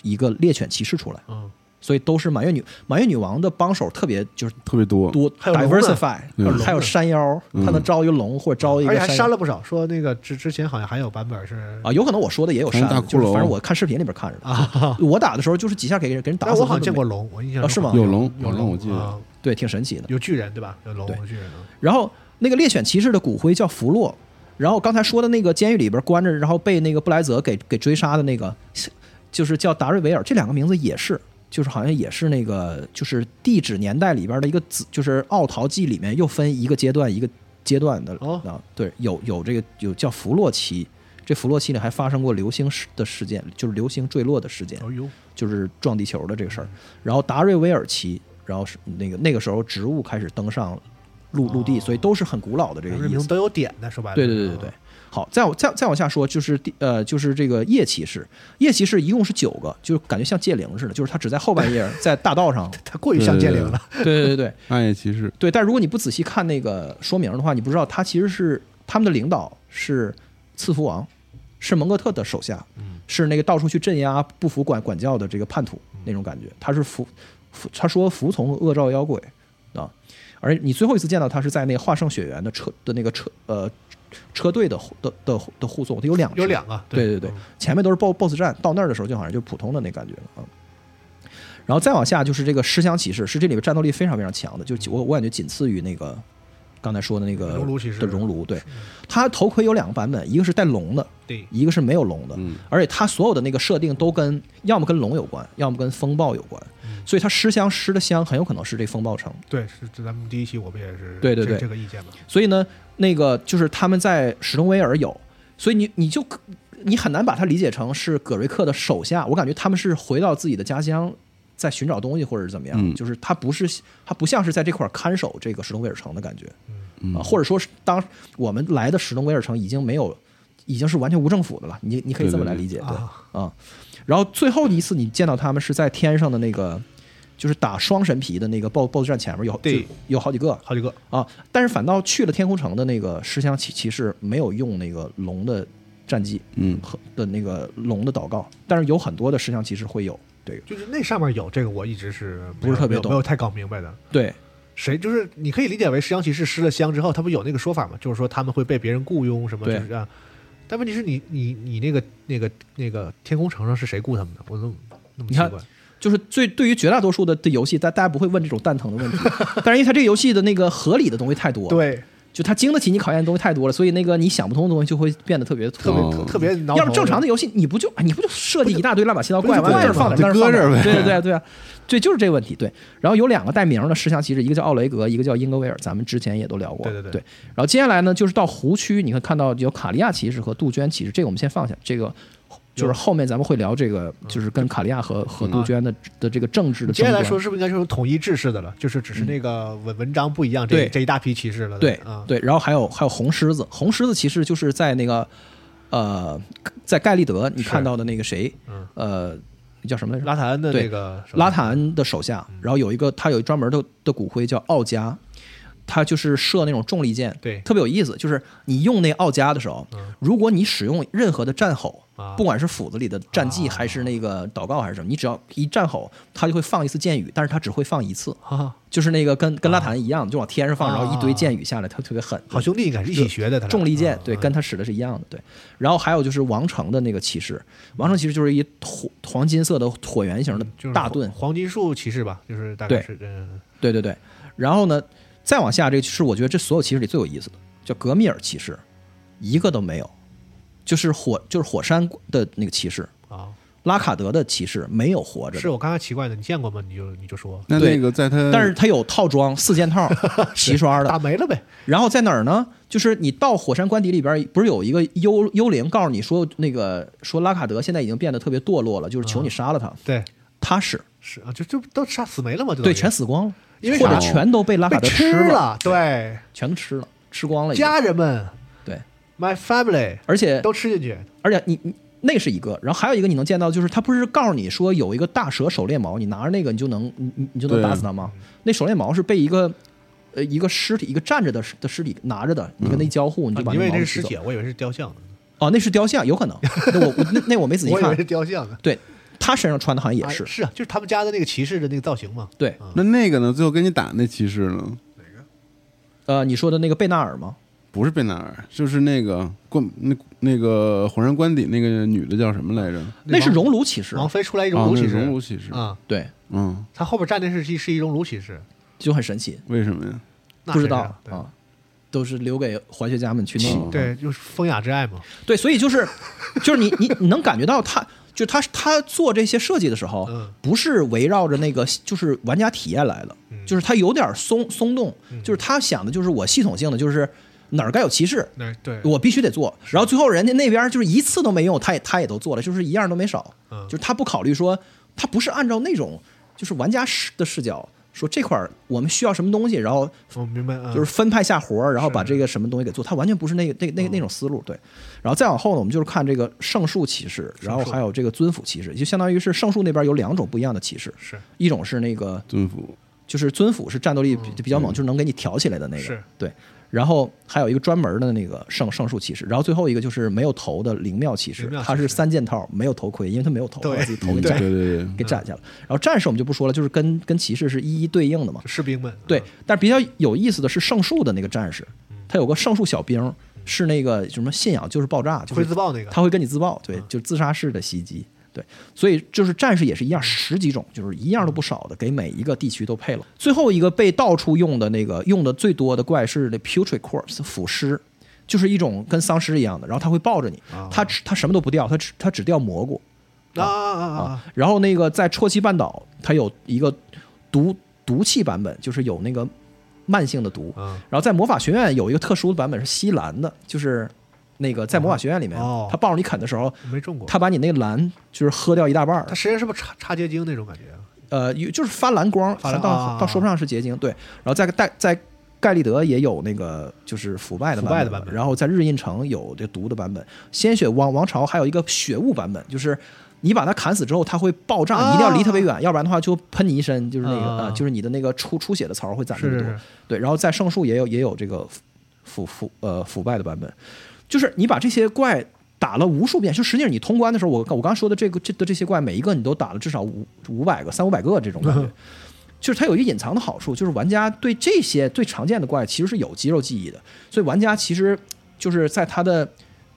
[SPEAKER 2] 一个猎犬骑士出来。
[SPEAKER 1] 嗯，
[SPEAKER 2] 所以都是满月女满月女王的帮手特别就是
[SPEAKER 3] 特别多。
[SPEAKER 2] 多
[SPEAKER 1] 哦还有龙呢
[SPEAKER 2] diversify，
[SPEAKER 1] 还
[SPEAKER 3] 嗯
[SPEAKER 1] 有龙呢
[SPEAKER 2] 还有山妖，
[SPEAKER 3] 嗯
[SPEAKER 2] 她能招一个龙或者招一
[SPEAKER 1] 而
[SPEAKER 2] 个
[SPEAKER 1] 且还
[SPEAKER 2] 山
[SPEAKER 1] 删
[SPEAKER 2] 妖
[SPEAKER 1] 了不少。说那个之之前好像还有版本是
[SPEAKER 2] 啊，有可能我说的也有山
[SPEAKER 3] 还有大，骷
[SPEAKER 2] 就是
[SPEAKER 3] 髅
[SPEAKER 2] 反正我看视频里边看着的。
[SPEAKER 1] 啊，
[SPEAKER 2] 我打的时候就是几下给人给人 打
[SPEAKER 1] 但
[SPEAKER 2] 死，
[SPEAKER 1] 我好像见过
[SPEAKER 2] 根本
[SPEAKER 1] 龙，我印象
[SPEAKER 2] 啊
[SPEAKER 1] 中
[SPEAKER 2] 是吗
[SPEAKER 3] 有龙
[SPEAKER 1] 有
[SPEAKER 3] 有龙
[SPEAKER 1] 龙，
[SPEAKER 3] 我记得
[SPEAKER 1] 啊
[SPEAKER 2] 没对，挺神奇的。
[SPEAKER 1] 有巨人对吧？有龙
[SPEAKER 2] 对
[SPEAKER 1] 有巨人。啊
[SPEAKER 2] 然后那个猎犬骑士的骨灰叫弗洛，然后刚才说的那个监狱里边关着，然后被那个布莱泽给给追杀的那个，就是叫达瑞维尔，这两个名字也是。就是好像也是那个，就是地质年代里边的一个子，就是奥陶纪里面又分一个阶段一个阶段的
[SPEAKER 1] 哦
[SPEAKER 2] 啊，对，有有这个有叫弗洛期，这弗洛期里还发生过流星事的事件，就是流星坠落的事件。
[SPEAKER 1] 哦呦，
[SPEAKER 2] 就是撞地球的这个事儿。然后达瑞维尔奇，然后是那个那个时候植物开始登上陆陆地，所以都是很古老的这个
[SPEAKER 1] 这
[SPEAKER 2] 意
[SPEAKER 1] 哦名字哦
[SPEAKER 2] 思。
[SPEAKER 1] 都有点的，说白了。
[SPEAKER 2] 对对对对对。好，再往再再往下说，就是第呃，就是这个夜骑士，夜骑士一共是九个，就是感觉像戒灵似的，就是他只在后半夜 在大道上。
[SPEAKER 1] 他过于像剑灵了。
[SPEAKER 2] 对对对对
[SPEAKER 3] 暗夜骑士，
[SPEAKER 2] 对，但如果你不仔细看那个说明的话，你不知
[SPEAKER 1] 嗯
[SPEAKER 2] 道他其实是他们的领导是赐福王，是蒙哥特的手下，是那个到处去镇压不服管管教的这个叛徒那种感觉。他是服服，他说服从恶兆妖鬼啊，而你最后一次见到他是在那个化圣血缘的车的那个车呃车队的的的的护送，他有两
[SPEAKER 1] 有
[SPEAKER 2] 支
[SPEAKER 1] 两个，嗯
[SPEAKER 2] 对对对，前面都是 BOSS BOSS 战，到那儿的时候就好像就普通的那感觉了啊。然后再往下就是这个十香骑士，是这里边战斗力非常非常强的，就我我感觉仅次于那个刚才说的那个
[SPEAKER 1] 熔炉骑士
[SPEAKER 2] 的熔炉。对，它头盔有两个版本，一个是带龙的，
[SPEAKER 1] 对
[SPEAKER 2] 一个是没有龙的
[SPEAKER 3] 嗯，
[SPEAKER 2] 而且它所有的那个设定都跟要么跟龙有关，要么跟风暴有关，
[SPEAKER 1] 嗯
[SPEAKER 2] 所以它施香施的香很有可能是这风暴城。
[SPEAKER 1] 对，是这咱们第一期我不也是
[SPEAKER 2] 对对
[SPEAKER 1] 这
[SPEAKER 2] 对
[SPEAKER 1] 这个意见嘛？
[SPEAKER 2] 所以呢，那个就是他们在史东威尔有，所以你你就可你很难把它理解成是葛瑞克的手下。我感觉他们是回到自己的家乡，在寻找东西或者是怎么样，
[SPEAKER 3] 嗯
[SPEAKER 2] 就是他不是他不像是在这块儿看守这个史东威尔城的感觉
[SPEAKER 3] 嗯
[SPEAKER 2] 啊，或者说是当我们来的史东威尔城已经没有，已经是完全无政府的了。你你可以这么来理解，对
[SPEAKER 1] 啊
[SPEAKER 2] 啊。然后最后一次你见到他们是在天上的那个。就是打双神皮的那个 BOSS BOSS 战前面有
[SPEAKER 1] 对
[SPEAKER 2] 就有好几个，
[SPEAKER 1] 好几个，
[SPEAKER 2] 啊，但是反倒去了天空城的那个石像骑骑士没有用那个龙的战绩
[SPEAKER 3] 嗯，
[SPEAKER 2] 和的那个龙的祷告，但是有很多的石像骑士会有这个。
[SPEAKER 1] 就是那上面有这个，我一直是没
[SPEAKER 2] 不是
[SPEAKER 1] 有
[SPEAKER 2] 特别
[SPEAKER 1] 没有
[SPEAKER 2] 懂
[SPEAKER 1] 没有太搞明白的。
[SPEAKER 2] 对
[SPEAKER 1] 谁就是你可以理解为十香骑士失了香之后，他不有那个说法嘛？就是说他们会被别人雇佣什么，就
[SPEAKER 2] 对
[SPEAKER 1] 是这样。但问题是你你你那个那个那个天空城上是谁雇他们的？我怎么那么
[SPEAKER 2] 你
[SPEAKER 1] 奇
[SPEAKER 2] 看
[SPEAKER 1] 怪？
[SPEAKER 2] 就是最对于绝大多数的的游戏，大大家不会问这种蛋疼的问题，但是因为它这个游戏的那个合理的东西太多，，
[SPEAKER 1] 对，
[SPEAKER 2] 就它经得起你考验的东西太多了，所以那个你想不通的东西就会变得特别
[SPEAKER 1] 特
[SPEAKER 2] 特
[SPEAKER 1] 别、
[SPEAKER 3] 哦
[SPEAKER 1] 特特别挠头。
[SPEAKER 2] 要是正常的游戏，你不就哎你不就设计一大堆乱七八糟怪，
[SPEAKER 1] 不就
[SPEAKER 2] 完了
[SPEAKER 1] 对
[SPEAKER 2] 这儿放
[SPEAKER 1] 嘛
[SPEAKER 2] 点那儿
[SPEAKER 3] 就
[SPEAKER 2] 放点
[SPEAKER 3] 搁这儿呗
[SPEAKER 2] 对对对对啊，对，就是这个问题。对，然后有两个带名儿的十项骑士，一个叫奥雷格，一个叫英格维尔，咱们之前也都聊过。
[SPEAKER 1] 对对对
[SPEAKER 2] 然后接下来呢，就是到湖区，你看看到有卡利亚骑士和杜鹃骑士，这个我们先放下，这个。就是后面咱们会聊这个，就是跟卡利亚和和杜鹃的的这个政治的
[SPEAKER 1] 接
[SPEAKER 2] 争
[SPEAKER 1] 下
[SPEAKER 2] 端。
[SPEAKER 1] 来说是不是应该就是统一制式的了？就是只是那个文文章不一样，这
[SPEAKER 2] 对
[SPEAKER 1] 这一大批骑士了。
[SPEAKER 2] 对
[SPEAKER 1] 啊，
[SPEAKER 2] 对，然后还有还有红狮子，红狮子骑士就是在那个呃，在盖利德你看到的那个谁，呃，叫什么来着？
[SPEAKER 1] 拉塔恩的
[SPEAKER 2] 对
[SPEAKER 1] 那个什么
[SPEAKER 2] 拉塔恩的手下，
[SPEAKER 1] 嗯
[SPEAKER 2] 然后有一个他有一专门的的骨灰叫奥加，他就是射那种重力箭，
[SPEAKER 1] 对嗯
[SPEAKER 2] 特别有意思。就是你用那奥加的时候，如果你使用任何的战吼
[SPEAKER 1] 啊，
[SPEAKER 2] 不管是斧子里的战技还是那个祷告还是什么，你只要一战吼，他就会放一次箭雨，但是他只会放一次，
[SPEAKER 1] 啊，
[SPEAKER 2] 就是那个跟跟拉塔恩一样，就往天上放，
[SPEAKER 1] 啊
[SPEAKER 2] 然后一堆箭雨下来，他特别狠。
[SPEAKER 1] 好兄弟应该是一起学的，他俩
[SPEAKER 2] 重力箭
[SPEAKER 1] 啊，
[SPEAKER 2] 对，跟他使的是一样的，对。然后还有就是王城的那个骑士，王城骑士就是一椭黄金色的椭圆形的
[SPEAKER 1] 嗯就是
[SPEAKER 2] 大盾，
[SPEAKER 1] 黄金树骑士吧，就是大概
[SPEAKER 2] 对
[SPEAKER 1] 是嗯
[SPEAKER 2] 对对对，然后呢，再往下这个是我觉得这所有骑士里最有意思的，叫格米尔骑士，一个都没有，就是火就是火山的那个骑士，
[SPEAKER 1] 啊，
[SPEAKER 2] 拉卡德的骑士没有活着
[SPEAKER 1] 是
[SPEAKER 2] 的，
[SPEAKER 1] 我刚才奇怪的，你见过吗？你就你就说，
[SPEAKER 3] 那
[SPEAKER 2] 对
[SPEAKER 3] 那个在他，
[SPEAKER 2] 但是他有套装四 件套齐刷的
[SPEAKER 1] 打，没了呗，
[SPEAKER 2] 然后在哪儿呢？就是你到火山官邸里边，不是有一个幽幽灵告诉你说那个说拉卡德现在已经变得特别堕落了，就是求你杀了他，
[SPEAKER 1] 对，
[SPEAKER 2] 他是
[SPEAKER 1] 是啊，就就都杀死没了嘛，就等
[SPEAKER 2] 对
[SPEAKER 1] 于
[SPEAKER 2] 全死光了，
[SPEAKER 1] 因为
[SPEAKER 2] 或者
[SPEAKER 3] 啥
[SPEAKER 2] 全都被拉卡
[SPEAKER 1] 被
[SPEAKER 2] 德
[SPEAKER 1] 吃
[SPEAKER 2] 了，
[SPEAKER 1] 对，
[SPEAKER 2] 全都吃了，吃光了已经，
[SPEAKER 1] 家人们
[SPEAKER 2] 对，
[SPEAKER 1] ，my family
[SPEAKER 2] 而且
[SPEAKER 1] 都吃进去，
[SPEAKER 2] 而且你你那是一个，然后还有一个你能见到，就是他不是告诉你说有一个大蛇手链矛，你拿着那个你就能你你你就能
[SPEAKER 3] 对
[SPEAKER 2] 打死他吗？那手链矛是被一个呃一个尸体一个站着的尸的尸体拿着的，你跟他一交互，你就把
[SPEAKER 1] 啊因
[SPEAKER 2] 那
[SPEAKER 1] 为
[SPEAKER 2] 个
[SPEAKER 1] 这
[SPEAKER 2] 矛
[SPEAKER 1] 是
[SPEAKER 2] 取
[SPEAKER 1] 尸
[SPEAKER 2] 走
[SPEAKER 1] 体，。我以为是雕像呢，
[SPEAKER 2] 哦，那是雕像，有 可能。那我我那那我没仔细
[SPEAKER 1] 我以为
[SPEAKER 2] 看
[SPEAKER 1] 是。雕像呢，
[SPEAKER 2] 对他身上穿的好像也
[SPEAKER 1] 啊
[SPEAKER 2] 是，
[SPEAKER 1] 是啊，就是他们家的那个骑士的那个造型嘛，
[SPEAKER 2] 对，
[SPEAKER 3] 那那个呢？最后跟你打那骑士呢？
[SPEAKER 2] 呃，你说的那个贝纳尔吗？
[SPEAKER 3] 不是贝纳尔，就是那个关那那个火山官邸那个女的叫什么来着？
[SPEAKER 2] 那是啊熔炉骑士，
[SPEAKER 1] 王妃出来一
[SPEAKER 3] 哦
[SPEAKER 1] 熔炉
[SPEAKER 3] 那
[SPEAKER 1] 骑
[SPEAKER 3] 是
[SPEAKER 1] 士，
[SPEAKER 3] 熔炉骑士
[SPEAKER 1] 啊，
[SPEAKER 2] 对，
[SPEAKER 3] 嗯，
[SPEAKER 1] 他后边站的是是是一熔炉骑士，
[SPEAKER 2] 就很神奇，
[SPEAKER 3] 为什么呀？
[SPEAKER 1] 那
[SPEAKER 2] 不知
[SPEAKER 1] 谁
[SPEAKER 2] 道
[SPEAKER 1] 啊对
[SPEAKER 2] 啊，都是留给滑雪家们去弄
[SPEAKER 3] 嗯。
[SPEAKER 1] 对，就是风雅之爱嘛，
[SPEAKER 2] 对，所以就是，就是你你你能感觉到他，就他他做这些设计的时候，
[SPEAKER 1] 嗯
[SPEAKER 2] 不是围绕着那个就是玩家体验来的，
[SPEAKER 1] 嗯
[SPEAKER 2] 就是他有点松松动，就是他想的就是我系统性的就是哪儿该有歧视。
[SPEAKER 1] 那对，
[SPEAKER 2] 我必须得做，然后最后人家那边就是一次都没用，他也他也都做了，就是一样都没少，
[SPEAKER 1] 嗯
[SPEAKER 2] 就是他不考虑说，他不是按照那种就是玩家视的视角说这块儿我们需要什么东西，然后
[SPEAKER 1] 我明白，啊
[SPEAKER 2] 就是分派下活儿，然后把这个什么东西给做，它完全不是那个那那那种思路，对。然后再往后呢，我们就是看这个圣树骑士，然后还有这个尊府骑士，就相当于是圣树那边有两种不一样的骑士，
[SPEAKER 1] 是
[SPEAKER 2] 一种是那个
[SPEAKER 3] 尊府
[SPEAKER 2] 就是尊府是战斗力比比较猛，就是能给你挑起来的那个，
[SPEAKER 1] 是
[SPEAKER 2] 对。然后还有一个专门的那个圣圣树骑士，然后最后一个就是没有头的灵妙骑士
[SPEAKER 1] 灵妙，骑士
[SPEAKER 2] 他是三件套，没有头盔，因为他没有头，
[SPEAKER 1] 对
[SPEAKER 2] 把自己头给
[SPEAKER 3] 对
[SPEAKER 2] 摘
[SPEAKER 3] 对对，
[SPEAKER 2] 给斩下来。然后战士我们就不说了，就是跟跟骑士是一一对应的嘛
[SPEAKER 1] 就。士兵们，
[SPEAKER 2] 对，但是比较有意思的是圣树的那个战士，
[SPEAKER 1] 嗯
[SPEAKER 2] 他有个圣树小兵，是那个什么信仰就是爆炸，就是
[SPEAKER 1] 会自爆那个嗯
[SPEAKER 2] 他会跟你自爆，对，就是自杀式的袭击，对，所以就是战士也是一样，十几种，就是一样都不少的，给每一个地区都配了。最后一个被到处用的那个用的最多的怪是那 Putrid Corpse 腐尸，就是一种跟丧尸一样的，然后他会抱着你，他只他什么都不掉，他只他只掉蘑菇，
[SPEAKER 1] 啊啊啊
[SPEAKER 2] 啊
[SPEAKER 1] 啊！，
[SPEAKER 2] 然后那个在啜泣半岛，它有一个毒毒气版本，就是有那个慢性的毒。
[SPEAKER 1] 嗯
[SPEAKER 2] 然后在魔法学院有一个特殊的版本是西兰的，就是那个在魔法学院里面，
[SPEAKER 1] 哦
[SPEAKER 2] 他抱着你啃的时候，
[SPEAKER 1] 没中过。
[SPEAKER 2] 他把你那个蓝就是喝掉一大半儿
[SPEAKER 1] 他，实际上是不是插插接精那种感觉啊？
[SPEAKER 2] 呃，有就是发蓝光，
[SPEAKER 1] 发蓝
[SPEAKER 2] 倒、
[SPEAKER 1] 啊
[SPEAKER 2] 倒说不上是结晶，对。然后在盖在盖利德也有那个就是腐败的
[SPEAKER 1] 腐败的
[SPEAKER 2] 版
[SPEAKER 1] 版本
[SPEAKER 2] 然后在日印城有这毒的版本，鲜血王王朝还有一个血雾版本，就是。你把它砍死之后，它会爆炸，
[SPEAKER 1] 啊
[SPEAKER 2] 你一定要离特别远，要不然的话就喷你一身，就是那个、
[SPEAKER 1] 啊
[SPEAKER 2] 呃就是你的那个出出血的槽会攒
[SPEAKER 1] 是
[SPEAKER 2] 得
[SPEAKER 1] 是
[SPEAKER 2] 多。
[SPEAKER 1] 是
[SPEAKER 2] 对，然后在圣树也有也有这个腐腐呃腐败的版本，就是你把这些怪打了无数遍，就实际上你通关的时候，我我刚说的这个这的这些怪，每一个你都打了至少五五百个、三五百个这种感 觉。就是它有一个隐藏的好处，就是玩家对这些最常见的怪其实是有肌肉记忆的，所以玩家其实就是在他的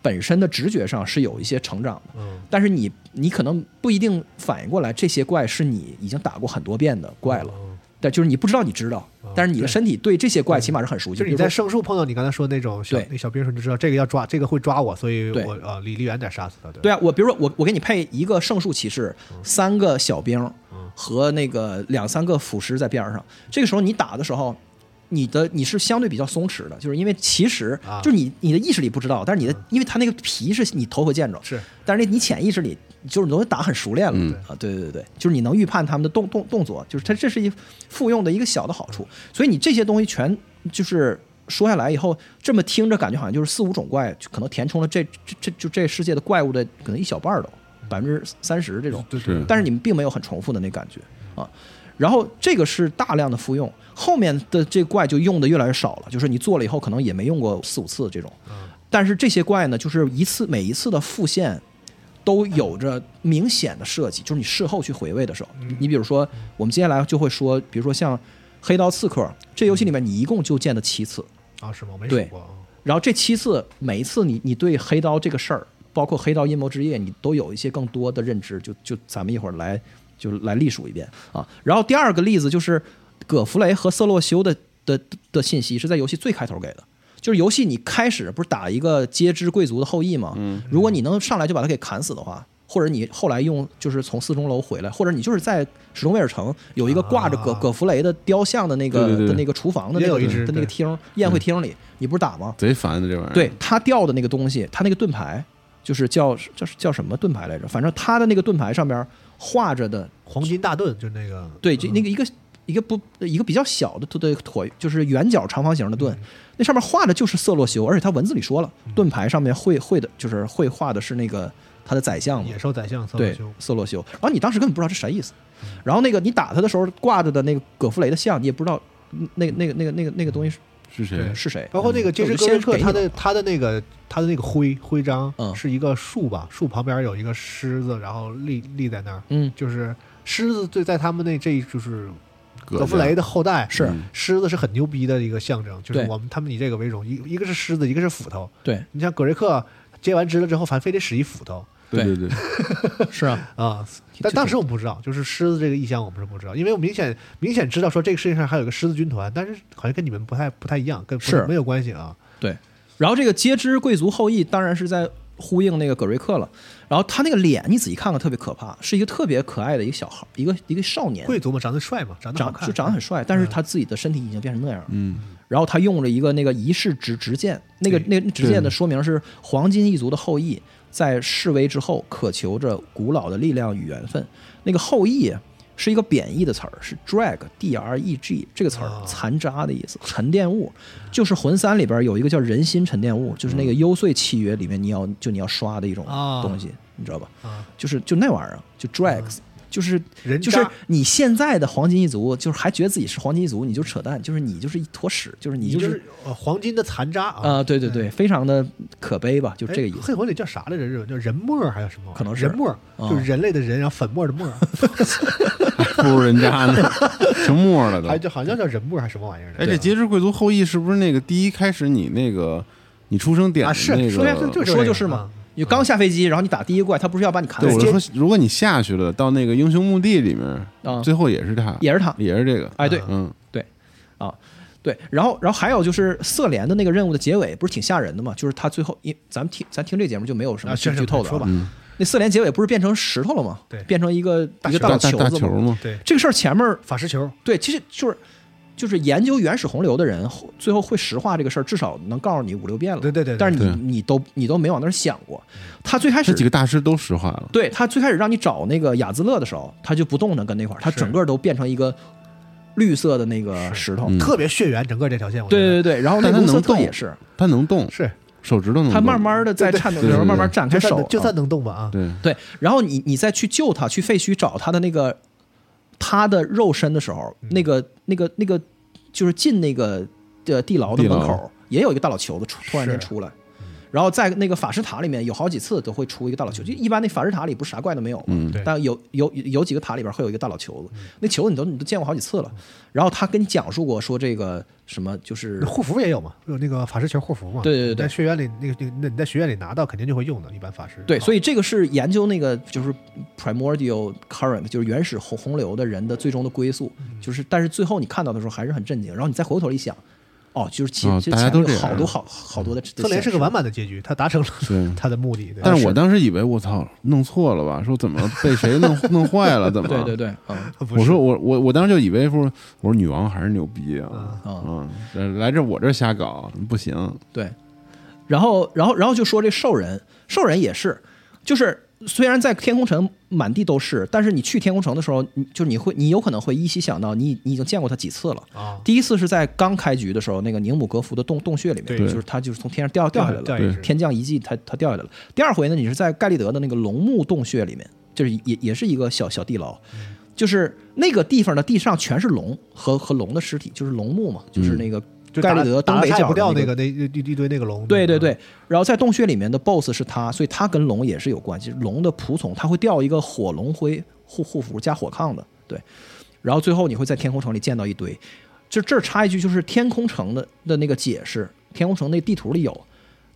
[SPEAKER 2] 本身的直觉上是有一些成长的。
[SPEAKER 1] 嗯，
[SPEAKER 2] 但是你你可能不一定反应过来，这些怪是你已经打过很多遍的怪了。
[SPEAKER 1] 嗯
[SPEAKER 2] 但就是你不知道你知道，但是你的身体对这些怪起码是很熟悉。
[SPEAKER 1] 就是
[SPEAKER 2] 比
[SPEAKER 1] 你
[SPEAKER 2] 如说
[SPEAKER 1] 在圣树碰到你刚才说的那种小
[SPEAKER 2] 对
[SPEAKER 1] 那小兵的时候，你就知道这个要抓，这个会抓我，所以
[SPEAKER 2] 对
[SPEAKER 1] 我呃离离远点杀死他。对吧，
[SPEAKER 2] 对啊，我比如说我我给你配一个圣树骑士，哦三个小兵和那个两三个腐蚀在边上，这个时候你打的时候。你的你是相对比较松弛的，就是因为其实
[SPEAKER 1] 啊
[SPEAKER 2] 就是你你的意识里不知道，但是你的因为他那个皮是你头回见着，
[SPEAKER 1] 是，
[SPEAKER 2] 但是那你潜意识里就是你都打很熟练了、
[SPEAKER 3] 嗯
[SPEAKER 2] 啊，对对对对，就是你能预判他们的动动动作，就是它这是一复用的一个小的好处，所以你这些东西全就是说下来以后，这么听着感觉好像就是四五种怪，就可能填充了这这这就这世界的怪物的可能一小半儿都百分之三十这种，
[SPEAKER 1] 对
[SPEAKER 3] 是
[SPEAKER 2] 但是你们并没有很重复的那感觉啊。然后这个是大量的复用，后面的这怪就用的越来越少了，就是你做了以后可能也没用过四五次这种。但是这些怪呢，就是一次每一次的复现都有着明显的设计，就是你事后去回味的时候，你比如说我们接下来就会说，比如说像黑刀刺客这游戏里面，你一共就见了七次，
[SPEAKER 1] 啊，是吗？我没数
[SPEAKER 2] 对
[SPEAKER 1] 过啊。
[SPEAKER 2] 然后这七次，每一次你你对黑刀这个事儿，包括黑刀阴谋之夜，你都有一些更多的认知，就就咱们一会儿来就来历数一遍啊。然后第二个例子就是葛弗雷和瑟洛修的的的的信息是在游戏最开头给的。就是游戏你开始不是打一个皆知贵族的后裔吗？
[SPEAKER 1] 嗯
[SPEAKER 2] 如果你能上来就把他给砍死的话，或者你后来用就是从四钟楼回来，或者你就是在史东威尔城有一个挂着葛
[SPEAKER 1] 啊
[SPEAKER 2] 葛弗雷的雕像的那个
[SPEAKER 3] 对对对
[SPEAKER 2] 的那个厨房的那
[SPEAKER 1] 也
[SPEAKER 2] 个
[SPEAKER 1] 有一只
[SPEAKER 2] 的那
[SPEAKER 1] 对
[SPEAKER 2] 个厅宴会厅里，你不是打吗？
[SPEAKER 3] 贼烦的这玩意
[SPEAKER 1] 嗯
[SPEAKER 3] 儿。
[SPEAKER 2] 对，他掉的那个东西，他那个盾牌就是叫叫叫什么盾牌来着？反正他的那个盾牌上边画着的，
[SPEAKER 1] 黄金大盾就那个，
[SPEAKER 2] 对，就那个一个一个不一个比较小的对椭，就是圆角长方形的
[SPEAKER 1] 嗯
[SPEAKER 2] 盾，那上面画的就是色洛修，而且他文字里说了，盾牌上面绘绘的就是绘画的是那个他的宰相嘛，
[SPEAKER 1] 嗯野兽宰相瑟洛
[SPEAKER 2] 对
[SPEAKER 1] 修，，嗯
[SPEAKER 2] 色洛修。然后你当时根本不知道这啥意思，然后那个你打他的时候挂着的那个葛弗雷的像，你也不知道那那个那个那个那个东西是
[SPEAKER 3] 是谁
[SPEAKER 1] 对？
[SPEAKER 2] 是谁，
[SPEAKER 1] 包括那个杰士
[SPEAKER 2] 就是
[SPEAKER 1] 格
[SPEAKER 2] 先
[SPEAKER 1] 瑞克，
[SPEAKER 2] 给你
[SPEAKER 1] 他
[SPEAKER 2] 了
[SPEAKER 1] 的他的那个他的那个徽徽章
[SPEAKER 2] 嗯
[SPEAKER 1] 是一个树吧，树旁边有一个狮子，然后立立在那儿，
[SPEAKER 2] 嗯
[SPEAKER 1] 就是狮子对在他们那这一就是
[SPEAKER 3] 家
[SPEAKER 1] 葛弗雷的后代
[SPEAKER 2] 是啊
[SPEAKER 3] 嗯
[SPEAKER 1] 狮子是很牛逼的一个象征，就是
[SPEAKER 2] 对
[SPEAKER 1] 我们他们以这个为荣，一一个是狮子，一个是斧头。
[SPEAKER 2] 对
[SPEAKER 1] 你像葛瑞克接完职了之后，反正非得使一斧头
[SPEAKER 3] 对对对，
[SPEAKER 2] 是啊，
[SPEAKER 1] 啊、
[SPEAKER 2] 这
[SPEAKER 1] 但当时我们不知道，就是狮子这个意象我们是不知道，因为我明显明显知道说这个世界上还有一个狮子军团，但是好像跟你们不太不太一样，跟不
[SPEAKER 2] 是
[SPEAKER 1] 没有关系啊。
[SPEAKER 2] 对，然后这个皆知贵族后裔当然是在呼应那个葛瑞克了。然后他那个脸，你仔细看看，特别可怕，是一个特别可爱的一个小孩，一个一个少年，
[SPEAKER 1] 贵族嘛，长得帅嘛，长得好
[SPEAKER 2] 长
[SPEAKER 1] 看，嗯
[SPEAKER 2] 就长得很帅，但是他自己的身体已经变成那样了。
[SPEAKER 3] 嗯，
[SPEAKER 2] 然后他用了一个那个仪式直直剑，那个那那直剑的说明是黄金一族的后裔在示威之后渴求着古老的力量与缘分。那个后裔是一个贬义的词儿，是 drag d r e g 这个词儿
[SPEAKER 1] 哦，
[SPEAKER 2] 残渣的意思，沉淀物，就是魂三里边有一个叫人心沉淀物，就是那
[SPEAKER 1] 嗯
[SPEAKER 2] 个幽邃契约里面你要就你要刷的一种
[SPEAKER 1] 哦
[SPEAKER 2] 东西，你知道吧？
[SPEAKER 1] 啊，
[SPEAKER 2] 啊就是就那玩意儿，就 drags，、就是
[SPEAKER 1] 人渣
[SPEAKER 2] 就是你现在的黄金一族，就是还觉得自己是黄金一族，你就扯淡，就是你就是一坨屎，就是你
[SPEAKER 1] 你
[SPEAKER 2] 就
[SPEAKER 1] 就是是呃黄金的残渣啊！
[SPEAKER 2] 啊，对对对，非常的可悲吧，就
[SPEAKER 1] 哎
[SPEAKER 2] 这个意思。
[SPEAKER 1] 黑魂里叫啥来着？日本叫人沫儿还是什么？
[SPEAKER 2] 可能是
[SPEAKER 1] 人沫儿，
[SPEAKER 2] 哦
[SPEAKER 1] 就是人类的人，然后粉末 的沫儿，
[SPEAKER 3] 不如人家呢，成沫了都
[SPEAKER 1] 还。就好像叫人沫儿还是什么玩意儿的。
[SPEAKER 3] 哎，这节制贵族后裔是不是那个第一开始你那个你出生点
[SPEAKER 1] 啊
[SPEAKER 3] 的
[SPEAKER 1] 是
[SPEAKER 3] 那
[SPEAKER 1] 说下去
[SPEAKER 3] 个？
[SPEAKER 1] 就是
[SPEAKER 2] 说
[SPEAKER 1] 这
[SPEAKER 2] 就
[SPEAKER 1] 个
[SPEAKER 2] 是嘛
[SPEAKER 1] 啊，
[SPEAKER 2] 你刚下飞机，然后你打第一怪，他不是要把你砍
[SPEAKER 3] 对，我
[SPEAKER 2] 死
[SPEAKER 3] 就说，如果你下去了，到那个英雄墓地里面，
[SPEAKER 2] 啊？
[SPEAKER 3] 最后也是他，
[SPEAKER 2] 也是
[SPEAKER 1] 啊
[SPEAKER 2] 他，
[SPEAKER 3] 也是这个。
[SPEAKER 2] 哎，对
[SPEAKER 3] 嗯，
[SPEAKER 2] 对。然后，然后还有就是色联的那个任务的结尾，不是挺吓人的嘛？就是他最后，因咱们听咱听这节目就没有什么
[SPEAKER 1] 啊
[SPEAKER 2] 剧
[SPEAKER 1] 是是
[SPEAKER 2] 剧透的
[SPEAKER 1] 说吧
[SPEAKER 2] 啊。
[SPEAKER 3] 嗯，
[SPEAKER 2] 那色联结尾不是变成石头了吗？
[SPEAKER 1] 对
[SPEAKER 2] 变成一个一个
[SPEAKER 3] 大
[SPEAKER 2] 球
[SPEAKER 3] 大
[SPEAKER 2] 子
[SPEAKER 3] 球
[SPEAKER 2] 吗？
[SPEAKER 3] 嘛，
[SPEAKER 1] 对，
[SPEAKER 2] 这个事儿前面
[SPEAKER 1] 法师球，
[SPEAKER 2] 对，其实就是就是研究原始洪流的人，后最后会实话这个事儿，至少能告诉你五六遍了。
[SPEAKER 1] 对对对对
[SPEAKER 2] 啊但是
[SPEAKER 3] 对
[SPEAKER 2] 你你都你都没往那儿想过。他最开
[SPEAKER 3] 这
[SPEAKER 2] 始
[SPEAKER 3] 几个大师都石化了。
[SPEAKER 2] 对他最开始让你找那个雅兹勒的时候，他就不动弹跟那块儿，他
[SPEAKER 1] 是
[SPEAKER 2] 整个都变成一个绿色的那个
[SPEAKER 1] 是
[SPEAKER 2] 石头。
[SPEAKER 3] 嗯
[SPEAKER 1] 特别血缘，整个这条线，我觉
[SPEAKER 2] 对
[SPEAKER 1] 得
[SPEAKER 2] 对对，然后那
[SPEAKER 3] 但他
[SPEAKER 2] 卢瑟
[SPEAKER 3] 能
[SPEAKER 2] 特
[SPEAKER 3] 动
[SPEAKER 2] 也是，
[SPEAKER 3] 他能动，
[SPEAKER 1] 是，
[SPEAKER 3] 手指头能动。
[SPEAKER 2] 他慢慢的在颤抖的时候
[SPEAKER 3] 对对对
[SPEAKER 2] 慢慢展开
[SPEAKER 1] 就算
[SPEAKER 2] 手
[SPEAKER 1] 能，就算
[SPEAKER 2] 啊
[SPEAKER 1] 能动吧啊，
[SPEAKER 3] 对，
[SPEAKER 2] 对，然后你你再去救他，去废墟找他的那个他的肉身的时候，
[SPEAKER 3] 嗯
[SPEAKER 2] 那个那个那个就是进那个呃地牢的
[SPEAKER 3] 地牢嗯
[SPEAKER 2] 门口也有一个大老球子出突然间
[SPEAKER 1] 是
[SPEAKER 2] 出来。然后在那个法师塔里面有好几次都会出一个大老球，就一般那法师塔里不是啥怪都没有嘛，
[SPEAKER 3] 嗯
[SPEAKER 1] 对
[SPEAKER 2] 但有有有几个塔里边会有一个大老球子，那球子你都你都见过好几次
[SPEAKER 3] 嗯
[SPEAKER 2] 了。然后他跟你讲述过说这个什么就是
[SPEAKER 1] 那护符也有嘛，有那个法师球护符嘛，
[SPEAKER 2] 对对对对
[SPEAKER 1] 在学院里那个那个那你在学院里拿到肯定就会用的，一般法师
[SPEAKER 2] 对，所
[SPEAKER 1] 以
[SPEAKER 2] 以这个是研究那个就是 primordial current，就是原始洪洪流的人的最终的归宿，
[SPEAKER 3] 嗯
[SPEAKER 2] 就是但是最后你看到的时候还是很震惊，然后你再回过头一想，哦，就是其
[SPEAKER 3] 哦
[SPEAKER 2] 其实
[SPEAKER 3] 大家
[SPEAKER 2] 前
[SPEAKER 3] 都
[SPEAKER 2] 面有
[SPEAKER 3] 这样嗯
[SPEAKER 2] 好多好好多的
[SPEAKER 1] 特
[SPEAKER 2] 特
[SPEAKER 1] 雷
[SPEAKER 2] 别
[SPEAKER 1] 是个完满的结局，他达成了
[SPEAKER 3] 对。
[SPEAKER 1] 他的目的，对
[SPEAKER 3] 但是我当时以为我操弄错了吧，说怎么被谁 弄弄坏了，怎么？
[SPEAKER 2] 对对
[SPEAKER 1] 啊
[SPEAKER 2] 对，嗯
[SPEAKER 1] 不是
[SPEAKER 3] 我说我我我当时就以为说我说女王还是牛逼啊，
[SPEAKER 2] 嗯
[SPEAKER 3] 嗯，来这我这瞎搞不行，
[SPEAKER 2] 对，然后然后然后就说这兽人，兽人也是，就是虽然在天空城满地都是，但是你去天空城的时候，你就是你会你有可能会依稀想到你你已经见过他几次了。
[SPEAKER 1] 啊，
[SPEAKER 2] 第一次是在刚开局的时候，那个宁姆格福的洞洞穴里面，
[SPEAKER 1] 对
[SPEAKER 2] 就是他就是从天上掉掉下来了，
[SPEAKER 1] 掉下来
[SPEAKER 3] 对
[SPEAKER 2] 天降一记，他他掉下来了。第二回呢，你是在盖利德的那个龙墓洞穴里面，就是也也是一个小小地牢，
[SPEAKER 1] 嗯
[SPEAKER 2] 就是那个地方的地上全是龙和和龙的尸体，就是龙墓嘛，就是那个
[SPEAKER 1] 嗯就
[SPEAKER 2] 盖
[SPEAKER 1] 打
[SPEAKER 2] 利德东
[SPEAKER 1] 打
[SPEAKER 2] 北
[SPEAKER 1] 菜
[SPEAKER 2] 角
[SPEAKER 1] 不
[SPEAKER 2] 的
[SPEAKER 1] 掉
[SPEAKER 2] 那
[SPEAKER 1] 那个那一一一堆那个龙，
[SPEAKER 2] 对对对，然后在洞穴里面的 BOSS 是他，所以他跟龙也是有关系。龙的仆从，他会掉一个火龙徽护护符加火抗的，对。然后最后你会在天空城里见到一堆。这这儿插一句，就是天空城的的那个解释，天空城那地图里有，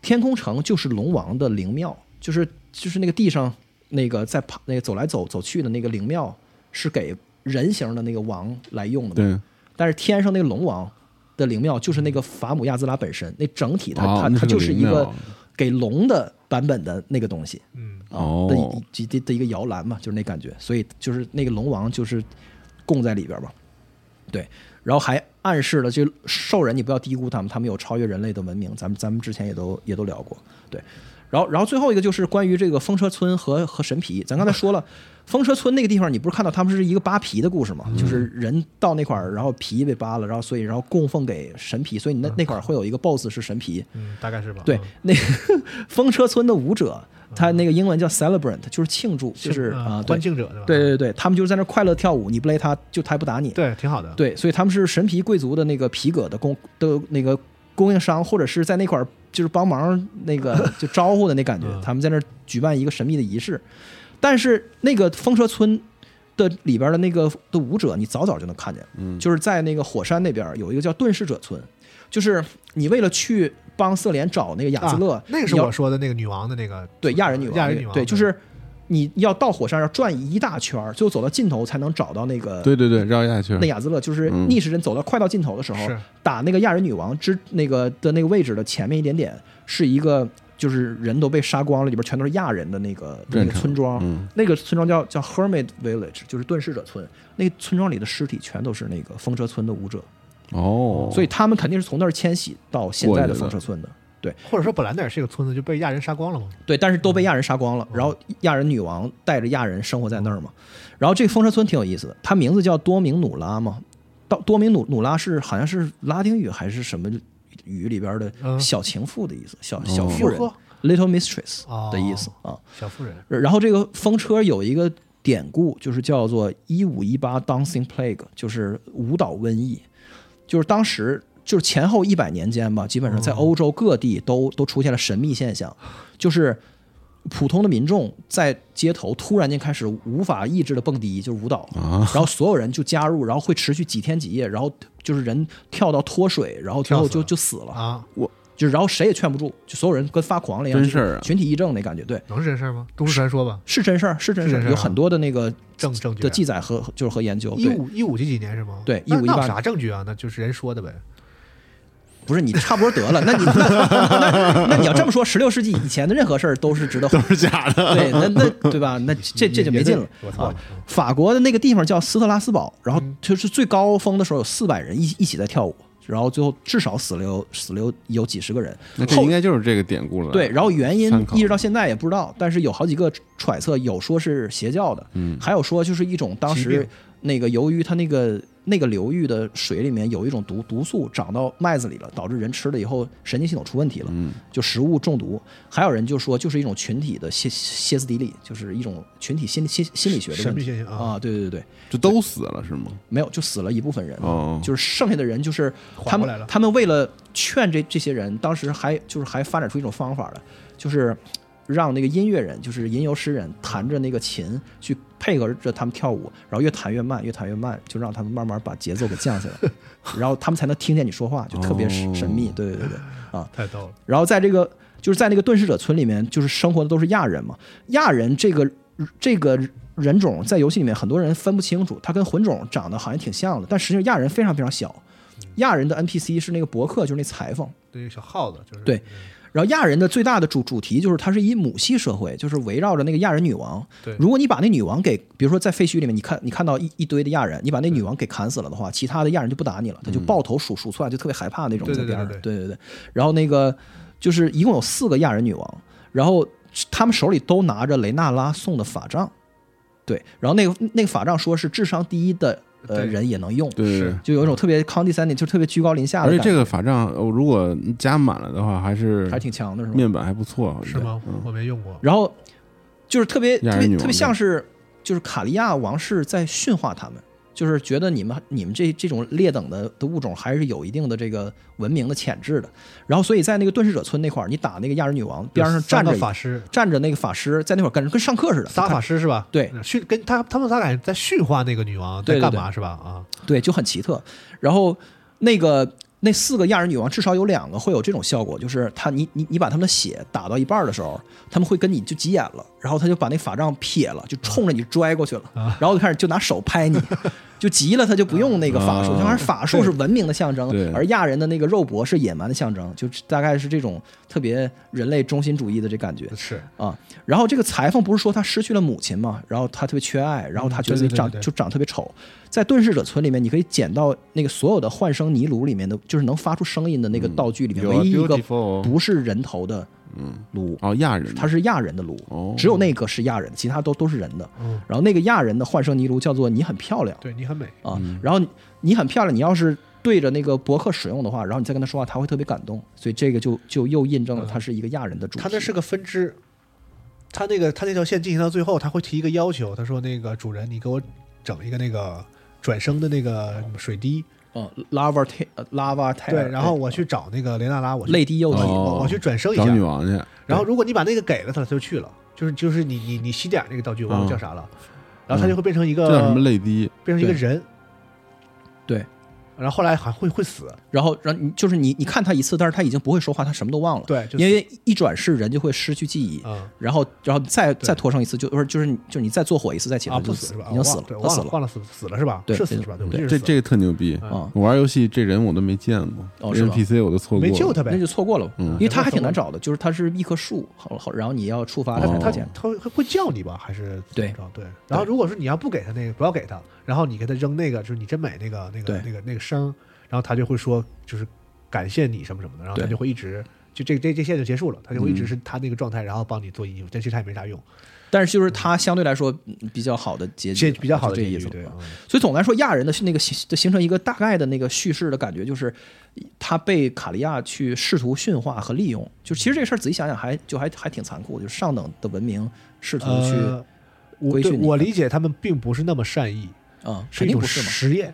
[SPEAKER 2] 天空城就是龙王的灵庙，就是就是那个地上那个在爬那个走来走走去的那个灵庙是给人形的那个王来用的嘛，
[SPEAKER 3] 对，
[SPEAKER 2] 但是天上那个龙王的灵庙就是那个法姆亚兹拉本身，那整体它、
[SPEAKER 3] 哦
[SPEAKER 2] 它
[SPEAKER 3] 那是
[SPEAKER 2] 它
[SPEAKER 3] 个
[SPEAKER 2] 就是一个
[SPEAKER 3] 灵庙
[SPEAKER 2] 给龙的版本的那个东西
[SPEAKER 1] 嗯，
[SPEAKER 2] 啊、
[SPEAKER 3] 哦
[SPEAKER 2] 的一的的一个摇篮嘛，就是那感觉，所以就是那个龙王就是供在里边吧，对，然后还暗示了，就兽人你不要低估他们，他们有超越人类的文明，咱们咱们之前也都也都聊过，对，然后然后最后一个就是关于这个风车村和和神皮，咱刚才说了。风车村那个地方，你不是看到他们是一个扒皮的故事
[SPEAKER 3] 嗯
[SPEAKER 2] 吗？就是人到那块儿，然后皮被扒了，然后所以然后供奉给神皮，所以你那那块儿会有一个 BOSS 是神皮，
[SPEAKER 1] 嗯，大概是吧，
[SPEAKER 2] 对
[SPEAKER 1] 嗯，
[SPEAKER 2] 那 个风车村的舞者，他那个英文叫 celebrant，就是庆祝，就是啊，
[SPEAKER 1] 嗯
[SPEAKER 2] 对
[SPEAKER 1] 观镜者对吧？
[SPEAKER 2] 对对对，他们就是在那儿快乐跳舞，你不勒他就他也不打你。
[SPEAKER 1] 对，挺好的，
[SPEAKER 2] 对，所以他们是神皮贵族的那个皮革的供的那个供应商，或者是在那块儿就是帮忙那个就招呼的那感觉
[SPEAKER 1] 嗯。
[SPEAKER 2] 他们在那儿举办一个神秘的仪式，但是那个风车村的里边的那个的舞者，你早早就能看见，
[SPEAKER 3] 嗯
[SPEAKER 2] 就是在那个火山那边有一个叫遁世者村，就是你为了去帮瑟莲找那个雅兹勒，
[SPEAKER 1] 啊那个是
[SPEAKER 2] 你要
[SPEAKER 1] 我说的那个女王的那个，
[SPEAKER 2] 对亚人女王，
[SPEAKER 1] 亚人女王，
[SPEAKER 2] 对，就是你要到火山上转一大圈儿，最后走到尽头才能找到那个
[SPEAKER 3] 对对对，绕一下去，
[SPEAKER 2] 那雅兹勒，就是
[SPEAKER 3] 嗯
[SPEAKER 2] 逆时针走到快到尽头的时候，
[SPEAKER 1] 是
[SPEAKER 2] 打那个亚人女王之那个的那个位置的前面一点点是一个就是人都被杀光了，里边全都是亚人的那个那
[SPEAKER 3] 战
[SPEAKER 2] 个
[SPEAKER 3] 场
[SPEAKER 2] 村庄，
[SPEAKER 3] 嗯
[SPEAKER 2] 那个村庄叫叫 Hermit Village，就是遁世者村，那个村庄里的尸体全都是那个风车村的舞者，
[SPEAKER 3] 哦，
[SPEAKER 2] 嗯所以他们肯定是从那儿迁徙到现在的风车村的。
[SPEAKER 1] 或者说本来那也是一个村子，就被亚人杀光了嘛，
[SPEAKER 2] 对，但是都被亚人杀光了。然后亚人女王带着亚人生活在那儿嘛。然后这个风车村挺有意思的，它名字叫多明努拉嘛。到多明努努拉是好像是拉丁语还是什么语里边的
[SPEAKER 1] 嗯
[SPEAKER 2] 小情妇的意思，小小
[SPEAKER 3] 哦
[SPEAKER 2] 妇人
[SPEAKER 1] 哟呵
[SPEAKER 2] （little mistress）
[SPEAKER 1] 哦
[SPEAKER 2] 的意思啊。
[SPEAKER 1] 小妇人，
[SPEAKER 2] 然后这个风车有一个典故，就是叫做一五一八 Dancing Plague，就是舞蹈瘟疫，就是当时。就是前后一百年间吧，基本上在欧洲各地都、都出现了神秘现象，就是普通的民众在街头突然间开始无法抑制的蹦迪，就是舞蹈，
[SPEAKER 3] 啊
[SPEAKER 2] 然后所有人就加入，然后会持续几天几夜，然后就是人跳到脱水，然后最后就就死了，
[SPEAKER 1] 啊，
[SPEAKER 2] 就是然后谁也劝不住，就所有人跟发狂了一样，
[SPEAKER 3] 真事儿啊
[SPEAKER 2] 就是群体癔症那感觉，对，
[SPEAKER 1] 能是这事儿吗？都市传说吧，
[SPEAKER 2] 是真事儿，是真事
[SPEAKER 1] 是真事儿啊
[SPEAKER 2] 儿，有很多的那个
[SPEAKER 1] 证证据
[SPEAKER 2] 的记载和和就是和研究，
[SPEAKER 1] 一
[SPEAKER 2] 对，
[SPEAKER 1] 五一五几几年是吗？
[SPEAKER 2] 对
[SPEAKER 1] 那
[SPEAKER 2] 15
[SPEAKER 1] 那有
[SPEAKER 2] 18
[SPEAKER 1] 啥证据啊？那就是人说的呗。
[SPEAKER 2] 不是你差不多得了，那你 那那那你要这么说，十六世纪以前的任何事儿都是 值得
[SPEAKER 3] 都是假的。
[SPEAKER 2] 对，那那对吧？那这这就没劲了啊
[SPEAKER 1] 也。对我操！嗯
[SPEAKER 2] 法国的那个地方叫斯特拉斯堡，然后就是最高峰的时候有四百人一一起在跳舞，然后最后至少死了有死了有有几十个人。
[SPEAKER 3] 那这
[SPEAKER 2] 后
[SPEAKER 3] 应该就是这个典故了。
[SPEAKER 2] 对，然后原因
[SPEAKER 3] 参考
[SPEAKER 2] 一直到现在也不知道，但是有好几个揣测，有说是邪教的，
[SPEAKER 3] 嗯
[SPEAKER 2] 还有说就是一种当
[SPEAKER 1] 疾
[SPEAKER 2] 时
[SPEAKER 1] 病
[SPEAKER 2] 那个由于它那个那个流域的水里面有一种毒毒素长到麦子里了，导致人吃了以后神经系统出问题了，
[SPEAKER 3] 嗯
[SPEAKER 2] 就食物中毒。还有人就说就是一种群体的歇歇斯底里，就是一种群体心理心心理学的
[SPEAKER 1] 神
[SPEAKER 2] 问
[SPEAKER 1] 秘
[SPEAKER 2] 题
[SPEAKER 1] 现象啊
[SPEAKER 2] 啊，对对对对，
[SPEAKER 3] 就都死了是吗？
[SPEAKER 2] 没有就死了一部分人，
[SPEAKER 3] 哦，
[SPEAKER 2] 就是剩下的人就是
[SPEAKER 1] 缓
[SPEAKER 2] 他
[SPEAKER 1] 过来
[SPEAKER 2] 们
[SPEAKER 1] 了，
[SPEAKER 2] 他们为了劝这这些人，当时还就是还发展出一种方法来，就是让那个音乐人，就是吟游诗人弹着那个琴去配合着他们跳舞，然后越弹越慢，越弹越慢，就让他们慢慢把节奏给降下来，然后他们才能听见你说话，就特别神神秘。对对对对，啊，
[SPEAKER 1] 太逗了。
[SPEAKER 2] 然后在这个就是在那个遁世者村里面，就是生活的都是亚人嘛。亚人这个这个人种在游戏里面很多人分不清楚，他跟混种长得好像挺像的，但实际上亚人非常非常小。亚人的 NPC 是那个伯克，就是那裁缝。
[SPEAKER 1] 对，有小耗子就是
[SPEAKER 2] 对然后亚人的最大的主主题就是它是以母系社会，就是围绕着那个亚人女王。
[SPEAKER 1] 对
[SPEAKER 2] 如果你把那女王给，比如说在废墟里面，你看你看到一一堆的亚人，你把那女王给砍死了的话，其他的亚人就不打你了，他就抱头鼠鼠窜，就特别害怕那种
[SPEAKER 1] 对
[SPEAKER 2] 在
[SPEAKER 1] 对
[SPEAKER 2] 边上。
[SPEAKER 1] 嗯对
[SPEAKER 2] 对对对。然后那个就是一共有四个亚人女王，然后他们手里都拿着雷纳拉送的法杖，对，然后那个那个法杖说是智商第一的呃
[SPEAKER 1] 对
[SPEAKER 2] 人也能用，
[SPEAKER 3] 对对对。
[SPEAKER 2] 就有一种特别康第三点，就是特别居高临下的
[SPEAKER 3] 而
[SPEAKER 2] 感
[SPEAKER 3] 且
[SPEAKER 2] 觉，
[SPEAKER 3] 这个法杖，呃如果加满了的话，还是
[SPEAKER 2] 还挺强的，是吧？
[SPEAKER 3] 面板还不错，好像
[SPEAKER 1] 是吗？
[SPEAKER 3] 嗯
[SPEAKER 1] 我没用过。
[SPEAKER 2] 然后就是特别
[SPEAKER 3] 亚
[SPEAKER 2] 特
[SPEAKER 3] 人
[SPEAKER 2] 别
[SPEAKER 3] 女王
[SPEAKER 2] 特别像是就是卡利亚王室在驯化他们，就是觉得你们你们这这种劣等的的物种还是有一定的这个文明的潜质的。然后所以在那个遁世者村那块儿，你打那个亚人女王边上站
[SPEAKER 1] 三
[SPEAKER 2] 着
[SPEAKER 1] 个
[SPEAKER 2] 一
[SPEAKER 1] 法师，
[SPEAKER 2] 站着那个法师，在那块儿跟跟上课似的，
[SPEAKER 1] 仨法师是吧？
[SPEAKER 2] 对
[SPEAKER 1] 驯跟他他们仨感觉在驯化那个女王，
[SPEAKER 2] 对
[SPEAKER 1] 在
[SPEAKER 2] 对
[SPEAKER 1] 干嘛是吧？啊，
[SPEAKER 2] 对，就很奇特。然后那个那四个亚人女王至少有两个会有这种效果，就是她你你你把他们的血打到一半儿的时候，他们会跟你就急眼了，然后他就把那法杖撇了，就冲着你拽过去了，然后就开始就拿手拍你。就急了，他就不用那个法术，
[SPEAKER 3] 啊
[SPEAKER 2] 当然法术是文明的象征
[SPEAKER 3] 对，
[SPEAKER 2] 而亚人的那个肉搏是野蛮的象征，就大概是这种特别人类中心主义的这感觉。
[SPEAKER 1] 是
[SPEAKER 2] 啊。然后这个裁缝不是说他失去了母亲嘛，然后他特别缺爱，然后他觉得自
[SPEAKER 1] 嗯对对
[SPEAKER 2] 己
[SPEAKER 1] 对
[SPEAKER 2] 长
[SPEAKER 1] 对对
[SPEAKER 2] 就长特别丑。在遁世者村里面，你可以捡到那个所有的幻声泥炉里面的，就是能发出声音的那个道具里面，
[SPEAKER 3] 有啊
[SPEAKER 2] 唯一一个
[SPEAKER 3] beautiful
[SPEAKER 2] 不是人头的炉，
[SPEAKER 3] 哦，亚人
[SPEAKER 2] 它是亚人的炉
[SPEAKER 3] 哦，
[SPEAKER 2] 只有那个是亚人，其他都都是人的。然后那个亚人的幻声泥炉叫做“你很漂亮”。
[SPEAKER 1] 嗯对你很美，
[SPEAKER 3] 嗯
[SPEAKER 2] 啊。然后你你很漂亮，你要是对着那个博客使用的话，然后你再跟他说话，他会特别感动。所以这个就就又印
[SPEAKER 1] 嗯
[SPEAKER 2] 证了他是一个亚人的主题。
[SPEAKER 1] 他那是个分支。他那个他那条线进行到最后，他会提一个要求，他说那个主人，你给我整一个那个转生的那个水滴，
[SPEAKER 2] 嗯，lava t lava t
[SPEAKER 1] 对，然后我去找那个雷娜拉，我去
[SPEAKER 2] 泪滴又
[SPEAKER 1] 我
[SPEAKER 2] 滴
[SPEAKER 1] 去
[SPEAKER 3] 哦
[SPEAKER 1] 我我去转生一下
[SPEAKER 3] 找，女王去，
[SPEAKER 1] 然后如果你把那个给了他，他就去了。就是就是你你你吸点那个道具，我忘了叫啥了，然后他就会变成一
[SPEAKER 3] 这
[SPEAKER 1] 个
[SPEAKER 3] 叫什么泪滴？
[SPEAKER 1] 变成一个人，
[SPEAKER 2] 对，
[SPEAKER 1] 然后后来还会会死，
[SPEAKER 2] 然后让你就是你你看他一次，但是他已经不会说话，他什么都忘了。
[SPEAKER 1] 对就
[SPEAKER 2] 因为一转世人就会失去记忆，
[SPEAKER 1] 嗯
[SPEAKER 2] 然后然后再再拖上一次，就不是就是你就是你再做火一次再起来
[SPEAKER 1] 啊
[SPEAKER 2] 就
[SPEAKER 1] 不
[SPEAKER 2] 死，
[SPEAKER 1] 死是吧？
[SPEAKER 2] 已经
[SPEAKER 1] 我
[SPEAKER 2] 死
[SPEAKER 1] 忘
[SPEAKER 2] 了，
[SPEAKER 1] 对，
[SPEAKER 2] 他
[SPEAKER 1] 忘
[SPEAKER 2] 死
[SPEAKER 1] 了
[SPEAKER 2] 了。
[SPEAKER 1] 忘了死死了是吧？
[SPEAKER 2] 对
[SPEAKER 1] 是死是吧？对，我记得
[SPEAKER 3] 这
[SPEAKER 1] 是死
[SPEAKER 3] 这个特牛逼
[SPEAKER 2] 嗯！
[SPEAKER 3] 我玩游戏这人我都没见过
[SPEAKER 2] 哦是吗
[SPEAKER 3] ，NPC 我都错过
[SPEAKER 1] 没
[SPEAKER 3] 了，
[SPEAKER 1] 救他呗
[SPEAKER 2] 那就错过了，
[SPEAKER 3] 嗯
[SPEAKER 2] 因为他还挺难找的，就是他是一棵树，好好，然后你要触发
[SPEAKER 1] 他他
[SPEAKER 2] 才能
[SPEAKER 3] 哦
[SPEAKER 2] 见。
[SPEAKER 1] 他会会叫你吧？还是
[SPEAKER 2] 对
[SPEAKER 1] 怎么着对。然后如果是你要不给他那个，不要给他，然后你给他扔那个，就是你真美那个那个
[SPEAKER 2] 对
[SPEAKER 1] 那个那个声，然后他就会说就是感谢你什么什么的，然后他
[SPEAKER 2] 对嗯
[SPEAKER 1] 就会一直就这这这线就结束了，他就会一直是他那个状态，然后帮你做衣服，但其实他也没啥用，
[SPEAKER 2] 但是就是他相对来说嗯比较好的结
[SPEAKER 1] 这
[SPEAKER 2] 局，
[SPEAKER 1] 比较好的
[SPEAKER 2] 就这
[SPEAKER 1] 结
[SPEAKER 2] 意
[SPEAKER 1] 局
[SPEAKER 2] 思。啊
[SPEAKER 1] 对，嗯
[SPEAKER 2] 所以总的来说，亚人的那个形的形成一个大概的那个叙事的感觉，就是他被卡利亚去试图驯化和利用。就其实这个事儿仔细想想还，就还还挺残酷的，就是上等的文明试图去、
[SPEAKER 1] 呃我
[SPEAKER 2] 规
[SPEAKER 1] 对
[SPEAKER 2] 训你
[SPEAKER 1] 我理解他们并不是那么善意，
[SPEAKER 2] 啊，
[SPEAKER 1] 是
[SPEAKER 2] 肯
[SPEAKER 1] 一
[SPEAKER 2] 定
[SPEAKER 1] 种
[SPEAKER 2] 不是嘛，
[SPEAKER 1] 实验。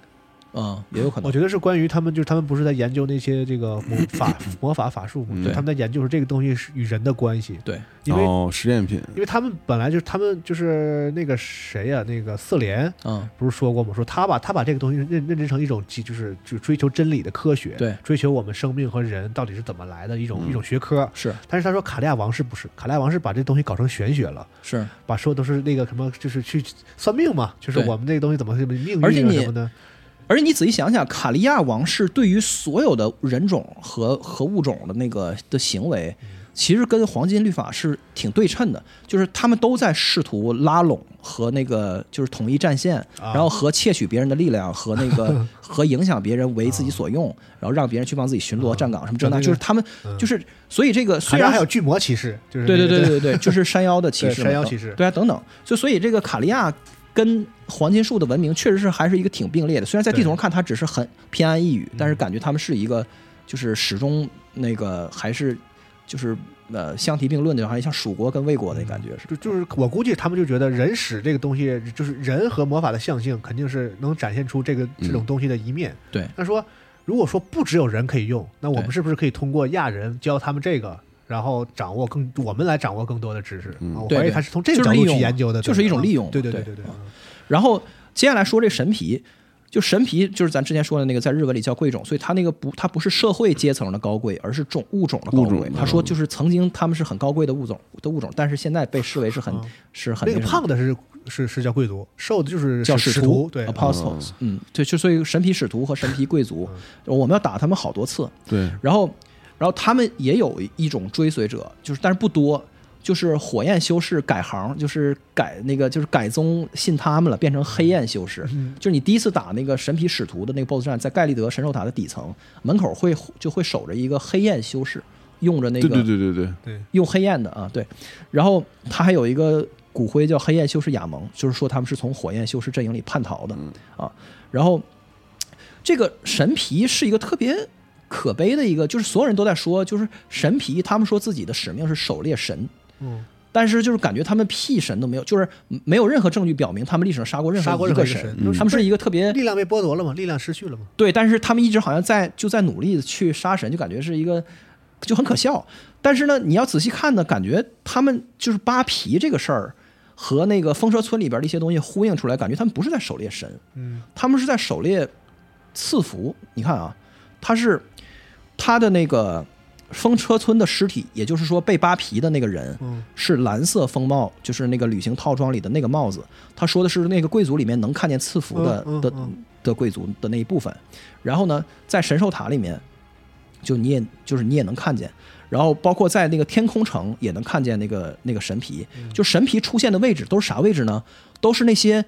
[SPEAKER 2] 啊，也有
[SPEAKER 1] 我
[SPEAKER 2] 可能，
[SPEAKER 1] 觉得是关于他们，就是他们不是在研究那些这个魔 法魔法法术嘛，
[SPEAKER 3] 嗯
[SPEAKER 1] 就他们在研究是这个东西是与人的关系，
[SPEAKER 2] 对，
[SPEAKER 1] 因为
[SPEAKER 3] 哦，实验品，
[SPEAKER 1] 因为他们本来就是他们就是那个谁呀、那个瑟莲
[SPEAKER 2] 啊，
[SPEAKER 1] 不是说过吗？说他把他把这个东西认认知成一种技，就是就追求真理的科学，
[SPEAKER 2] 对，
[SPEAKER 1] 追求我们生命和人到底是怎么来的一种、
[SPEAKER 3] 嗯
[SPEAKER 1] 一种学科。
[SPEAKER 2] 是
[SPEAKER 1] 但是他说卡利亚王是不是？卡利亚王是把这东西搞成玄学了，
[SPEAKER 2] 是，
[SPEAKER 1] 把说都是那个什么，就是去算命嘛，就是
[SPEAKER 2] 对
[SPEAKER 1] 我们这个东西怎么怎么命运
[SPEAKER 2] 而且
[SPEAKER 1] 啊
[SPEAKER 2] 你
[SPEAKER 1] 什么的。
[SPEAKER 2] 而且你仔细想想，卡利亚王室对于所有的人种和和物种的那个的行为，其实跟黄金律法是挺对称的，就是他们都在试图拉拢和那个就是统一战线，
[SPEAKER 1] 啊
[SPEAKER 2] 然后和窃取别人的力量和那 个和影响别人为自己所用，然后让别人去帮自己巡逻、站岗什么这
[SPEAKER 1] 啊对
[SPEAKER 2] 那，
[SPEAKER 1] 对
[SPEAKER 2] 就是他们就是所以这个
[SPEAKER 1] 卡
[SPEAKER 2] 虽
[SPEAKER 1] 利亚
[SPEAKER 2] 然
[SPEAKER 1] 还有巨魔骑士，就是
[SPEAKER 2] 对
[SPEAKER 1] 那
[SPEAKER 2] 对
[SPEAKER 1] 个
[SPEAKER 2] 对对对，就是山妖的骑士嘛，
[SPEAKER 1] 对山妖
[SPEAKER 2] 等
[SPEAKER 1] 骑士
[SPEAKER 2] 对啊，等等，就所以这个卡利亚跟黄金树的文明确实是还是一个挺并列的，虽然在地图上看它只是很偏安一隅，
[SPEAKER 1] 嗯
[SPEAKER 2] 但是感觉他们是一个就是始终那个还是就是呃相提并论的，好像像蜀国跟魏国的感觉是。
[SPEAKER 1] 就就是我估计他们就觉得人使这个东西，就是人和魔法的象性，肯定是能展现出这个这种东西的一面。
[SPEAKER 2] 嗯对
[SPEAKER 1] 他说，如果说不只有人可以用，那我们
[SPEAKER 2] 对
[SPEAKER 1] 是不是可以通过亚人教他们这个，然后掌握更我们来掌握更多的知识？
[SPEAKER 3] 嗯
[SPEAKER 1] 啊，我
[SPEAKER 2] 对
[SPEAKER 1] 怀疑
[SPEAKER 2] 对
[SPEAKER 1] 他是从这个
[SPEAKER 2] 就
[SPEAKER 1] 角
[SPEAKER 2] 是
[SPEAKER 1] 度
[SPEAKER 2] 利
[SPEAKER 1] 去
[SPEAKER 2] 用
[SPEAKER 1] 研究的，
[SPEAKER 2] 就是一种利用
[SPEAKER 1] 对对对
[SPEAKER 2] 对啊
[SPEAKER 1] 对，
[SPEAKER 2] 然后接下来说这神皮，就神皮就是咱之前说的那个，在日文里叫贵种，所以它那个不，它不是社会阶层的高贵，而是种物种的高
[SPEAKER 3] 物种
[SPEAKER 2] 贵
[SPEAKER 3] 的。
[SPEAKER 2] 他
[SPEAKER 1] 嗯
[SPEAKER 2] 说就是曾经他们是很高贵的物种的物种，但是现在被视为是很、
[SPEAKER 1] 嗯
[SPEAKER 2] 是很
[SPEAKER 1] 那个
[SPEAKER 2] 什么
[SPEAKER 1] 胖的是是是叫贵族，瘦的就是
[SPEAKER 2] 叫
[SPEAKER 1] 使
[SPEAKER 2] 使
[SPEAKER 1] 徒，对。
[SPEAKER 2] apostles，嗯，对，就所以神皮使徒和神皮贵族，
[SPEAKER 1] 嗯
[SPEAKER 2] 我们要打他们好多次，
[SPEAKER 3] 对，
[SPEAKER 2] 然后，然后他们也有一种追随者，就是但是不多，就是火焰修士改行，就是改那个就是改宗信他们了，变成黑焰修士。就是你第一次打那个神皮使徒的那个 BOSS 战，在盖利德神兽塔的底层门口会就会守着一个黑焰修士，用着那个
[SPEAKER 3] 对对对对对，
[SPEAKER 2] 用黑焰的啊，对。然后他还有一个骨灰叫黑焰修士亚蒙，就是说他们是从火焰修士阵营里叛逃的啊。然后这个神皮是一个特别可悲的一个，就是所有人都在说，就是神皮他们说自己的使命是狩猎神，
[SPEAKER 1] 嗯，
[SPEAKER 2] 但是就是感觉他们屁神都没有，就是没有任何证据表明他们历史上杀过任
[SPEAKER 1] 杀过
[SPEAKER 2] 何一
[SPEAKER 1] 任何
[SPEAKER 2] 个
[SPEAKER 1] 一个
[SPEAKER 2] 神嗯
[SPEAKER 1] 神，
[SPEAKER 2] 他们是一个特别
[SPEAKER 1] 力量被剥夺了嘛，力量失去了嘛，
[SPEAKER 2] 对，但是他们一直好像在就在努力地去杀神，就感觉是一个就很可笑。但是呢，你要仔细看呢，感觉他们就是扒皮这个事儿和那个风车村里边的一些东西呼应出来，感觉他们不是在狩猎神，
[SPEAKER 1] 嗯，
[SPEAKER 2] 他们是在狩猎赐福。你看啊，他是他的那个风车村的尸体，也就是说被扒皮的那个人，
[SPEAKER 1] 嗯
[SPEAKER 2] 是蓝色风帽，就是那个旅行套装里的那个帽子。他说的是那个贵族里面能看见赐福的、
[SPEAKER 1] 嗯嗯
[SPEAKER 2] 的
[SPEAKER 1] 嗯
[SPEAKER 2] 的贵族的那一部分。然后呢，在神兽塔里面，就你也就是你也能看见。然后包括在那个天空城也能看见那个那个神皮，
[SPEAKER 1] 嗯
[SPEAKER 2] 就神皮出现的位置都是啥位置呢？都是那些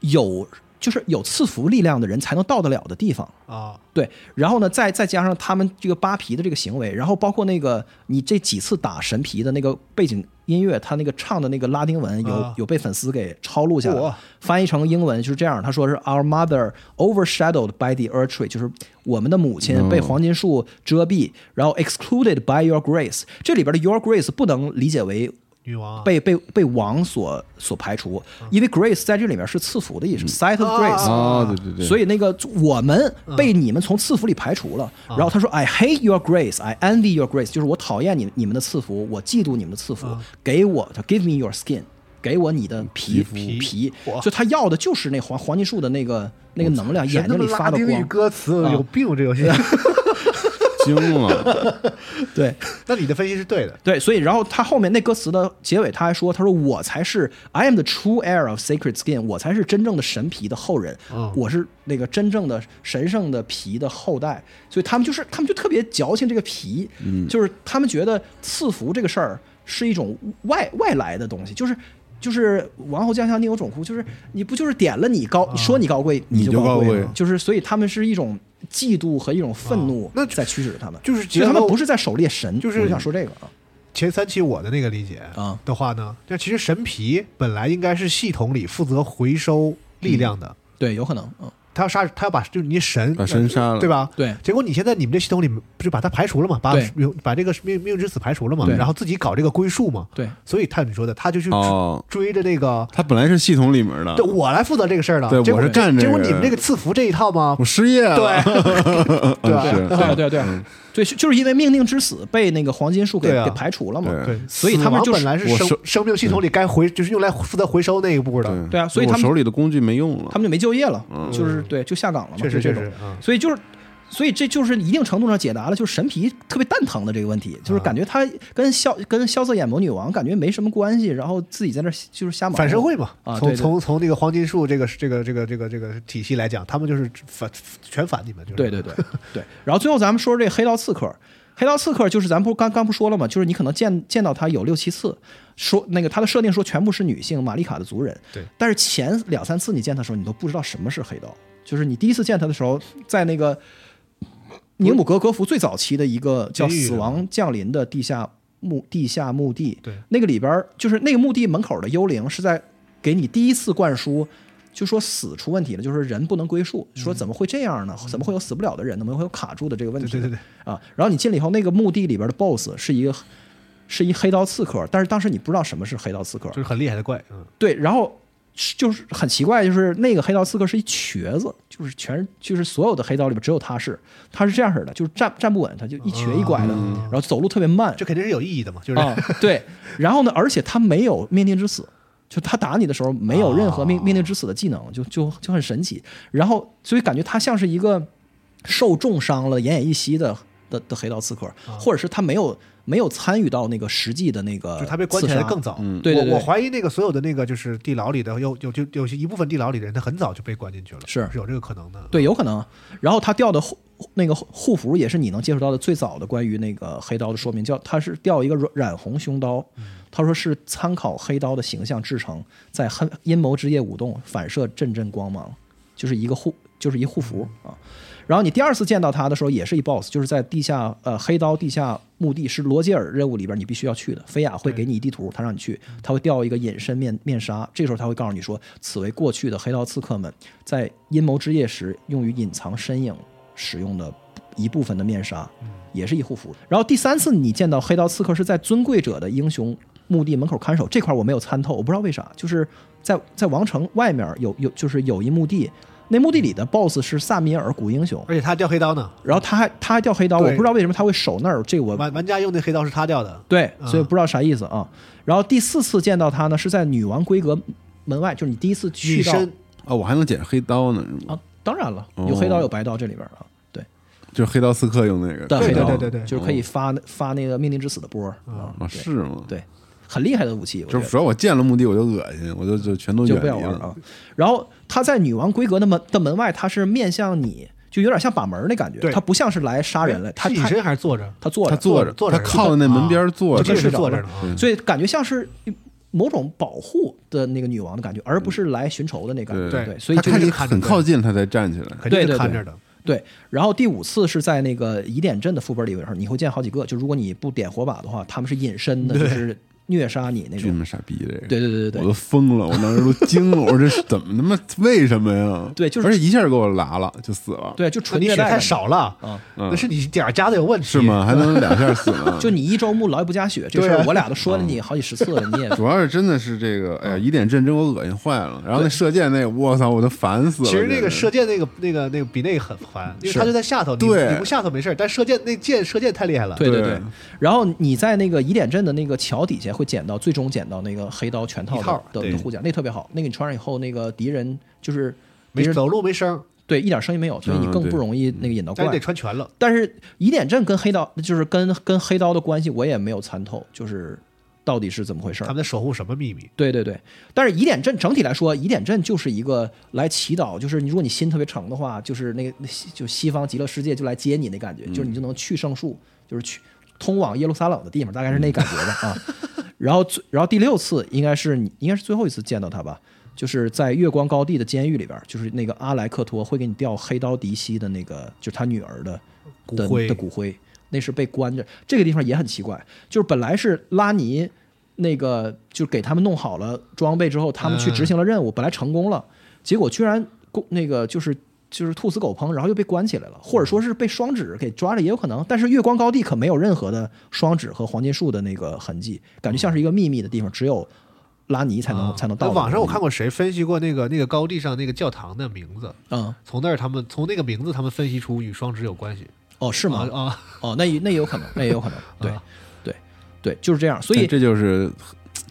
[SPEAKER 2] 有就是有赐福力量的人才能到得了的地方。
[SPEAKER 1] 啊，
[SPEAKER 2] 对，然后呢，再再加上他们这个扒皮的这个行为，然后包括那个你这几次打神皮的那个背景音乐，他那个唱的那个拉丁文有、
[SPEAKER 1] 啊
[SPEAKER 2] 有被粉丝给抄录下来
[SPEAKER 1] 哇
[SPEAKER 2] 了，翻译成英文就是这样，他说是 Our mother overshadowed by the earth tree，就是我们的母亲被黄金树遮蔽，然后 excluded by your grace，这里边的 your grace 不能理解为
[SPEAKER 1] 女王啊
[SPEAKER 2] 被被被王所所排除，因为 grace 在这里面是赐福的意思，sight of grace，、
[SPEAKER 1] 啊
[SPEAKER 3] 哦，对对对，
[SPEAKER 2] 啊所以那个我们被你们从赐福里排除了。
[SPEAKER 1] 嗯
[SPEAKER 2] 然后他说：“I hate your grace, I envy your grace，就是我讨厌你你们的赐福，我嫉妒你们的赐福。
[SPEAKER 1] 嗯
[SPEAKER 2] 给我，他 give me your skin，给我你的皮
[SPEAKER 1] 皮
[SPEAKER 2] 皮
[SPEAKER 1] 哇。
[SPEAKER 2] 就他要的就是那黄黄金树的那个那个能量，眼睛里发的
[SPEAKER 1] 神他妈拉丁语
[SPEAKER 2] 光。啊
[SPEAKER 1] 歌词有病，这游 戏。
[SPEAKER 3] 惊了，
[SPEAKER 2] 对
[SPEAKER 1] 那你的分析是对的，
[SPEAKER 2] 对，所以然后他后面那歌词的结尾，他还说：他说我才是 I am the true heir of sacred skin，我才是真正的神皮的后人，
[SPEAKER 1] 嗯
[SPEAKER 2] 我是那个真正的神圣的皮的后代。所以他们就是他们就特别矫情这个皮，
[SPEAKER 3] 嗯
[SPEAKER 2] 就是他们觉得赐福这个事儿是一种外外来的东西，就是。就是王侯将相宁有种乎？就是你不就是点了你高，
[SPEAKER 1] 嗯
[SPEAKER 2] 说你高贵，
[SPEAKER 3] 你就
[SPEAKER 2] 就
[SPEAKER 3] 高
[SPEAKER 2] 贵
[SPEAKER 3] 贵
[SPEAKER 2] 了，就是所以他们是一种嫉妒和一种愤怒在驱使他们，
[SPEAKER 1] 嗯就是
[SPEAKER 2] 所
[SPEAKER 1] 结
[SPEAKER 2] 以他们
[SPEAKER 1] 合
[SPEAKER 2] 不是在狩猎神，
[SPEAKER 1] 就是
[SPEAKER 2] 我想说这个啊。
[SPEAKER 1] 前三期我的那个理解
[SPEAKER 2] 啊
[SPEAKER 1] 的话呢，那其实神皮本来应该是系统里负责回收力量的，
[SPEAKER 2] 对，有可能，嗯，
[SPEAKER 1] 他要杀他要把就是你神
[SPEAKER 3] 把神杀了
[SPEAKER 1] 对吧？
[SPEAKER 2] 对
[SPEAKER 1] 结果你现在你们这系统里不就把它排除了嘛，把
[SPEAKER 2] 对
[SPEAKER 1] 命把这个命命运之子排除了嘛
[SPEAKER 2] 对，
[SPEAKER 1] 然后自己搞这个归宿嘛，
[SPEAKER 2] 对，
[SPEAKER 1] 所以他你说的他就去
[SPEAKER 3] 哦
[SPEAKER 1] 追着那个，
[SPEAKER 3] 他本来是系统里面的
[SPEAKER 1] 对，我来负责这个事儿了，
[SPEAKER 3] 对
[SPEAKER 1] 结果
[SPEAKER 3] 我是干这
[SPEAKER 1] 结
[SPEAKER 3] 个
[SPEAKER 1] 果你们这个赐福这一套吗
[SPEAKER 3] 我？失业了， 嗯
[SPEAKER 1] 对对吧
[SPEAKER 3] 是嗯
[SPEAKER 2] 对啊对对对，是就是因为命令之死被那个黄金树给
[SPEAKER 1] 对啊
[SPEAKER 2] 给排除了嘛，
[SPEAKER 3] 对
[SPEAKER 1] 对，
[SPEAKER 2] 所以他们
[SPEAKER 1] 死亡
[SPEAKER 2] 就
[SPEAKER 1] 本
[SPEAKER 2] 是
[SPEAKER 1] 来是
[SPEAKER 3] 我
[SPEAKER 1] 生
[SPEAKER 3] 收
[SPEAKER 1] 生命系统里该回就是用来负责回收那一步的，
[SPEAKER 2] 对啊所以
[SPEAKER 3] 我
[SPEAKER 2] 他们
[SPEAKER 3] 手里的工具没用了，
[SPEAKER 2] 他们就没就业了，
[SPEAKER 3] 嗯
[SPEAKER 2] 就是对，就下岗了嘛，
[SPEAKER 1] 确实
[SPEAKER 2] 就
[SPEAKER 1] 确
[SPEAKER 2] 这种啊
[SPEAKER 1] 实，嗯，
[SPEAKER 2] 所以就是。所以这就是一定程度上解答了，就是神皮特别蛋疼的这个问题，
[SPEAKER 3] 嗯
[SPEAKER 2] 就是感觉他跟萧跟萧瑟眼魔女王感觉没什么关系，然后自己在那儿就是瞎忙
[SPEAKER 1] 反社会嘛
[SPEAKER 2] 啊，
[SPEAKER 1] 从
[SPEAKER 2] 对对
[SPEAKER 1] 从从那个黄金树这个这个这个这个这个体系来讲，他们就是反全反你们，就是
[SPEAKER 2] 对对对对。 然后最后咱们说这黑道刺客，黑道刺客就是咱不刚刚不说了嘛，就是你可能见见到他有六七次，说那个他的设定说全部是女性玛丽卡的族人，
[SPEAKER 1] 对。
[SPEAKER 2] 但是前两三次你见他的时候，你都不知道什么是黑道，就是你第一次见他的时候，在那个宁姆格格夫最早期的一个叫
[SPEAKER 1] 监狱
[SPEAKER 2] 死亡降临的地下墓地下墓地，
[SPEAKER 1] 对，
[SPEAKER 2] 那个里边儿就是那个墓地门口的幽灵是在给你第一次灌输，就说死出问题了，就是人不能归宿，说怎么会这样呢？怎么会有死不了的人呢？怎么会有卡住的这个问题？
[SPEAKER 1] 嗯对对对
[SPEAKER 2] 啊！然后你进来以后，那个墓地里边的 BOSS 是一个是一黑道刺客，但是当时你不知道什么是黑道刺客，
[SPEAKER 1] 就是很厉害的怪，嗯，
[SPEAKER 2] 对，然后是就是很奇怪，就是那个黑道刺客是一瘸子，就是全就是所有的黑道里边只有他是，他是这样式的，就是站站不稳，他就一瘸一拐的，
[SPEAKER 1] 嗯
[SPEAKER 2] 然后走路特别慢
[SPEAKER 1] 这肯定是有意义的嘛，就是
[SPEAKER 2] 啊、对，然后呢，而且他没有命令之死。就他打你的时候没有任
[SPEAKER 1] 哦
[SPEAKER 2] 何命命令之死的技能，就就就很神奇。然后所以感觉他像是一个受重伤了、奄奄一息的的的黑道刺客，
[SPEAKER 1] 哦
[SPEAKER 2] 或者是他没有没有参与到那个实际的那个 刺杀，
[SPEAKER 1] 就是他被关起来的更早。
[SPEAKER 2] 对对对
[SPEAKER 1] 我，我怀疑那个所有的那个就是地牢里的有有就有些一部分地牢里的人，他很早就被关进去了，
[SPEAKER 2] 是
[SPEAKER 1] 有这个可能的。
[SPEAKER 2] 对，有可能。然后他掉的护那个护护符也是你能接触到的最早的关于那个黑刀的说明，叫他是掉一个染染红胸刀，他说是参考黑刀的形象制成，在黑阴谋之夜舞动，反射阵阵光芒，就是一个护就是一护符啊。然后你第二次见到他的时候，也是一 boss，就是在地下呃黑刀地下墓地，是罗杰尔任务里边你必须要去的。菲亚会给你一地图，他让你去，他会掉一个隐身面面纱，这时候他会告诉你说，此为过去的黑道刺客们在阴谋之夜时用于隐藏身影使用的一部分的面纱，
[SPEAKER 1] 嗯
[SPEAKER 2] 也是一护符。然后第三次你见到黑道刺客是在尊贵者的英雄墓地门口看守，这块我没有参透，我不知道为啥，就是在在王城外面有有就是有一墓地。那墓地里的 BOSS 是萨米尔古英雄，
[SPEAKER 1] 而且他掉黑刀呢，
[SPEAKER 2] 然后他还他还掉黑刀，我
[SPEAKER 1] 哎对
[SPEAKER 2] 不知道为什么他会守那儿，这个我
[SPEAKER 1] 玩玩家用那黑刀是他掉的，
[SPEAKER 2] 对，
[SPEAKER 1] 嗯
[SPEAKER 2] 所以不知道啥意思啊。然后第四次见到他呢，是在女王规格门外，就是你第一次去
[SPEAKER 1] 女
[SPEAKER 2] 到
[SPEAKER 1] 身
[SPEAKER 3] 啊，我还能捡黑刀呢，是
[SPEAKER 2] 啊，
[SPEAKER 3] 吗
[SPEAKER 2] 当然了，有黑刀有白刀这里边啊，对
[SPEAKER 3] 就是黑刀刺客用那个
[SPEAKER 2] 的黑刀，
[SPEAKER 1] 对对对嗯对
[SPEAKER 2] 就是可以发那发那个命令之死的波儿啊，
[SPEAKER 3] 啊，是吗？
[SPEAKER 2] 对，很厉害的武器，我觉
[SPEAKER 3] 就
[SPEAKER 2] 得
[SPEAKER 3] 是主要我见了墓地我就恶心，我就就全都
[SPEAKER 2] 就
[SPEAKER 3] 远
[SPEAKER 2] 不要
[SPEAKER 3] 离
[SPEAKER 2] 玩
[SPEAKER 3] 了
[SPEAKER 2] 啊。然后他在女王规格的门的门外，他是面向你，就有点像把门儿那感觉，
[SPEAKER 1] 对
[SPEAKER 2] 他不像是来杀人来，他
[SPEAKER 1] 是隐
[SPEAKER 2] 他
[SPEAKER 1] 身还是坐着？
[SPEAKER 2] 他坐
[SPEAKER 3] 他
[SPEAKER 2] 着
[SPEAKER 3] 坐着，
[SPEAKER 1] 坐着啊
[SPEAKER 3] 他靠在那门边坐
[SPEAKER 1] 这个，
[SPEAKER 3] 着
[SPEAKER 1] 是
[SPEAKER 2] 睡着
[SPEAKER 1] 坐着啊
[SPEAKER 2] 了
[SPEAKER 1] 呢，
[SPEAKER 3] 嗯
[SPEAKER 2] 所以感觉像是某种保护的那个女王的感觉，而不是来寻仇的那感觉。
[SPEAKER 1] 对
[SPEAKER 2] 对，所以
[SPEAKER 3] 嗯他
[SPEAKER 2] 就
[SPEAKER 3] 看
[SPEAKER 1] 是
[SPEAKER 3] 你
[SPEAKER 1] 看着
[SPEAKER 3] 很
[SPEAKER 1] 对
[SPEAKER 3] 靠近，他才站起来。
[SPEAKER 1] 肯定
[SPEAKER 2] 对对
[SPEAKER 1] 是
[SPEAKER 2] 对
[SPEAKER 1] 看着的。
[SPEAKER 2] 对。然后第五次是在那个疑点镇的副本里边，你会见好几个。就如果你不点火把的话，他们是隐身的，就是虐杀你那
[SPEAKER 3] 这
[SPEAKER 2] 种。
[SPEAKER 3] 么傻逼，这个
[SPEAKER 2] 对对对对对
[SPEAKER 3] 嗯我都疯了，我当时都惊了，我说 这是怎么他妈为什么呀？
[SPEAKER 2] 对就是
[SPEAKER 3] 而且一下给我拉了，就死了，
[SPEAKER 2] 对，就纯
[SPEAKER 1] 你
[SPEAKER 2] 虐
[SPEAKER 1] 血
[SPEAKER 2] 待
[SPEAKER 1] 太
[SPEAKER 2] 感觉。
[SPEAKER 1] 少了，
[SPEAKER 2] 嗯？
[SPEAKER 1] 那是你点儿加的有问题，
[SPEAKER 3] 是？吗？还能两下死 呢
[SPEAKER 2] 就你一周目劳逸不加血这
[SPEAKER 1] 对
[SPEAKER 2] 事儿
[SPEAKER 1] 啊，
[SPEAKER 2] 我俩都说
[SPEAKER 3] 嗯
[SPEAKER 2] 了你好几十次了， 你也
[SPEAKER 3] 主要是真的是这个，哎呀，
[SPEAKER 2] 嗯
[SPEAKER 3] 疑点阵真给我恶心坏了。然后那射箭那，我操，我都烦死了。
[SPEAKER 1] 其实那
[SPEAKER 3] 真
[SPEAKER 1] 个
[SPEAKER 3] 的
[SPEAKER 1] 射箭那个那个那个比那个很烦，因为
[SPEAKER 2] 是
[SPEAKER 1] 他就在下头，你
[SPEAKER 3] 对
[SPEAKER 1] 你不下头没事儿，但射箭那箭射箭太厉害了，
[SPEAKER 2] 对对对
[SPEAKER 3] 对。
[SPEAKER 2] 然后你在那个疑点镇的那个桥底下会捡到，最终捡到那个黑刀全套
[SPEAKER 1] 一套
[SPEAKER 2] 的的
[SPEAKER 1] 对
[SPEAKER 2] 的护甲，那特别好。那个你穿上以后，那个敌人就是敌
[SPEAKER 1] 没
[SPEAKER 2] 人
[SPEAKER 1] 走路没声儿，
[SPEAKER 2] 对一点声音没有，所以你
[SPEAKER 3] 嗯
[SPEAKER 2] 更
[SPEAKER 3] 对
[SPEAKER 2] 不容易那个引到
[SPEAKER 1] 但
[SPEAKER 2] 怪。
[SPEAKER 1] 是得穿全了。
[SPEAKER 2] 但是疑点阵跟黑刀就是跟跟黑刀的关系，我也没有参透，就是到底是怎么回事
[SPEAKER 1] 他
[SPEAKER 2] 儿
[SPEAKER 1] 们。在守护什么秘密？
[SPEAKER 2] 对对对，但是疑点阵整体来说，疑点阵就是一个来祈祷，就是你如果你心特别诚的话，就是那个那西就西方极乐世界就来接你那感觉，就是你就能去圣树，就是去通往耶路撒冷的地方，大概是那感觉吧啊。然后最然后第六次应该是你应该是最后一次见到他吧，就是在月光高地的监狱里边，就是那个阿莱克托会给你掉黑刀迪西的那个，就是他女儿的
[SPEAKER 1] 骨
[SPEAKER 2] 的
[SPEAKER 1] 灰
[SPEAKER 2] 的骨灰，那是被关着。这个地方也很奇怪，就是本来是拉尼那个，就给他们弄好了装备之后，他们去执行了任务，本来成功了，结果居然公那个就是就是兔死狗烹，然后又被关起来了，或者说是被双指给抓了也有可能。但是月光高地可没有任何的双指和黄金树的那个痕迹，感觉像是一个秘密的地方，只有拉尼才能、才能到
[SPEAKER 1] 那
[SPEAKER 2] 的地
[SPEAKER 1] 啊
[SPEAKER 2] 方。嗯
[SPEAKER 1] 网上我看过谁分析过那个那个高地上那个教堂的名字，
[SPEAKER 2] 嗯，
[SPEAKER 1] 从那儿他们从那个名字他们分析出与双指有关系。
[SPEAKER 2] 哦，是吗？
[SPEAKER 1] 啊啊，
[SPEAKER 2] 哦，那也那也有可能，那也有可能，对
[SPEAKER 1] 啊，
[SPEAKER 2] 对，对，就是这样。所
[SPEAKER 3] 但
[SPEAKER 2] 以
[SPEAKER 3] 这就是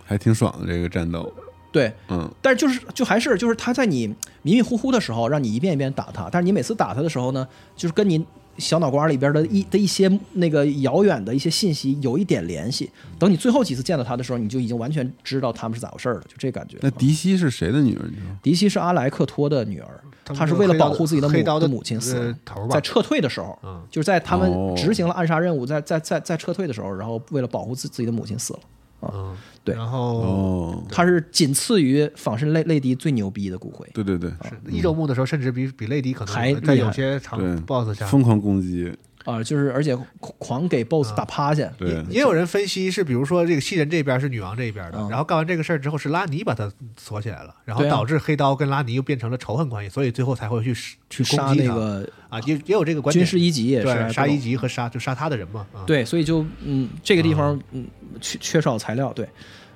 [SPEAKER 3] 还挺爽的这个战斗，
[SPEAKER 2] 对，
[SPEAKER 3] 嗯，
[SPEAKER 2] 但是就是就还是就是他在你迷迷糊糊的时候，让你一遍一遍打他，但是你每次打他的时候呢，就是跟你小脑瓜里边的一的一些那个遥远的一些信息有一点联系。等你最后几次见到他的时候，你就已经完全知道他们是咋回事儿了，就这感觉。
[SPEAKER 3] 那迪西是谁的女儿？你知道吗？
[SPEAKER 2] 迪西是阿莱克托的女儿，
[SPEAKER 1] 他们
[SPEAKER 2] 她是
[SPEAKER 1] 那个
[SPEAKER 2] 为了
[SPEAKER 1] 黑刀
[SPEAKER 2] 保护自己的母
[SPEAKER 1] 黑刀的
[SPEAKER 2] 母亲死
[SPEAKER 1] 呃
[SPEAKER 2] 了
[SPEAKER 1] 头儿吧
[SPEAKER 2] 在撤退的时候，
[SPEAKER 1] 嗯
[SPEAKER 2] 就是在他
[SPEAKER 3] 哦
[SPEAKER 2] 们执行了暗杀任务，在在在在撤退的时候，然后为了保护自自己的母亲死了。
[SPEAKER 1] 嗯，
[SPEAKER 2] 对
[SPEAKER 1] 然后
[SPEAKER 3] 哦，
[SPEAKER 2] 他是仅次于仿生类类迪最牛逼的骨灰。
[SPEAKER 3] 对对对，
[SPEAKER 2] 哦
[SPEAKER 1] 是一周目的时候，甚至比比雷迪可能
[SPEAKER 2] 啊嗯还
[SPEAKER 1] 在
[SPEAKER 2] 厉害
[SPEAKER 1] 有些场
[SPEAKER 3] 对
[SPEAKER 1] BOSS 下
[SPEAKER 3] 疯狂攻击，
[SPEAKER 2] 啊、就是而且狂狂给
[SPEAKER 1] 啊
[SPEAKER 2] BOSS 打趴下，
[SPEAKER 3] 对，
[SPEAKER 1] 也有人分析是，比如说这个西人这边是女王这一边的，
[SPEAKER 2] 嗯
[SPEAKER 1] 然后干完这个事儿之后是拉尼把他锁起来了，然后
[SPEAKER 2] 对啊
[SPEAKER 1] 导致黑刀跟拉尼又变成了仇恨关系，所以最后才会去
[SPEAKER 2] 去
[SPEAKER 1] 去攻
[SPEAKER 2] 杀
[SPEAKER 1] 击
[SPEAKER 2] 那
[SPEAKER 1] 他
[SPEAKER 2] 个
[SPEAKER 1] 啊，也也有这个观点。
[SPEAKER 2] 军事一级也是
[SPEAKER 1] 对，
[SPEAKER 2] 啊
[SPEAKER 1] 杀一。
[SPEAKER 2] 这种
[SPEAKER 1] 级和杀就杀他的人嘛，啊，
[SPEAKER 2] 对，所以就嗯，这个地方嗯缺缺少材料，对，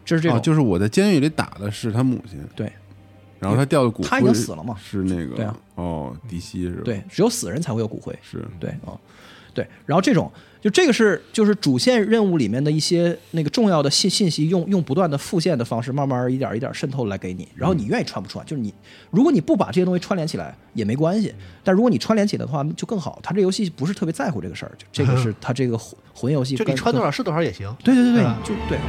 [SPEAKER 2] 这是这种，
[SPEAKER 3] 哦，就是我在监狱里打的是他母亲，
[SPEAKER 2] 对
[SPEAKER 3] 然后他掉的骨灰，
[SPEAKER 2] 他已经死了嘛
[SPEAKER 3] 是那个
[SPEAKER 2] 对啊
[SPEAKER 3] 哦，迪西是吧？，
[SPEAKER 2] 对，只有死人才会有骨灰，
[SPEAKER 3] 是
[SPEAKER 2] 对啊、对，然后这种就这个是就是主线任务里面的一些那个重要的信信息用，用不断的复现的方式，慢慢一点一点渗透来给你，然后
[SPEAKER 1] 嗯
[SPEAKER 2] 你愿意串不串，就是你如果你不把这些东西串联起来也没关
[SPEAKER 1] 嗯
[SPEAKER 2] 系，但如果你串联起来的话就更好。他这游戏不是特别在乎这个事儿，就 这个是他这个魂魂游戏
[SPEAKER 1] 就
[SPEAKER 2] 跟，
[SPEAKER 1] 你穿多少是多少也行。
[SPEAKER 2] 对对对
[SPEAKER 1] 对
[SPEAKER 2] 对
[SPEAKER 1] 吧，
[SPEAKER 2] 就对。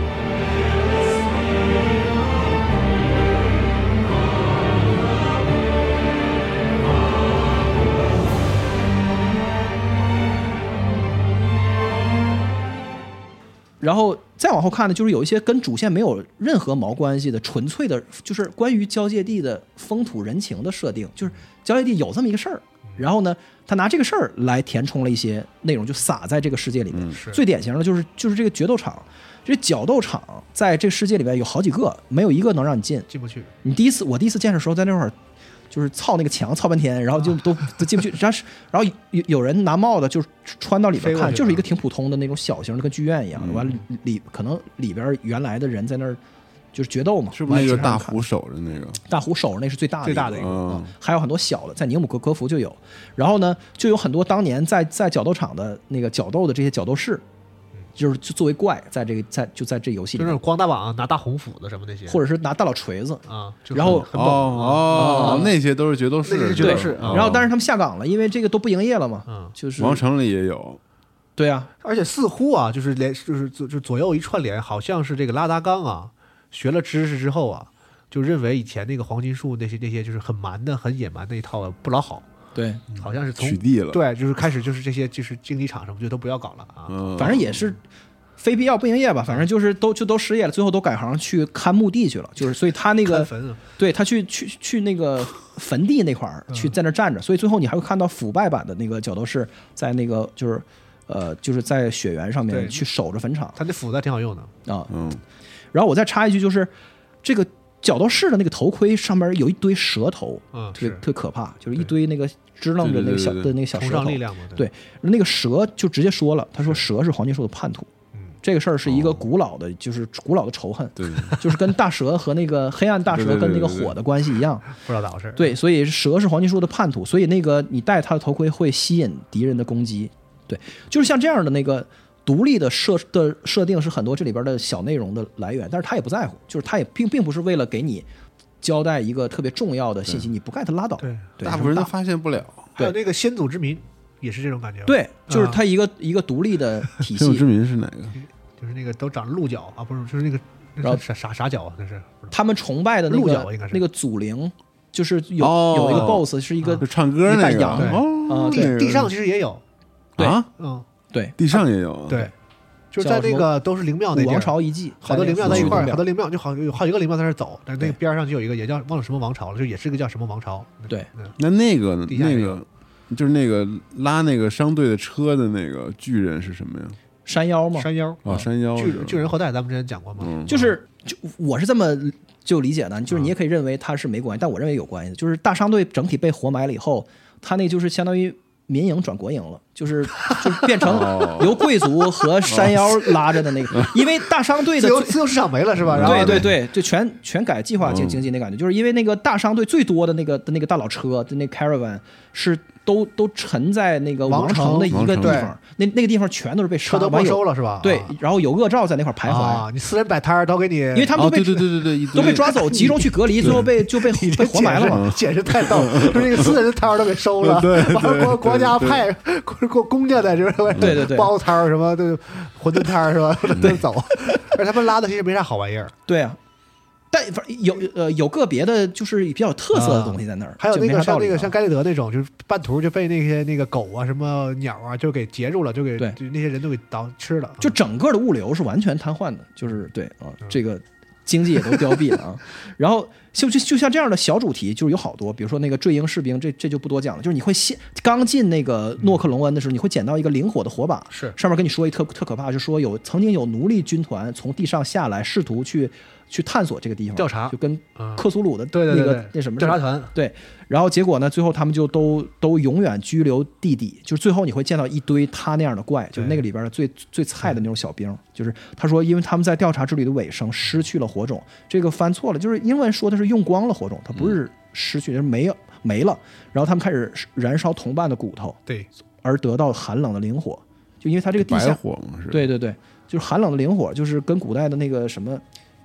[SPEAKER 2] 然后再往后看呢，就是有一些跟主线没有任何毛关系的，纯粹的，就是关于交界地的风土人情的设定，就是交界地有这么一个事儿，然后呢，他拿这个事儿来填充了一些内容，就撒在这个世界里面。
[SPEAKER 1] 嗯是
[SPEAKER 2] 最典型的就是就是这个决斗场，这角斗场在这个世界里面有好几个，没有一个能让你进。
[SPEAKER 1] 进不去，
[SPEAKER 2] 你第一次我第一次见的时候，在那会儿就是操那个墙操半天，然后就都
[SPEAKER 1] 啊
[SPEAKER 2] 都进不去。然后是然后有有人拿帽子就是穿到里边
[SPEAKER 1] 飞过
[SPEAKER 2] 看，
[SPEAKER 1] 去嗯
[SPEAKER 2] 就是一个
[SPEAKER 1] 啊
[SPEAKER 2] 挺普通的那种小型的跟剧院一样的。完了里里可能里边原来的人在那儿就是决斗嘛，
[SPEAKER 3] 是不是那个
[SPEAKER 2] 完了其他
[SPEAKER 3] 大
[SPEAKER 2] 人看
[SPEAKER 3] 湖守着那个？
[SPEAKER 2] 大湖手那是最大的
[SPEAKER 1] 最大的一个
[SPEAKER 2] 啊
[SPEAKER 3] 嗯，
[SPEAKER 2] 还有很多小的，在宁姆格格福就有。然后呢，就有很多当年在在角斗场的那个角斗的这些角斗士，就是就作为怪，在这个在就在这游戏
[SPEAKER 1] 就
[SPEAKER 2] 里
[SPEAKER 1] 那
[SPEAKER 2] 面，
[SPEAKER 1] 种光大膀、拿大红斧子什么那些，
[SPEAKER 2] 或者是拿大老锤子。
[SPEAKER 1] 啊，就
[SPEAKER 2] 然后
[SPEAKER 1] 很很
[SPEAKER 3] 哦
[SPEAKER 1] 猛
[SPEAKER 2] 啊
[SPEAKER 3] 哦，那些都是决斗士，
[SPEAKER 1] 那些决
[SPEAKER 2] 对
[SPEAKER 1] 斗士
[SPEAKER 3] 哦
[SPEAKER 2] 然后但是他们下岗了，因为这个都不营业了嘛，
[SPEAKER 1] 嗯
[SPEAKER 2] 就是
[SPEAKER 3] 王城里也有，
[SPEAKER 2] 对啊，
[SPEAKER 1] 而且似乎啊，就是连就是就就左右一串联，好像是这个拉达冈啊，学了知识之后啊，就认为以前那个黄金树那些那些就是很蛮的、很野蛮那一套啊不老好，
[SPEAKER 2] 对，
[SPEAKER 1] 好像是从
[SPEAKER 3] 取缔了
[SPEAKER 1] 对，就是开始就是这些就是竞技场什么就都不要搞了啊。
[SPEAKER 3] 嗯，
[SPEAKER 2] 反正也是非必要不营业吧，反正就是都就都失业了，最后都改行去看墓地去了，就是所以他那
[SPEAKER 1] 看
[SPEAKER 2] 个
[SPEAKER 1] 坟啊，
[SPEAKER 2] 对他去去去那个坟地那块儿
[SPEAKER 1] 嗯
[SPEAKER 2] 去在那站着，所以最后你还会看到腐败版的那个角斗士在那个就是呃就是在雪原上面
[SPEAKER 1] 对
[SPEAKER 2] 去守着坟场
[SPEAKER 1] 他那斧子还挺好用的，
[SPEAKER 2] 啊。
[SPEAKER 3] 嗯，
[SPEAKER 2] 然后我再插一句，就是这个角斗士的那个头盔上面有一堆蛇头，
[SPEAKER 1] 嗯，
[SPEAKER 2] 特别
[SPEAKER 1] 是
[SPEAKER 2] 特别可怕，就是一堆那个支棱着
[SPEAKER 3] 对对
[SPEAKER 2] 那个小
[SPEAKER 3] 对
[SPEAKER 2] 的
[SPEAKER 3] 对
[SPEAKER 2] 那个小
[SPEAKER 1] 崇
[SPEAKER 2] 蛇
[SPEAKER 1] 尚
[SPEAKER 2] 头
[SPEAKER 1] 力。量嘛，
[SPEAKER 2] 对，那个蛇就直接说了，他说蛇是黄金树的叛徒。
[SPEAKER 1] 嗯
[SPEAKER 2] 这个事儿是一个古老的，就是古老的仇恨，
[SPEAKER 3] 哦对，
[SPEAKER 2] 就是跟大蛇和那个黑暗大蛇
[SPEAKER 3] 对对对
[SPEAKER 2] 跟那个
[SPEAKER 3] 对对对
[SPEAKER 2] 火的关系一样。
[SPEAKER 1] 不知道咋回事儿。
[SPEAKER 2] 对，所以蛇是黄金树的叛徒，所以那个你戴他的头盔会吸引敌人的攻击。对，就是像这样的那个独立的设的设定是很多这里边的小内容的来源，但是他也不在乎，就是他也并并不是为了给你交代一个特别重要的信息，你不 get 拉倒。
[SPEAKER 1] 对
[SPEAKER 2] 对，
[SPEAKER 3] 大
[SPEAKER 2] 什
[SPEAKER 3] 部分
[SPEAKER 2] 么
[SPEAKER 3] 人都发现不了，
[SPEAKER 1] 还有那个先祖之民也是这种感觉吧，
[SPEAKER 2] 对，就是
[SPEAKER 1] 啊
[SPEAKER 2] 它一个、一个独立的体
[SPEAKER 3] 先有之
[SPEAKER 2] 系。
[SPEAKER 3] 民是哪个？
[SPEAKER 1] 就是那个都长着鹿角啊，不是，就是那个那
[SPEAKER 2] 然后
[SPEAKER 1] 啥啥啥角啊，那是不知道
[SPEAKER 2] 他们崇拜的那
[SPEAKER 1] 鹿角
[SPEAKER 2] 个
[SPEAKER 1] 应该是
[SPEAKER 2] 那个祖灵，就是有、
[SPEAKER 3] 哦
[SPEAKER 2] 有一个 BOSS 是一个、
[SPEAKER 1] 啊
[SPEAKER 3] 就唱歌那
[SPEAKER 2] 一大
[SPEAKER 3] 个
[SPEAKER 2] 羊
[SPEAKER 3] 哦
[SPEAKER 2] 啊，
[SPEAKER 1] 地
[SPEAKER 2] 对
[SPEAKER 3] 那个
[SPEAKER 1] 地上其实也有，
[SPEAKER 2] 对
[SPEAKER 3] 啊，
[SPEAKER 1] 嗯，
[SPEAKER 2] 对
[SPEAKER 3] 地上也有啊，
[SPEAKER 1] 对，就是
[SPEAKER 2] 叫
[SPEAKER 1] 在
[SPEAKER 2] 什
[SPEAKER 1] 那
[SPEAKER 2] 么
[SPEAKER 1] 个都是灵庙那
[SPEAKER 2] 古
[SPEAKER 1] 地
[SPEAKER 2] 王
[SPEAKER 1] 儿，
[SPEAKER 2] 朝遗迹，
[SPEAKER 1] 好多灵庙在一块
[SPEAKER 2] 在那
[SPEAKER 1] 儿，
[SPEAKER 2] 个
[SPEAKER 1] 好多灵庙就好有好几个灵庙在那儿走，但是那个
[SPEAKER 2] 对
[SPEAKER 1] 边儿上就有一个也叫忘了什么王朝了，就也是个叫什么王朝，
[SPEAKER 2] 对
[SPEAKER 1] 嗯，
[SPEAKER 3] 那那个呢
[SPEAKER 1] 地下
[SPEAKER 3] 那
[SPEAKER 1] 也
[SPEAKER 3] 个就是那个拉那个商队的车的那个巨人是什么呀？
[SPEAKER 2] 啊山腰嘛，
[SPEAKER 1] 山腰嗯
[SPEAKER 3] 哦，山腰是
[SPEAKER 1] 啊巨
[SPEAKER 3] 吧
[SPEAKER 1] 巨人后代，咱们之前讲过嘛，
[SPEAKER 3] 嗯
[SPEAKER 2] 就是就我是这么就理解的，就是你也可以认为它是没关系，但我认为有关系的。就是大商队整体被活埋了以后，他那就是相当于民营转国营了，就是就变成由贵族和山腰拉着的那 个，因为大商队
[SPEAKER 1] 自
[SPEAKER 2] 的
[SPEAKER 1] 由
[SPEAKER 2] 最
[SPEAKER 1] 自由市场没了是吧？然后
[SPEAKER 2] 嗯
[SPEAKER 1] 嗯
[SPEAKER 2] 对对对，就全全改计划经经济那感觉，就是因为那个大商队最多的那个的那个大老车的那 caravan 是都都沉在那个
[SPEAKER 1] 王
[SPEAKER 2] 王城的一
[SPEAKER 3] 王
[SPEAKER 2] 个
[SPEAKER 3] 城
[SPEAKER 2] 地方，那那个地方全都是被
[SPEAKER 1] 车
[SPEAKER 2] 杀
[SPEAKER 1] 都
[SPEAKER 2] 完
[SPEAKER 1] 没收
[SPEAKER 2] 有
[SPEAKER 1] 了是吧？
[SPEAKER 2] 对，然后有恶兆在那块徘徊，
[SPEAKER 1] 啊，你私人摆摊儿都给你，因
[SPEAKER 2] 因为他们
[SPEAKER 3] 哦
[SPEAKER 2] 都被
[SPEAKER 3] 对对对对对，一堆
[SPEAKER 2] 都被抓走，集中去隔离，最后被就被被活埋了嘛。嗯
[SPEAKER 1] 解释太逗，了，说这个私人的摊儿都给收了，
[SPEAKER 3] 对对
[SPEAKER 1] 完了国国家派国国公家在这边
[SPEAKER 2] 对对嗯对
[SPEAKER 1] 包摊儿什么对馄饨摊儿是吧，都走， 而他们拉的其实没啥好玩意儿，
[SPEAKER 2] 对啊，但反有呃有个别的就是比较有特色的东西在那儿，
[SPEAKER 1] 啊还有
[SPEAKER 2] 就
[SPEAKER 1] 那
[SPEAKER 2] 没
[SPEAKER 1] 个
[SPEAKER 2] 啥道
[SPEAKER 1] 像
[SPEAKER 2] 理
[SPEAKER 1] 那
[SPEAKER 2] 了
[SPEAKER 1] 个像。甘利德那种，就是半途就被那些那个狗啊什么鸟啊就给截住了，就给
[SPEAKER 2] 对
[SPEAKER 1] 就那些人都给当吃了，
[SPEAKER 2] 就整个的物流是完全瘫痪的，就是对啊，
[SPEAKER 1] 嗯
[SPEAKER 2] 这个经济也都凋敝 了啊。然后就就就像这样的小主题，就是有好多，比如说那个坠鹰士兵，这这就不多讲了。就是你会先刚进那个诺克隆恩的时候，你会捡到一个灵火的火把，
[SPEAKER 1] 是
[SPEAKER 2] 上面跟你说一特特可怕，就说有曾经有奴隶军团从地上下来，试图去去探索这个地方
[SPEAKER 1] 调查
[SPEAKER 2] 就跟
[SPEAKER 1] 嗯
[SPEAKER 2] 克苏鲁的
[SPEAKER 1] 对对
[SPEAKER 2] 那
[SPEAKER 1] 对
[SPEAKER 2] 个
[SPEAKER 1] 对
[SPEAKER 2] 那什么似
[SPEAKER 1] 调
[SPEAKER 2] 的
[SPEAKER 1] 查团，
[SPEAKER 2] 对，然后结果呢，最后他们就都都永远拘留地底，就是最后你会见到一堆他那样的怪，就是那个里边的最最菜的那种小兵。就是他说，因为他们在调查之旅的尾声失去了火种，这个翻错了，就是英文说的是用光了火种，它
[SPEAKER 1] 嗯
[SPEAKER 2] 不是失去，就是没有没了。然后他们开始燃烧同伴的骨头，
[SPEAKER 1] 对，
[SPEAKER 2] 而得到寒冷的灵火，就因为它这个地
[SPEAKER 3] 白
[SPEAKER 2] 下
[SPEAKER 3] 火嘛是，，
[SPEAKER 2] 对对对，就是寒冷的灵火，就是跟古代的那个什么，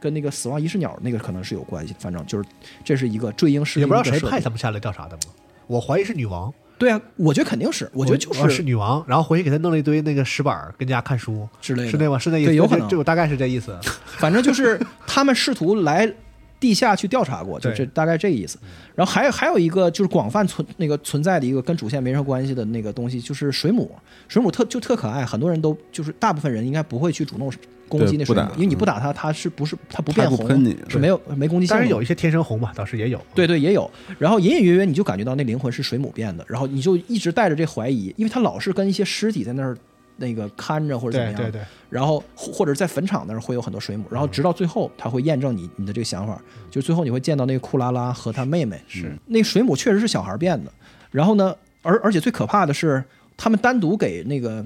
[SPEAKER 2] 跟那个死亡仪式鸟那个可能是有关系。反正就是这是一个坠鹰士
[SPEAKER 1] 也
[SPEAKER 2] 兵
[SPEAKER 1] 不
[SPEAKER 2] 的
[SPEAKER 1] 知
[SPEAKER 2] 设
[SPEAKER 1] 道谁
[SPEAKER 2] 定。
[SPEAKER 1] 派他们下来调查的嘛，我怀疑是女王，
[SPEAKER 2] 对啊，我觉得肯定是，我觉得就
[SPEAKER 1] 啊
[SPEAKER 2] 是
[SPEAKER 1] 是女王，然后回去给她弄了一堆那个石板儿跟家看书
[SPEAKER 2] 之类的
[SPEAKER 1] 是那吗？是那意思？
[SPEAKER 2] 对有可能
[SPEAKER 1] 这我大概是这意 思。
[SPEAKER 2] 反正就是他们试图来地下去调查过，就
[SPEAKER 1] 对
[SPEAKER 2] 这大概这意思。然后还有还有一个就是广泛存那个存在的一个跟主线没啥关系的那个东西，就是水母。水母特就特可爱，很多人都就是大部分人应该不会去主动攻击那
[SPEAKER 3] 对
[SPEAKER 2] 水母
[SPEAKER 3] 不打，嗯
[SPEAKER 2] 因为你不打它，它是不是它不变
[SPEAKER 3] 它不
[SPEAKER 2] 红，
[SPEAKER 3] 喷你
[SPEAKER 2] 是没有没攻击性
[SPEAKER 1] 当
[SPEAKER 2] 的。
[SPEAKER 1] 然有一些天生红嘛，倒是也有。
[SPEAKER 2] 对对，也有。然后隐隐约约你就感觉到那灵魂是水母变的，然后你就一直带着这怀疑，因为他老是跟一些尸体在那儿那个看着或者怎么
[SPEAKER 1] 对对
[SPEAKER 2] 样，
[SPEAKER 1] 对，嗯
[SPEAKER 2] 然后或或者在坟场那儿会有很多水母，然后直到最后他会验证你你的这个想法，就最后你会见到那个库拉拉和他妹妹，是那水母确实是小孩变的。然后呢，而而且最可怕的是，他们单独给那个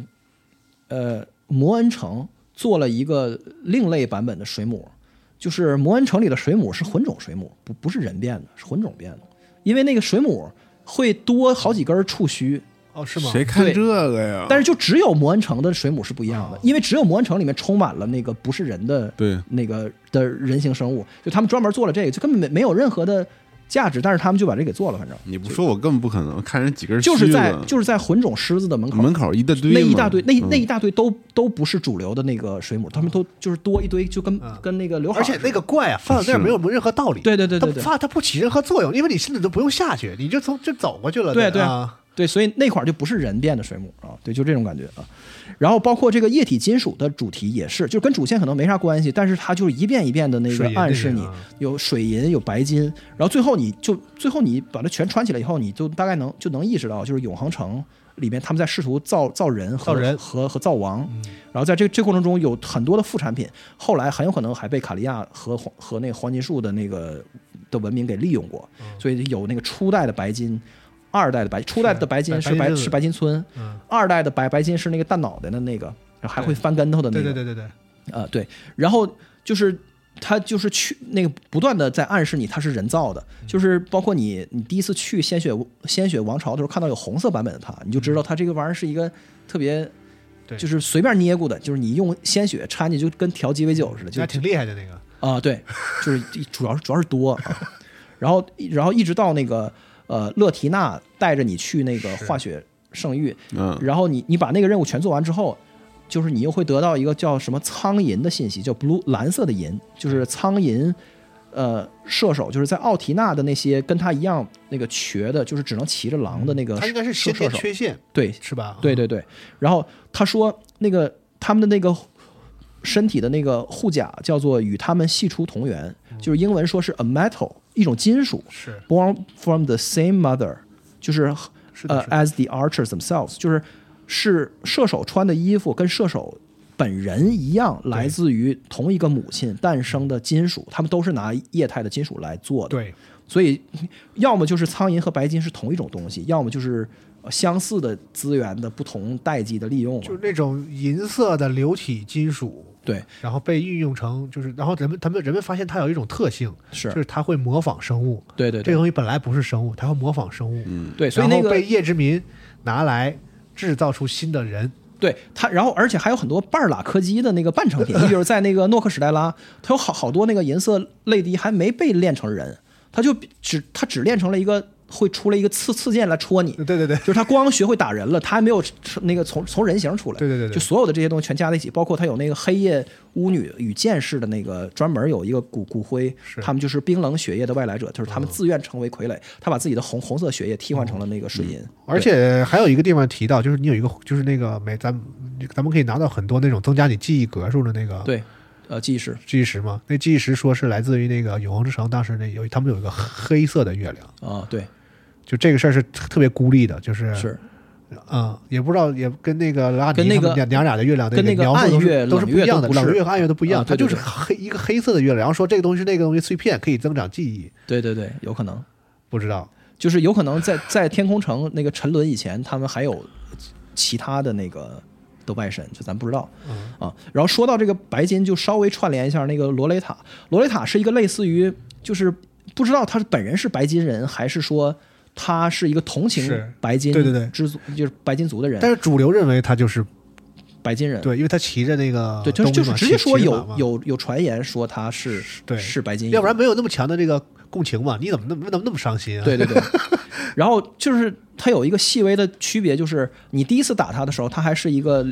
[SPEAKER 2] 呃摩恩城做了一个另类版本的水母，就是摩恩城里的水母是混种水母，不不是人变的，是混种变的，因为那个水母会多好几根触须，
[SPEAKER 1] 哦，是吗？
[SPEAKER 3] 谁看
[SPEAKER 2] 对
[SPEAKER 3] 这个呀？
[SPEAKER 2] 但是就只有摩恩城的水母是不一样的
[SPEAKER 1] 哦，
[SPEAKER 2] 因为只有摩恩城里面充满了那个不是人的
[SPEAKER 3] 啊对
[SPEAKER 2] 那个的人形生物，就他们专门做了这个，就根本没没有任何的价值，但是他们就把这给做了，反正
[SPEAKER 3] 你不说我根本不可能，看人几根
[SPEAKER 2] 就是
[SPEAKER 3] 须
[SPEAKER 2] 在
[SPEAKER 3] 子
[SPEAKER 2] 就是在混种狮子的门口
[SPEAKER 3] 门口一大堆嘛，
[SPEAKER 2] 那一大堆那
[SPEAKER 3] 嗯
[SPEAKER 2] 那一大堆都都不是主流的那个水母，他们都就是多一堆就跟
[SPEAKER 1] 嗯
[SPEAKER 2] 跟那个刘海
[SPEAKER 1] 而
[SPEAKER 2] 儿似的，
[SPEAKER 1] 且那个怪啊，放在那儿
[SPEAKER 3] 是
[SPEAKER 1] 没有任何道理。
[SPEAKER 2] 对对对对
[SPEAKER 1] 它
[SPEAKER 2] 对
[SPEAKER 1] 发它不起任何作用，因为你甚至都不用下去，你就从就走过去了。
[SPEAKER 2] 对
[SPEAKER 1] 对
[SPEAKER 2] 对
[SPEAKER 1] 啊，
[SPEAKER 2] 对，所以那块儿就不是人变的水母啊，对，就这种感觉啊。然后包括这个液体金属的主题也是，就跟主线可能没啥关系，但是它就是一遍一遍的那
[SPEAKER 1] 水
[SPEAKER 2] 个
[SPEAKER 1] 银那
[SPEAKER 2] 暗
[SPEAKER 1] 些
[SPEAKER 2] 示你
[SPEAKER 1] 啊
[SPEAKER 2] 有水银有白金，然后最后你就最后你把它全穿起来以后，你就大概能就能意识到，就是永恒城里面他们在试图造造人
[SPEAKER 1] 造
[SPEAKER 2] 和
[SPEAKER 1] 人嗯
[SPEAKER 2] 和和造王，然后在这这过程中有很多的副产品，后来很有可能还被卡利亚和黄和那个黄金树的那个的文明给利用过，
[SPEAKER 1] 嗯
[SPEAKER 2] 所以有那个初代的白金。二代的白，初代的白金
[SPEAKER 1] 白
[SPEAKER 2] 是白
[SPEAKER 1] 白金
[SPEAKER 2] 是白金村，
[SPEAKER 1] 嗯
[SPEAKER 2] 二代的白白金是那个大脑袋的那个，还会翻跟头的那
[SPEAKER 1] 对
[SPEAKER 2] 个，
[SPEAKER 1] 对对对对，
[SPEAKER 2] 呃，对，然后就是他就是去那个不断的在暗示你它是人造的，
[SPEAKER 1] 嗯
[SPEAKER 2] 就是包括你你第一次去鲜血鲜血王朝的时候看到有红色版本的它，你就知道它这个玩意儿是一个特别。
[SPEAKER 1] 嗯对
[SPEAKER 2] 就是随便捏咕的，就是你用鲜血掺进去，就跟调鸡尾酒似的，就
[SPEAKER 1] 还挺厉害的那个。
[SPEAKER 2] 啊、对，就是主要是主要是多、啊，然后然后一直到那个呃勒提娜带着你去那个化学圣域，
[SPEAKER 3] 嗯，
[SPEAKER 2] 然后你你把那个任务全做完之后，就是你又会得到一个叫什么苍银的信息，叫 blue 蓝色的银，就是苍银，呃，射手就是在奥提纳的那些跟他一样那个瘸的，就是只能骑着狼的那个
[SPEAKER 1] 它应该是
[SPEAKER 2] 射
[SPEAKER 1] 先
[SPEAKER 2] 射
[SPEAKER 1] 天
[SPEAKER 2] 手，
[SPEAKER 1] 缺陷，
[SPEAKER 2] 对
[SPEAKER 1] 是吧？
[SPEAKER 2] 对对对。然后他说那个他们的那个身体的那个护甲叫做与他们系出同源，
[SPEAKER 1] 嗯
[SPEAKER 2] 就是英文说是 a metal 一种金属，
[SPEAKER 1] 是
[SPEAKER 2] born from the same mother，就是
[SPEAKER 1] 是的
[SPEAKER 2] 呃
[SPEAKER 1] 是
[SPEAKER 2] as the archers themselves，就是是射手穿的衣服跟射手本人一样，来自于同一个母亲诞生的金属，他们都是拿液态的金属来做的。
[SPEAKER 1] 对，
[SPEAKER 2] 所以要么就是苍银和白金是同一种东西，要么就是呃相似的资源的不同代际的利用了。
[SPEAKER 1] 就是那种银色的流体金属，
[SPEAKER 2] 对，
[SPEAKER 1] 然后被运用成就是，然后人们他们人们发现它有一种特性，
[SPEAKER 2] 是
[SPEAKER 1] 就是它会模仿生物，
[SPEAKER 2] 对对
[SPEAKER 1] 这
[SPEAKER 2] 对
[SPEAKER 1] 个东西本来不是生物，它会模仿生物，
[SPEAKER 2] 对，所以
[SPEAKER 1] 嗯然后
[SPEAKER 2] 那个
[SPEAKER 1] 被叶之民拿来制造出新的人，
[SPEAKER 2] 对它，然后而且还有很多半拉柯基的那个半成品，你比如在那个诺克史黛拉，它有好好多那个银色泪滴还没被炼成人，它就只它只炼成了一个会出来一个刺刺剑来戳你，
[SPEAKER 1] 对对对
[SPEAKER 2] 就是它光学会打人了，它还没有那个从从人形出来，
[SPEAKER 1] 对对对对
[SPEAKER 2] 就所有的这些东西全加在一起，包括它有那个黑夜巫女与剑士的那个专门有一个骨骨灰，他们就是冰冷血液的外来者，就
[SPEAKER 1] 嗯
[SPEAKER 2] 是他们自愿成为傀儡，他把自己的红红色血液替换成了那个水银，
[SPEAKER 1] 哦嗯而且还有一个地方提到，就是你有一个就是那个每咱们咱们可以拿到很多那种增加你记忆格数的那个
[SPEAKER 2] 对，呃，记忆是
[SPEAKER 1] 记忆石嘛，那记忆石说是来自于那个永恒之城，当时那有他们有一个黑色的月亮，
[SPEAKER 2] 啊，对，
[SPEAKER 1] 就这个事儿是特特别孤立的，就是
[SPEAKER 2] 是。
[SPEAKER 1] 嗯，也不知道也跟那个拉尼
[SPEAKER 2] 跟那个
[SPEAKER 1] 他们娘娘俩的月亮
[SPEAKER 2] 跟那个
[SPEAKER 1] 描述都
[SPEAKER 2] 暗月
[SPEAKER 1] 是都是
[SPEAKER 2] 冷
[SPEAKER 1] 不一
[SPEAKER 2] 月
[SPEAKER 1] 样
[SPEAKER 2] 都
[SPEAKER 1] 的，
[SPEAKER 2] 不是
[SPEAKER 1] 冷月和暗月都不一样，
[SPEAKER 2] 啊对对
[SPEAKER 1] 它就是黑一个黑色的月亮，然后说这个东西是那个东西碎片可以增长记忆，
[SPEAKER 2] 对对对，有可能，
[SPEAKER 1] 不知道
[SPEAKER 2] 就是有可能在 在天空城那个沉沦以前，他们还有其他的那个的外神，就咱不知道、
[SPEAKER 1] 嗯
[SPEAKER 2] 啊。然后说到这个白金，就稍微串联一下那个罗雷塔。罗雷塔是一个类似于，就是不知道他是本人是白金人，还是说他是一个同情
[SPEAKER 1] 是
[SPEAKER 2] 白金
[SPEAKER 1] 对对对
[SPEAKER 2] 之族，就是白金族的人，
[SPEAKER 1] 但是主流认为它就是
[SPEAKER 2] 白金人。
[SPEAKER 1] 对，因为它骑着那个
[SPEAKER 2] 对，就是
[SPEAKER 1] 东
[SPEAKER 2] 就
[SPEAKER 1] 西
[SPEAKER 2] 是
[SPEAKER 1] 嘛
[SPEAKER 2] 直接说
[SPEAKER 1] 骑骑着
[SPEAKER 2] 有
[SPEAKER 1] 马嘛
[SPEAKER 2] 有有传言说他是
[SPEAKER 1] 对
[SPEAKER 2] 是白金人，
[SPEAKER 1] 要不然没有那么强的这个共情嘛，你怎么那么那么那么伤心啊？
[SPEAKER 2] 对对对。然后就是它有一个细微的区别，就是你第一次打它的时候，它还是一个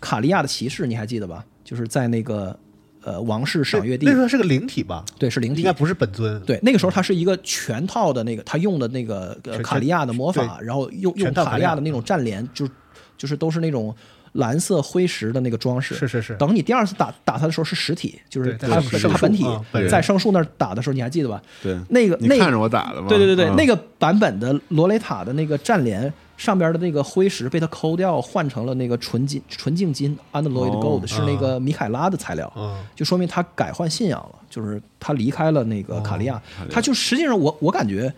[SPEAKER 2] 卡利亚的骑士，你还记得吧？就是在那个呃王室赏月地
[SPEAKER 1] 那，时候是个灵体吧，
[SPEAKER 2] 对，是灵
[SPEAKER 1] 应
[SPEAKER 2] 体
[SPEAKER 1] 该。不是本尊，
[SPEAKER 2] 对，那个时候它是一个全套的那个，它用的那个呃
[SPEAKER 1] 全
[SPEAKER 2] 卡利亚的魔法，
[SPEAKER 1] 对
[SPEAKER 2] 然后用用
[SPEAKER 1] 全套
[SPEAKER 2] 卡利亚的那种战镰，就就是都是那种蓝色灰石的那个装饰。
[SPEAKER 1] 是是是
[SPEAKER 2] 等你第二次打打它的时候是实体，就是
[SPEAKER 1] 对
[SPEAKER 2] 它
[SPEAKER 1] 在
[SPEAKER 2] 它本体
[SPEAKER 1] 圣树啊本人
[SPEAKER 2] 在圣树那儿打的时候，你还记得吧？
[SPEAKER 3] 对，
[SPEAKER 2] 那个
[SPEAKER 3] 你
[SPEAKER 2] 那个
[SPEAKER 3] 看着我打的吗？
[SPEAKER 2] 对对对对，
[SPEAKER 3] 嗯
[SPEAKER 2] 那个版本的罗雷塔的那个战镰上边的那个灰石被它抠掉，换成了那个纯金、纯净金 （Android
[SPEAKER 3] 哦
[SPEAKER 2] Gold），、是那个米凯拉的材料，
[SPEAKER 1] 嗯
[SPEAKER 2] 就说明他改换信仰了，就是他离开了那个卡利
[SPEAKER 1] 哦
[SPEAKER 2] 亚。他就实际上我，我感觉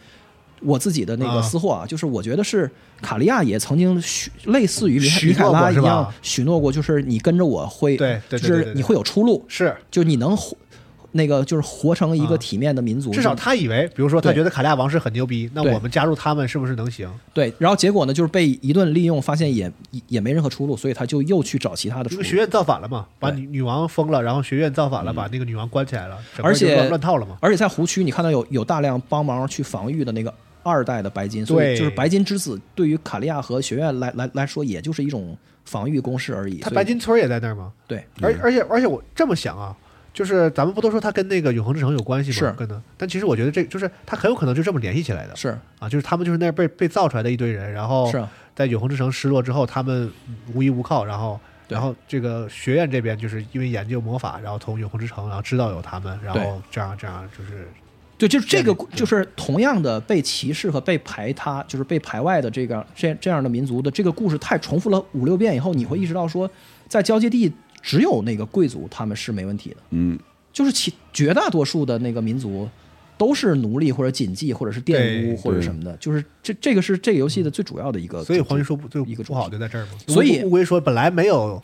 [SPEAKER 2] 我自己的那个
[SPEAKER 1] 啊
[SPEAKER 2] 私货啊，就是我觉得是卡利亚也曾经许类似于米凯
[SPEAKER 1] 许
[SPEAKER 2] 米凯
[SPEAKER 1] 诺过
[SPEAKER 2] 拉一
[SPEAKER 1] 是吧
[SPEAKER 2] 样许诺过，就是你跟着我会，
[SPEAKER 1] 对对对
[SPEAKER 2] 就
[SPEAKER 1] 对
[SPEAKER 2] 是
[SPEAKER 1] 对
[SPEAKER 2] 你会有出路，
[SPEAKER 1] 是。
[SPEAKER 2] 就你能活，那个就是活成一个
[SPEAKER 1] 啊
[SPEAKER 2] 体面的民族，
[SPEAKER 1] 至少
[SPEAKER 2] 你
[SPEAKER 1] 他以为，比如说他
[SPEAKER 2] 对
[SPEAKER 1] 觉得卡利亚王室很牛逼，那
[SPEAKER 2] 对
[SPEAKER 1] 我们加入他们是不是能行？
[SPEAKER 2] 对，然后结果呢，就是被一顿利用，发现也也也没任何出路，所以他就又去找其他的
[SPEAKER 1] 这
[SPEAKER 2] 出
[SPEAKER 1] 个
[SPEAKER 2] 路。
[SPEAKER 1] 学院造反了嘛，把
[SPEAKER 2] 对嗯
[SPEAKER 1] 女女王封了，然后学院造反了，把那个女王关起来了，整个
[SPEAKER 2] 而
[SPEAKER 1] 就
[SPEAKER 2] 且
[SPEAKER 1] 乱乱套了嘛。
[SPEAKER 2] 而且在湖区，你看到有有大量帮忙去防御的那个二代的白金，所以
[SPEAKER 1] 对
[SPEAKER 2] 就是白金之子对于卡利亚和学院来来来说，也就是一种防御攻势而已。
[SPEAKER 1] 他
[SPEAKER 2] 所以嗯
[SPEAKER 1] 白金村也在那儿吗？
[SPEAKER 2] 对
[SPEAKER 1] 而而且而且我这么想啊，就是咱们不都说他跟那个永恒之城有关系吗？
[SPEAKER 2] 是
[SPEAKER 1] 跟呢，但其实我觉得这就是他很有可能就这么联系起来的
[SPEAKER 2] 是
[SPEAKER 1] 啊，就是他们就是那儿被被造出来的一堆人，然后
[SPEAKER 2] 是啊
[SPEAKER 1] 在永恒之城失落之后，他们无依无靠，然后
[SPEAKER 2] 对
[SPEAKER 1] 然后这个学院这边就是因为研究魔法，然后从永恒之城，然后知道有他们，然
[SPEAKER 2] 对
[SPEAKER 1] 后这样这样就是
[SPEAKER 2] 对，就是这
[SPEAKER 1] 建
[SPEAKER 2] 个
[SPEAKER 1] 立对
[SPEAKER 2] 就是同样的被歧视和被排他，就是被排外的这个这这样的民族的这个故事太重复了五六遍以后，你会意识到说，在交界地只有那个贵族他们是没问题的。
[SPEAKER 3] 嗯，
[SPEAKER 2] 就是其绝大多数的那个民族都是奴隶或者谨记或者是玷污
[SPEAKER 1] 对嗯
[SPEAKER 2] 或者什么的，就是这这个是这个游戏的最主要的一个主题。
[SPEAKER 1] 所以黄云说不最
[SPEAKER 2] 呃一个主
[SPEAKER 1] 不好就在这儿嘛。
[SPEAKER 2] 所以
[SPEAKER 1] 乌乌龟说本来没有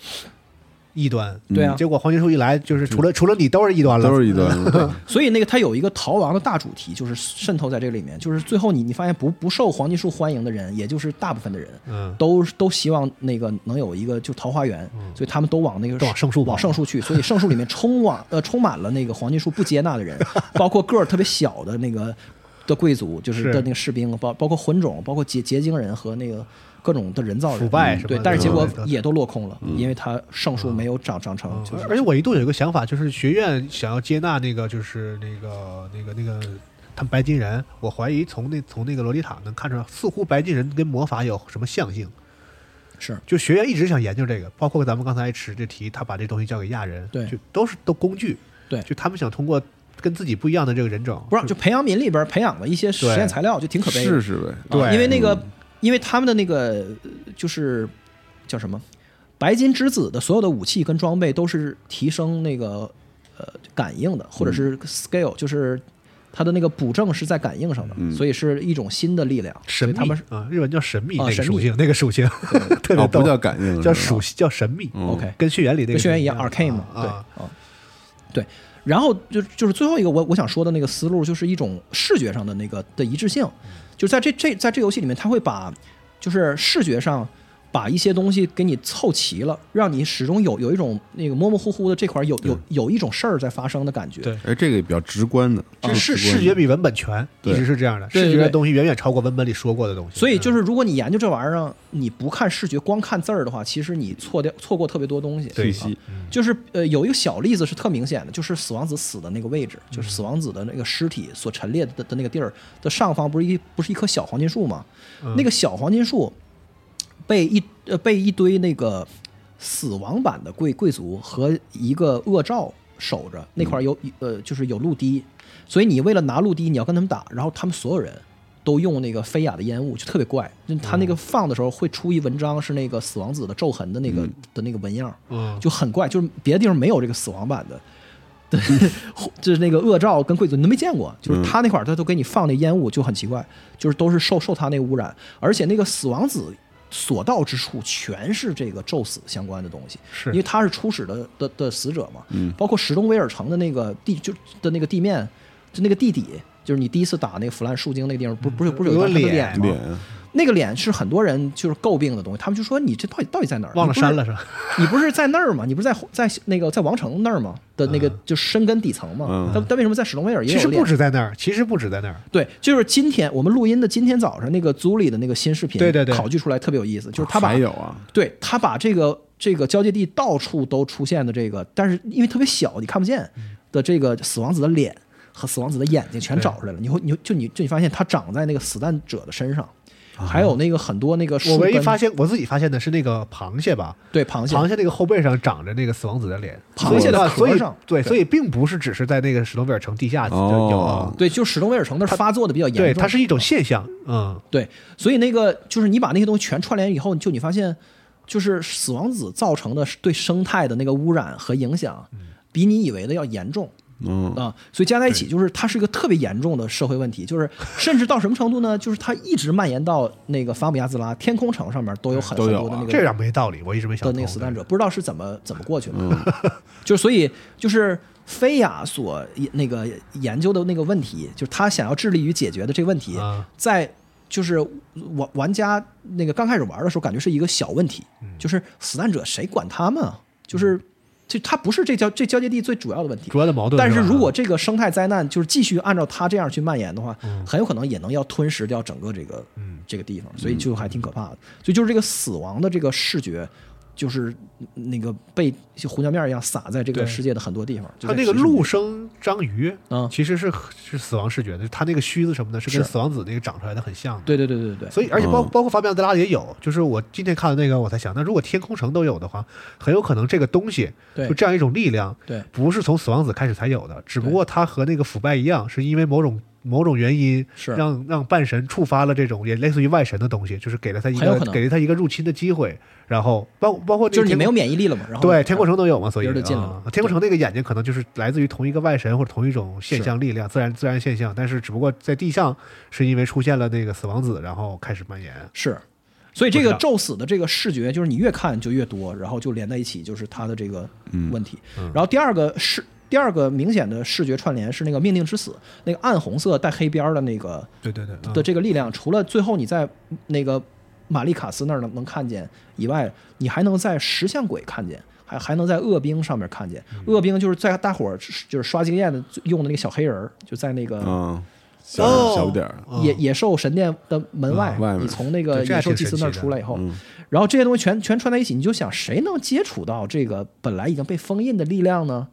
[SPEAKER 1] 异端，
[SPEAKER 2] 对啊嗯
[SPEAKER 1] 结果黄云说一来就是除了除了你都是异端了，
[SPEAKER 3] 嗯都是一 段路。
[SPEAKER 2] 所以那个它有一个逃亡的大主题，就是渗透在这个里面，就是最后你你发现不不受黄金树欢迎的人，也就是大部分的人，
[SPEAKER 1] 嗯
[SPEAKER 2] 都都希望那个能有一个就桃花源，所以他们都往那个
[SPEAKER 1] 都往圣树跑
[SPEAKER 2] 往圣树去，所以圣树里面充往呃充满了那个黄金树不接纳 的人，包括个儿特别小的那个的贵族，就是
[SPEAKER 1] 是
[SPEAKER 2] 的那个士兵，包包括混种，包括结结晶人和那个各种的人造人嗯
[SPEAKER 1] 腐败什么
[SPEAKER 2] 对，
[SPEAKER 1] 的
[SPEAKER 2] 但是结果
[SPEAKER 1] 对对对
[SPEAKER 2] 也都落空了，因为他圣树没有长长成，就是
[SPEAKER 1] 而且我一度有一个想法，就是学院想要接纳那个，就是那个那个那个他们白金人，我怀疑从那从那个洛丽塔能看出来，似乎白金人跟魔法有什么象性。
[SPEAKER 2] 是
[SPEAKER 1] 就学院一直想研究这个，包括咱们刚才池这题，他把这东西交给亚人，
[SPEAKER 2] 对
[SPEAKER 1] 就都是都工具，
[SPEAKER 2] 对
[SPEAKER 1] 就他们想通过跟自己不一样的这个人种，
[SPEAKER 2] 不让就培养皿里边培养的一些实验
[SPEAKER 1] 对
[SPEAKER 2] 材料就挺可悲的，
[SPEAKER 3] 试试呗。
[SPEAKER 2] 啊
[SPEAKER 1] 对嗯
[SPEAKER 2] 因为那个，因为他们的那个呃就是叫什么？白金之子的所有的武器跟装备都是提升那个呃感应的，或者
[SPEAKER 1] 嗯
[SPEAKER 2] 是 scale，、就是它的那个补正是在感应上的，所以是一种新的力量。
[SPEAKER 1] 嗯神秘
[SPEAKER 2] 所以他们是
[SPEAKER 1] 啊，日文叫神秘
[SPEAKER 2] 啊
[SPEAKER 1] 那个
[SPEAKER 2] 神
[SPEAKER 1] 属
[SPEAKER 2] 秘
[SPEAKER 1] 性，那个属性 特别
[SPEAKER 3] 哦，
[SPEAKER 1] 逗，
[SPEAKER 3] 不叫嗯感应，
[SPEAKER 1] 叫
[SPEAKER 3] 是吧
[SPEAKER 1] 属性叫神秘。
[SPEAKER 2] OK
[SPEAKER 1] 跟血缘里那个
[SPEAKER 2] 跟轩辕一样
[SPEAKER 1] 是
[SPEAKER 2] ，arcane 嘛，
[SPEAKER 1] 啊
[SPEAKER 2] 对
[SPEAKER 1] 啊
[SPEAKER 2] 啊，对。然后就就是最后一个我我想说的那个思路，就是一种视觉上的那个的一致性，
[SPEAKER 1] 嗯
[SPEAKER 2] 就是在这这在这游戏里面，它会把就是视觉上把一些东西给你凑齐了，让你始终有有一种那个模模糊糊的这块儿有有有一种事儿在发生的感觉。
[SPEAKER 1] 对
[SPEAKER 3] 哎，这个也比较直观的，啊
[SPEAKER 1] 这视
[SPEAKER 3] 直观
[SPEAKER 1] 视觉比文本全，一
[SPEAKER 3] 对
[SPEAKER 1] 直是这样的。
[SPEAKER 2] 对对
[SPEAKER 1] 视觉的
[SPEAKER 2] 对
[SPEAKER 1] 东西远远超过文本里说过的东西。
[SPEAKER 2] 所以就是是如果你研究这玩意儿啊，你不看视觉，光看字儿的话，其实你错掉错过特别多东西。啊
[SPEAKER 1] 对
[SPEAKER 3] 信息，
[SPEAKER 2] 就是呃，有一个小例子是特明显的，就是死亡子死的那个位置，就是死亡子的那个尸体所陈列的的那个地儿的上方，不是一不是一棵小黄金树吗？那个小黄金树被一呃被一堆那个死亡版的贵贵族和一个恶兆守着，那块儿有呃就是有路堤，所以你为了拿路堤，你要跟他们打，然后他们所有人。都用那个飞雅的烟雾，就特别怪。就他那个放的时候会出一文章，是那个死亡子的皱痕的那个、的那个纹样儿，
[SPEAKER 1] 嗯
[SPEAKER 2] 就很怪，就是别的地方没有这个死亡版的。 对，就是那个恶兆跟贵族，你都没见过，就是他那块儿他都给你放那烟雾，就很奇怪，就是都是受受他那污染，而且那个死亡子所到之处全是这个咒死相关的东西，
[SPEAKER 1] 是嗯
[SPEAKER 2] 因为他是初始的的的死者嘛，包括石东威尔城的那个地就的那个地面，就那个地底，就是你第一次打那个腐烂树精那个地方，不是不是不是有一
[SPEAKER 1] 有
[SPEAKER 2] 个
[SPEAKER 1] 脸
[SPEAKER 2] 脸吗？
[SPEAKER 3] 脸，
[SPEAKER 2] 那个脸是很多人就是诟病的东西，他们就说你这到底到底在哪儿？
[SPEAKER 1] 忘了
[SPEAKER 2] 你不是
[SPEAKER 1] 删了是吧？
[SPEAKER 2] 你不是在那儿吗？你不是在在那个在王城那儿吗？的那个
[SPEAKER 1] 嗯
[SPEAKER 2] 就深根底层吗
[SPEAKER 3] 嗯？
[SPEAKER 2] 但但为什么在史隆威尔也
[SPEAKER 1] 其
[SPEAKER 2] 有
[SPEAKER 1] 实
[SPEAKER 2] 练
[SPEAKER 1] 不？止在那儿，其实不止在那儿。
[SPEAKER 2] 对，就是今天我们录音的今天早上那个租里的那个新视频，
[SPEAKER 1] 对对对
[SPEAKER 2] 考据出来特别有意思，就是他把
[SPEAKER 3] 还有啊，
[SPEAKER 2] 对他把这个这个交界地到处都出现的这个，但是因为特别小，你看不见
[SPEAKER 1] 嗯
[SPEAKER 2] 的这个死亡子的脸和死亡子的眼睛全找出来了。你会你就你就你发现它长在那个死难者的身上，还有那个很多那个
[SPEAKER 1] 啊我
[SPEAKER 2] 树
[SPEAKER 1] 唯一
[SPEAKER 2] 根，
[SPEAKER 1] 发现我自己发现的是那个螃蟹吧，
[SPEAKER 2] 对螃蟹，
[SPEAKER 1] 螃蟹那个后背上长着那个死亡子的脸，
[SPEAKER 2] 螃蟹的壳
[SPEAKER 1] 所以的话
[SPEAKER 2] 上
[SPEAKER 1] 所以对，
[SPEAKER 2] 对
[SPEAKER 1] 所以并不是只是在那个史努比尔城地下就
[SPEAKER 3] 哦
[SPEAKER 1] 有啊，
[SPEAKER 2] 对，就史隆威尔城那儿发作的比较严重，
[SPEAKER 1] 对，它是一种现象，嗯，
[SPEAKER 2] 对，所以那个就是你把那些东西全串联以后，就你发现，就是死亡子造成的对生态的那个污染和影响，比你以为的要严重
[SPEAKER 3] 嗯，
[SPEAKER 2] 啊、所以加在一起，就是它是一个特别严重的社会问题，就是甚至到什么程度呢？就是它一直蔓延到那个法姆亚兹拉天空城上面都有很
[SPEAKER 3] 都
[SPEAKER 2] 很
[SPEAKER 3] 有
[SPEAKER 2] 多的
[SPEAKER 3] 啊
[SPEAKER 2] 那
[SPEAKER 1] 这有
[SPEAKER 2] 个、
[SPEAKER 1] 点没道理，我一直没想
[SPEAKER 2] 的
[SPEAKER 1] 通。
[SPEAKER 2] 那个死难者，不知道是怎么怎么过去的， 就所以就是。菲亚所那个研究的那个问题，就是他想要致力于解决的这个问题，
[SPEAKER 1] 啊，
[SPEAKER 2] 在就是玩玩家那个刚开始玩的时候，感觉是一个小问题，就是死难者谁管他们啊？就是这它不是这交这交界地最主要的问题
[SPEAKER 1] 主。要的矛盾吧。
[SPEAKER 2] 但是如果这个生态灾难就是继续按照它这样去蔓延的话，
[SPEAKER 1] 嗯
[SPEAKER 2] 很有可能也能要吞噬掉整个这个这个地方，
[SPEAKER 1] 嗯
[SPEAKER 2] 所以就还挺可怕的。所以就是这个死亡的这个视觉，就是那个被像胡椒面一样撒在这个
[SPEAKER 1] 对
[SPEAKER 2] 世界的很多地方。就
[SPEAKER 1] 它
[SPEAKER 2] 在
[SPEAKER 1] 那个
[SPEAKER 2] 提示你
[SPEAKER 1] 陆生章鱼
[SPEAKER 2] 嗯
[SPEAKER 1] 其实是是死亡视觉的，它那个须子什么的，是跟
[SPEAKER 2] 是
[SPEAKER 1] 死亡子那个长出来的很像的。
[SPEAKER 2] 对对对对对对，
[SPEAKER 1] 所以，而且包
[SPEAKER 3] 嗯
[SPEAKER 1] 包括法比奥德拉也有，就是我今天看的那个，我才想，那如果天空城都有的话，很有可能这个东西
[SPEAKER 2] 对
[SPEAKER 1] 就这样一种力量，
[SPEAKER 2] 对
[SPEAKER 1] 不是从死亡子开始才有的，只不过它和那个腐败一样，是因为某种某种原因，
[SPEAKER 2] 是
[SPEAKER 1] 让让半神触发了这种也类似于外神的东西，就是给了他一
[SPEAKER 2] 很有
[SPEAKER 1] 个
[SPEAKER 2] 可能
[SPEAKER 1] 给了他一个入侵的机会，然后包包括那个
[SPEAKER 2] 就是你
[SPEAKER 1] 天空
[SPEAKER 2] 没有免疫力了嘛，然后啊
[SPEAKER 1] 对，天空城都有嘛，所以
[SPEAKER 2] 别人就进来
[SPEAKER 1] 啊
[SPEAKER 2] 了
[SPEAKER 1] 天空城那个眼睛可能就是来自于同一个外神或者同一种现象力量，自然自然现象，但是只不过在地上是因为出现了那个死亡子，然后开始蔓延。
[SPEAKER 2] 是，所以这
[SPEAKER 1] 不知
[SPEAKER 2] 个
[SPEAKER 1] 道
[SPEAKER 2] 咒死的这个视觉，就是你越看就越多，然后就连在一起，就是它的这个问题。
[SPEAKER 1] 嗯
[SPEAKER 2] 然后第二个是第二个明显的视觉串联是那个命定之死，那个暗红色带黑边儿的那个
[SPEAKER 1] 对对对，
[SPEAKER 2] 的这个力量，除了最后你在那个玛丽卡斯那儿能能看见以外，你还能在石像鬼看见，还还能在恶兵上面看见。
[SPEAKER 1] 嗯
[SPEAKER 2] 恶兵就是在大伙儿就是刷经验的用的那个小黑人儿，就在那个。
[SPEAKER 3] 嗯，小
[SPEAKER 1] 哦
[SPEAKER 3] 小不点儿，
[SPEAKER 2] 野野兽神殿的门外，
[SPEAKER 3] 啊外面
[SPEAKER 2] 你从那个
[SPEAKER 1] 对这
[SPEAKER 2] 野
[SPEAKER 1] 还
[SPEAKER 2] 兽
[SPEAKER 1] 挺
[SPEAKER 2] 祭司
[SPEAKER 1] 神
[SPEAKER 2] 那儿
[SPEAKER 1] 奇的嗯
[SPEAKER 2] 出来以后，然后这些东西全全串在一起，你就想谁能接触到这个本来已经被封印的力量呢？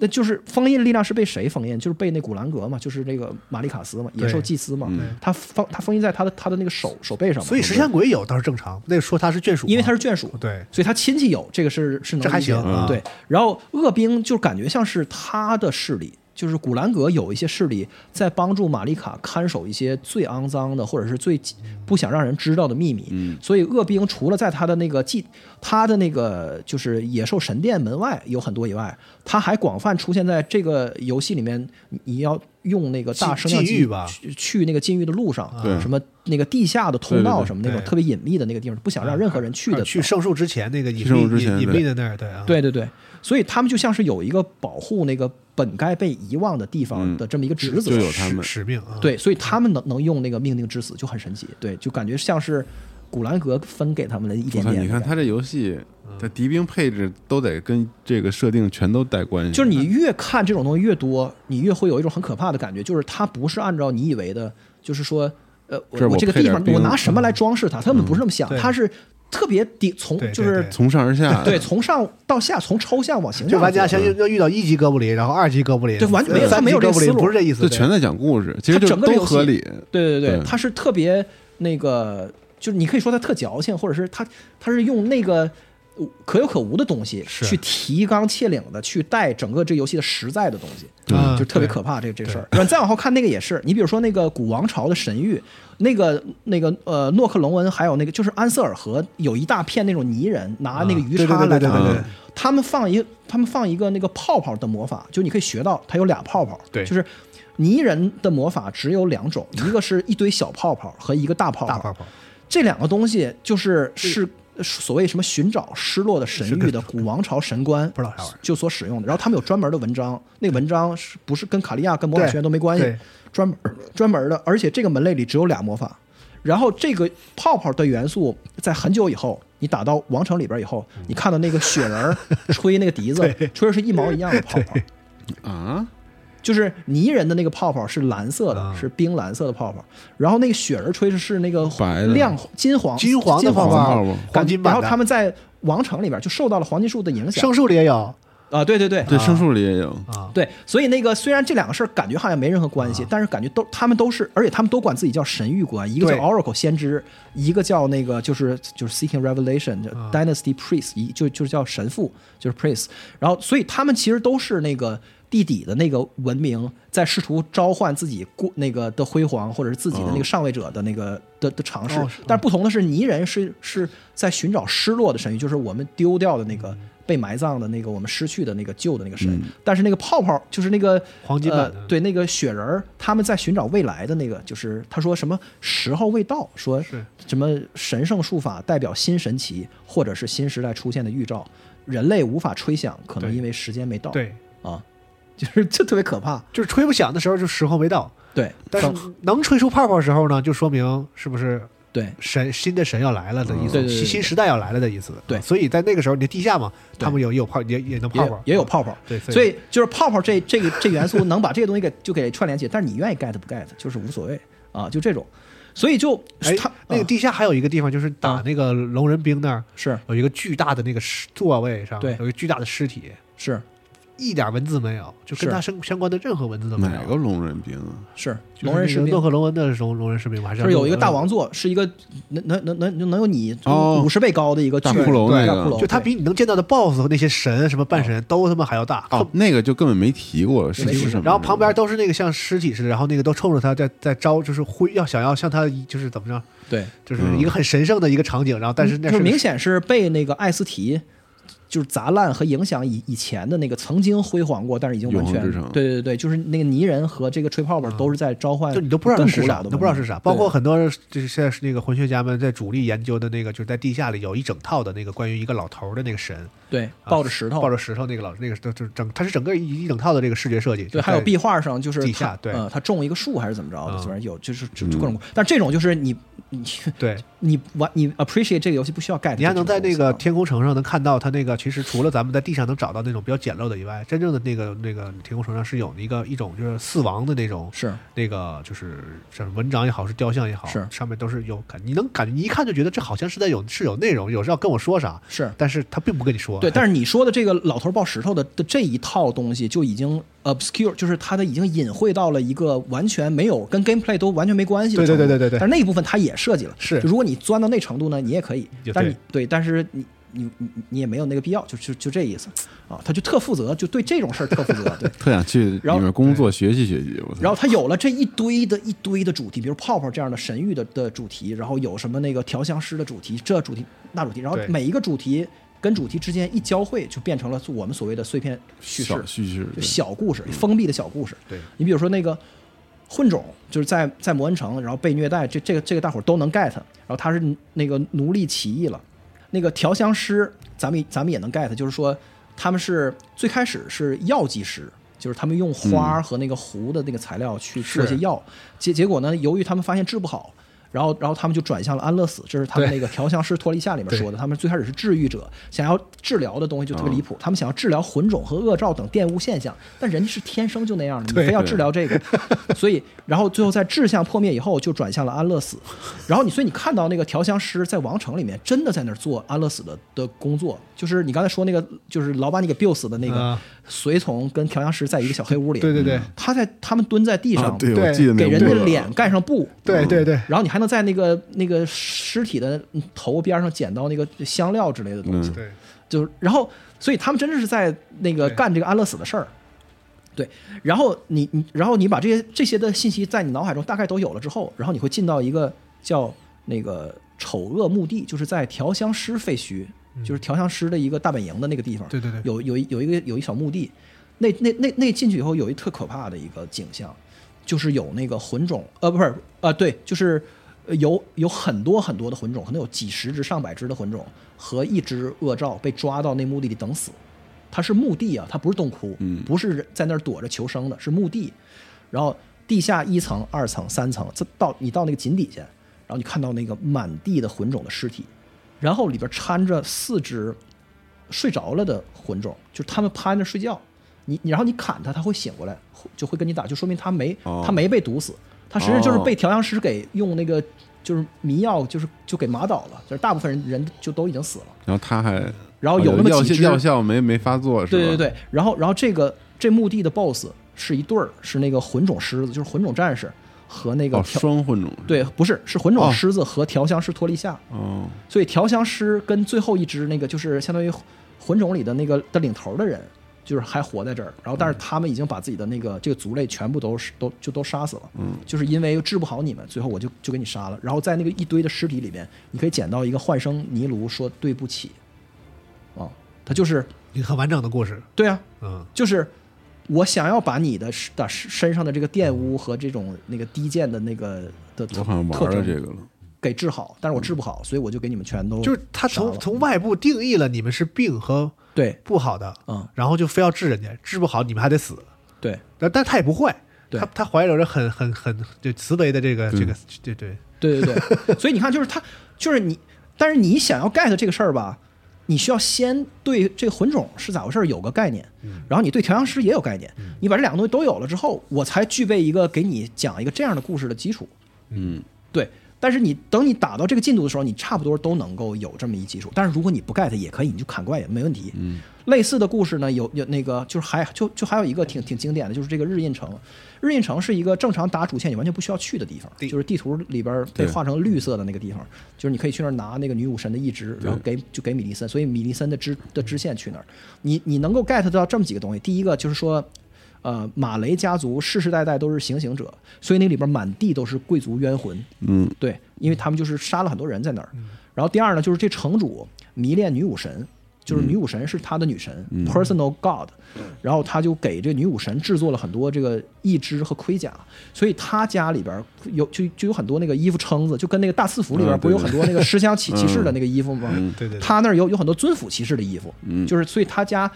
[SPEAKER 2] 那就是封印力量是被谁封印？就是被那古兰格嘛，就是这个马利卡斯嘛，野兽
[SPEAKER 1] 对嗯
[SPEAKER 2] 祭司嘛，他封他封印在他的他的那个手手背上嘛，
[SPEAKER 1] 所以石像鬼有倒是正常，那个说他是眷属嘛，
[SPEAKER 2] 因为他是眷属，
[SPEAKER 1] 对
[SPEAKER 2] 所以他亲戚有这个是是能
[SPEAKER 1] 这还
[SPEAKER 2] 理解的
[SPEAKER 1] 行啊
[SPEAKER 2] 对。然后恶兵就感觉像是他的势力，就是古兰格有一些势力在帮助玛丽卡看守一些最肮脏的或者是最不想让人知道的秘密。
[SPEAKER 1] 嗯
[SPEAKER 2] 所以恶兵除了在他的那个祭他的那个就是野兽神殿门外有很多以外，他还广泛出现在这个游戏里面。你你要用那个大
[SPEAKER 1] 禁
[SPEAKER 2] 声量
[SPEAKER 1] 禁
[SPEAKER 2] 记
[SPEAKER 1] 欲吧
[SPEAKER 2] 去去那个禁欲的路上，
[SPEAKER 3] 对
[SPEAKER 2] 什么那个地下的通
[SPEAKER 3] 对对
[SPEAKER 2] 道
[SPEAKER 3] 对
[SPEAKER 2] 什么那种
[SPEAKER 1] 对啊
[SPEAKER 2] 特别隐秘的那个地方，不想让任何人去的。
[SPEAKER 1] 去圣树之前那个隐
[SPEAKER 3] 去圣树
[SPEAKER 1] 秘
[SPEAKER 3] 之前
[SPEAKER 1] 隐隐
[SPEAKER 3] 对
[SPEAKER 1] 秘的那儿，对啊，
[SPEAKER 2] 对对对，所以他们就像是有一个保护那个本该被遗忘的地方的这么一个职责
[SPEAKER 3] 嗯就。有他
[SPEAKER 1] 使
[SPEAKER 3] 们
[SPEAKER 1] 使命啊，
[SPEAKER 2] 对，所以他们能能用那个命令之死就很神奇，对，就感觉像是古兰格分给他们的一
[SPEAKER 3] 我
[SPEAKER 2] 点
[SPEAKER 3] 操，
[SPEAKER 2] 点。
[SPEAKER 3] 你看，他这游戏的敌兵配置都得跟这个设定全都带关系，
[SPEAKER 2] 就是你越看这种东西越多，你越会有一种很可怕的感觉，就是它不是按照你以为的，就是说，呃，
[SPEAKER 3] 这
[SPEAKER 2] 我
[SPEAKER 3] 儿我
[SPEAKER 2] 我这个
[SPEAKER 3] 配
[SPEAKER 2] 地
[SPEAKER 3] 点嗯
[SPEAKER 2] 方
[SPEAKER 3] 兵
[SPEAKER 2] 我拿什么来装饰它，它根本不是那么想，
[SPEAKER 1] 嗯对
[SPEAKER 2] 它是特别底从
[SPEAKER 1] 对对
[SPEAKER 2] 就是
[SPEAKER 1] 对
[SPEAKER 3] 从上而下，
[SPEAKER 2] 对，从上到下，从抽象往形
[SPEAKER 1] 就
[SPEAKER 2] 象
[SPEAKER 1] 玩家
[SPEAKER 2] 做
[SPEAKER 1] 相
[SPEAKER 3] 嗯
[SPEAKER 1] 信要遇到一级哥布林，然后二级哥布林，呃
[SPEAKER 2] 对完全没有
[SPEAKER 1] 三
[SPEAKER 2] 他没有
[SPEAKER 1] 级哥
[SPEAKER 2] 这
[SPEAKER 1] 布
[SPEAKER 2] 个
[SPEAKER 1] 林，
[SPEAKER 2] 思路
[SPEAKER 1] 不是这意思，
[SPEAKER 3] 就
[SPEAKER 1] 对啊
[SPEAKER 3] 全在讲故事，其实
[SPEAKER 2] 它
[SPEAKER 3] 就
[SPEAKER 2] 整个
[SPEAKER 3] 都
[SPEAKER 2] 游戏
[SPEAKER 3] 合理。
[SPEAKER 2] 对对对
[SPEAKER 3] 对
[SPEAKER 2] 对，他是特别那个，就是你可以说他特矫情，或者是他他是用那个呃可有可无的东西
[SPEAKER 1] 是
[SPEAKER 2] 去提纲挈领的去带整个这游戏的实在的东西，
[SPEAKER 1] 嗯
[SPEAKER 2] 就特别可怕这这事儿。然后再往后看那个也是，你比如说那个古王朝的神域，那个那个呃诺克隆恩，还有那个就是安瑟尔河有一大片那种泥人拿那个鱼叉来
[SPEAKER 1] 啊对对对对
[SPEAKER 2] 打
[SPEAKER 1] 对对对
[SPEAKER 2] 他们放一他们放一个那个泡泡的魔法，就你可以学到它有俩泡泡，
[SPEAKER 1] 对
[SPEAKER 2] 就是泥人的魔法只有两种，一个是一堆小泡泡和一个大泡泡，
[SPEAKER 1] 大泡泡，
[SPEAKER 2] 这两个东西就是是所谓什么寻找失落的神域的古王朝神官，
[SPEAKER 1] 不知道啥玩意儿
[SPEAKER 2] 就所使用的。然后他们有专门的文章，那个文章是不是跟卡利亚跟魔法
[SPEAKER 1] 对
[SPEAKER 2] 学院都没关系
[SPEAKER 1] 对，
[SPEAKER 2] 专门专门的，而且这个门类里只有俩魔法。然后这个泡泡的元素，在很久以后，你打到王城里边以后，你看到那个雪人儿 吹那个笛子，吹的是一毛一样的泡泡。
[SPEAKER 3] 啊，
[SPEAKER 2] 就是泥人的那个泡泡是蓝色的，是冰蓝色的泡泡，然后那个雪人吹的是那个
[SPEAKER 3] 白的
[SPEAKER 2] 亮金黄
[SPEAKER 1] 金黄的泡
[SPEAKER 2] 黄
[SPEAKER 3] 泡
[SPEAKER 1] 泡，
[SPEAKER 2] 感
[SPEAKER 1] 黄
[SPEAKER 2] 觉
[SPEAKER 1] 金
[SPEAKER 2] 然
[SPEAKER 1] 版
[SPEAKER 2] 后
[SPEAKER 1] 的，
[SPEAKER 2] 他们在王城里边就受到了黄金树的影响
[SPEAKER 1] 圣树里也有
[SPEAKER 2] 啊，对对对
[SPEAKER 3] 对，圣树里也有，
[SPEAKER 1] 啊，
[SPEAKER 2] 对，所以那个虽然这两个事儿感觉好像没任何关系，但是感觉都他们都是，而且他们都管自己叫神域观，一个叫
[SPEAKER 1] 对
[SPEAKER 2] Oracle 先知，一个叫那个就是就是 Seeking Revelation 就
[SPEAKER 1] 啊
[SPEAKER 2] Dynasty Priest，一就就是叫神父，就是 Priest。然后，所以他们其实都是那个地底的那个文明在试图召唤自己过那个的辉煌，或者是自己的那个上位者的那个的的尝试
[SPEAKER 1] 哦是。
[SPEAKER 2] 但是不同的是，泥人是是在寻找失落的神域，就是我们丢掉的那个。
[SPEAKER 1] 嗯
[SPEAKER 2] 被埋葬的那个我们失去的那个旧的那个神，但是那个泡泡就是那个
[SPEAKER 1] 黄金版
[SPEAKER 2] 呃
[SPEAKER 1] 的
[SPEAKER 2] 对那个雪人儿，他们在寻找未来的那个，就是他说什么时候未到，说什么神圣术法代表新神奇或者是新时代出现的预兆，人类无法吹响，可能
[SPEAKER 1] 对
[SPEAKER 2] 因为时间没到。
[SPEAKER 1] 对，
[SPEAKER 2] 啊，就是 这特别可怕。
[SPEAKER 1] 就是吹不响的时候就时候没到，
[SPEAKER 2] 对，
[SPEAKER 1] 但
[SPEAKER 2] 等
[SPEAKER 1] 是能吹出泡泡的时候呢，就说明是不是
[SPEAKER 2] 对
[SPEAKER 1] 神新的神要来了的意
[SPEAKER 2] 嗯
[SPEAKER 1] 思，
[SPEAKER 2] 对对对
[SPEAKER 1] 新
[SPEAKER 2] 对
[SPEAKER 1] 新时代要来了的意思。
[SPEAKER 2] 对
[SPEAKER 1] 所以在那个时候，你地下嘛，
[SPEAKER 2] 对
[SPEAKER 1] 他们有也有泡，也也能
[SPEAKER 2] 也
[SPEAKER 1] 泡
[SPEAKER 2] 有
[SPEAKER 1] 泡，
[SPEAKER 2] 也有泡泡。
[SPEAKER 1] 对所以
[SPEAKER 2] 所以就是泡泡这这个这元素能把这个东西给就给串联起来，但是你愿意 get 不 get 就是无所谓啊，就这种。所以就
[SPEAKER 1] 哎
[SPEAKER 2] 他，
[SPEAKER 1] 那个
[SPEAKER 2] 啊
[SPEAKER 1] 地下还有一个地方，就是打
[SPEAKER 2] 啊
[SPEAKER 1] 那个龙人兵那儿
[SPEAKER 2] 是
[SPEAKER 1] 有一个巨大的那个尸座位上，
[SPEAKER 2] 对
[SPEAKER 1] 有一个巨大的尸体，
[SPEAKER 2] 是
[SPEAKER 1] 一点文字没有，就跟
[SPEAKER 2] 是
[SPEAKER 1] 他相相关的任何文字都没
[SPEAKER 3] 哪个
[SPEAKER 1] 有。
[SPEAKER 3] 龙人兵啊？
[SPEAKER 2] 是
[SPEAKER 1] 就是
[SPEAKER 2] 龙人
[SPEAKER 1] 那
[SPEAKER 2] 士
[SPEAKER 1] 个
[SPEAKER 2] 兵
[SPEAKER 1] 诺，克龙恩的龙龙人士兵吧，还
[SPEAKER 2] 就是有一个大王
[SPEAKER 1] 座，
[SPEAKER 2] 座，是一个能能能能能有你
[SPEAKER 3] 哦
[SPEAKER 2] 五十倍高的一个
[SPEAKER 3] 大
[SPEAKER 2] 巨
[SPEAKER 3] 骷
[SPEAKER 2] 人
[SPEAKER 3] 髅
[SPEAKER 2] 对
[SPEAKER 3] 那
[SPEAKER 2] 大
[SPEAKER 3] 个
[SPEAKER 2] 骷髅，
[SPEAKER 1] 就他比你能见到的 BOSS 和那些神什么半神都他妈还要大。
[SPEAKER 3] 哦，那个就根本没提过是
[SPEAKER 2] 没提
[SPEAKER 3] 是
[SPEAKER 2] 过
[SPEAKER 3] 什么。
[SPEAKER 1] 然后旁边都是那个像尸体似的，然后那个都冲着他在在招，就是挥要想要向他就是怎么着，
[SPEAKER 2] 对，
[SPEAKER 1] 就是一个很神圣的一个场景，然后但是那
[SPEAKER 2] 嗯就是是明显是被那个艾斯提就是砸烂和影响以以前的那个曾经辉煌过，但是已经完全
[SPEAKER 3] 永恒之城
[SPEAKER 2] 对对对，就是那个泥人和这个吹泡泡都是在召唤，
[SPEAKER 1] 啊就你都不知道
[SPEAKER 2] 更
[SPEAKER 1] 它
[SPEAKER 2] 古
[SPEAKER 1] 是啥，
[SPEAKER 2] 老
[SPEAKER 1] 你
[SPEAKER 2] 的
[SPEAKER 1] 都不知道
[SPEAKER 2] 文明
[SPEAKER 1] 是啥。包括
[SPEAKER 2] 对
[SPEAKER 1] 很多就是现在是那个文学家们在主力研究的那个，就是在地下里有一整套的那个关于一个老头儿的那个神，
[SPEAKER 2] 对
[SPEAKER 1] 啊
[SPEAKER 2] 抱着石头，
[SPEAKER 1] 抱着石头那个老那个就就是整，它是整个一一整套的这个视觉设计。
[SPEAKER 2] 对，还有壁画上就是
[SPEAKER 1] 地
[SPEAKER 2] 他
[SPEAKER 1] 下对
[SPEAKER 2] 呃，他种一个树还是怎么着的，
[SPEAKER 1] 嗯
[SPEAKER 2] 反正有就是就就各种，但这种就是你你
[SPEAKER 1] 对，
[SPEAKER 2] 你完你 appreciate 这个游戏不需要 get，
[SPEAKER 1] 你还能在那
[SPEAKER 2] 这
[SPEAKER 1] 个
[SPEAKER 2] 种东西啊
[SPEAKER 1] 天空城上能看到它那个，其实除了咱们在地上能找到那种比较简陋的以外，真正的那个那个天空城上是有一个一种就是四王的那种
[SPEAKER 2] 啊是
[SPEAKER 1] 那个就是像文章也好，是雕像也好，
[SPEAKER 2] 是
[SPEAKER 1] 上面都是有感，你能感觉你一看就觉得这好像是在有是有内容，有是要跟我说啥，
[SPEAKER 2] 是
[SPEAKER 1] 但是他并不跟你说。
[SPEAKER 2] 对，但是你说的这个老头抱石头的的这一套东西，就已经 obscure，就是它的已经隐晦到了一个完全没有跟 gameplay 都完全没关系的
[SPEAKER 1] 对对
[SPEAKER 2] 程度
[SPEAKER 1] 对对对对
[SPEAKER 2] 但是那一部分它也设计了，
[SPEAKER 1] 是
[SPEAKER 2] 就如果你钻到那程度呢，你也可以
[SPEAKER 1] 也，
[SPEAKER 2] 但
[SPEAKER 1] 对
[SPEAKER 2] 你对，但是你你你你也没有那个必要，就就就这意思啊。他就特负责，就对这种事儿特负责。对，
[SPEAKER 3] 特想去里
[SPEAKER 2] 然后
[SPEAKER 3] 面工作学习学习。我操
[SPEAKER 2] 然后他有了这一堆的一堆的主题，比如泡泡这样的神域的的主题，然后有什么那个调香师的主题，这主题那主题，然后
[SPEAKER 1] 对
[SPEAKER 2] 每一个主题跟主题之间一交汇，就变成了我们所谓的碎片叙事
[SPEAKER 3] 小。叙事
[SPEAKER 2] 就小故事，封闭的小故事。
[SPEAKER 1] 对
[SPEAKER 2] 你比如说那个混种，就是在在摩恩城，然后被虐待，这这个这个大伙儿都能 get，然后他是那个奴隶起义了，那个调香师，咱们咱们也能 get，就是说他们是最开始是药剂师。就是他们用花儿和那个壶的那个材料去做一些药，结结果呢，由于他们发现治不好，然后然后他们就转向了安乐死，这是他们那个调香师托利夏里面说的，他们最开始是治愈者，想要治疗的东西就特
[SPEAKER 1] 嗯
[SPEAKER 2] 别离谱，他们想要治疗混种和恶兆等玷污现象，但人家是天生就那样的，你非要治疗 这个，所以然后最后在志向破灭以后，就转向了安乐死，然后你所以你看到那个调香师在王城里面真的在那儿做安乐死的的工作，就是你刚才说那个就是老把你给 biu 死的那个
[SPEAKER 1] 啊
[SPEAKER 2] 随从跟调香师在一个小黑屋里，嗯
[SPEAKER 1] 对对对
[SPEAKER 2] 他在他们蹲在地
[SPEAKER 3] 啊
[SPEAKER 2] 上，，
[SPEAKER 3] 对，
[SPEAKER 1] 对
[SPEAKER 3] 我记得那
[SPEAKER 2] 给
[SPEAKER 3] 个
[SPEAKER 2] 人
[SPEAKER 3] 屋
[SPEAKER 2] 家
[SPEAKER 3] 子
[SPEAKER 2] 脸盖上布，
[SPEAKER 1] 对对对，
[SPEAKER 2] 然后你还能在那个那个尸体的头边上捡到那个香料之类的东西，
[SPEAKER 3] 嗯
[SPEAKER 1] 对，
[SPEAKER 2] 就是然后，所以他们真的是在那个
[SPEAKER 1] 对
[SPEAKER 2] 干这个安乐死的事儿。对，然后你你然后你把这些这些的信息在你脑海中大概都有了之后，然后你会进到一个叫那个丑恶墓地，就是在调香师废墟，就是调香师的一个大本营的那个地方。
[SPEAKER 1] 嗯对对对
[SPEAKER 2] 有有一有一个有一小墓地，那那那那进去以后有一特可怕的一个景象，就是有那个魂种，呃，不是，呃，对，就是呃有有很多很多的魂种，可能有几十只、上百只的魂种和一只恶兆被抓到那墓地里等死。它是墓地啊，它不是洞窟，
[SPEAKER 3] 嗯
[SPEAKER 2] 不是人在那儿躲着求生的，是墓地。然后地下一层、二层、三层，这到你到那个井底下，然后你看到那个满地的魂种的尸体，然后里边掺着四只睡着了的魂种，就是他们趴在那睡觉，你你然后你砍它，它会醒过来，会就会跟你打，就说明它没
[SPEAKER 3] 哦
[SPEAKER 2] 它没被毒死，它实际上就是
[SPEAKER 3] 哦
[SPEAKER 2] 被调香师给用那个就是迷药，就是就给麻倒了，就是大部分人人就都已经死了。
[SPEAKER 3] 然后他还，
[SPEAKER 2] 然后有那么
[SPEAKER 3] 药
[SPEAKER 2] 几只
[SPEAKER 3] 效药效没没发作是吧？
[SPEAKER 2] 对对对，然后然后这个这墓地的 BOSS 是一对儿，是那个混种狮子，就是混种战士和那个
[SPEAKER 3] 哦，
[SPEAKER 2] 调、
[SPEAKER 3] 双混种是吧
[SPEAKER 2] 对，不是是混种
[SPEAKER 3] 哦
[SPEAKER 2] 狮子和调香师托利夏。
[SPEAKER 3] 哦，
[SPEAKER 2] 所以调香师跟最后一只那个就是相当于魂种里的那个的领头的人，就是还活在这儿。然后，
[SPEAKER 3] 嗯
[SPEAKER 2] 但是他们已经把自己的那个这个族类全部都是都就都杀死了。嗯，就是因为治不好你们，最后我就就给你杀了。然后在那个一堆的尸体里边，你可以捡到一个幻生泥炉，说对不起，啊，他就是
[SPEAKER 1] 一个很完整的故事，
[SPEAKER 2] 对啊，
[SPEAKER 1] 嗯，
[SPEAKER 2] 就是我想要把你的的身上的这个玷污和这种那个低贱的那个的
[SPEAKER 3] 我
[SPEAKER 2] 特
[SPEAKER 3] 好像玩了这
[SPEAKER 2] 征
[SPEAKER 3] 个了，
[SPEAKER 2] 给治好，但是我治不好，所以我就给你们全都
[SPEAKER 1] 就是他
[SPEAKER 2] 杀了
[SPEAKER 1] 从从外部定义了你们是病和
[SPEAKER 2] 对。
[SPEAKER 1] 不好的，
[SPEAKER 2] 嗯，
[SPEAKER 1] 然后就非要治人家，治不好你们还得死，
[SPEAKER 2] 对
[SPEAKER 1] 但但他也不坏，
[SPEAKER 2] 对
[SPEAKER 1] 他他怀有着很很很就慈悲的这个
[SPEAKER 3] 对
[SPEAKER 1] 这个对对
[SPEAKER 2] 对对对，所以你看，就是他，就是你，但是你想要 get 这个事儿吧，你需要先对这个混种是咋回事儿有个概念，然后你对调香师也有概念，你把这两个东西都有了之后，我才具备一个给你讲一个这样的故事的基础。
[SPEAKER 3] 嗯，
[SPEAKER 2] 对，但是你等你打到这个进度的时候，你差不多都能够有这么一基础。但是如果你不 get 也可以，你就砍怪也没问题。嗯，类似的故事呢，有有那个就是还就就还有一个挺挺经典的，就是这个日印城。日印城是一个正常打主线你完全不需要去的地方，就是地图里边被画成绿色的那个地方，就是你可以去那儿拿那个女武神的一支，然后给就给米利森，所以米利森的支的支线去那儿。你你能够 get 到这么几个东西，第一个就是说。呃，马雷家族世世代代都是行刑者，所以那里边满地都是贵族冤魂。
[SPEAKER 3] 嗯，
[SPEAKER 2] 对，因为他们就是杀了很多人在那儿。
[SPEAKER 1] 嗯
[SPEAKER 2] 然后第二呢，就是这城主迷恋女武神，就是
[SPEAKER 3] 嗯
[SPEAKER 2] 女武神是他的女神、p e r s o n a l God，然后他就给这个女武神制作了很多这个义肢和盔甲，所以他家里边儿有就就有很多那个衣服撑子，就跟那个大四服里边儿
[SPEAKER 3] 嗯对嗯
[SPEAKER 2] 不是有很多那个十香 骑骑士的那个衣服吗？
[SPEAKER 1] 对对对，
[SPEAKER 2] 他那儿有有很多尊府骑士的衣服，就是所以他家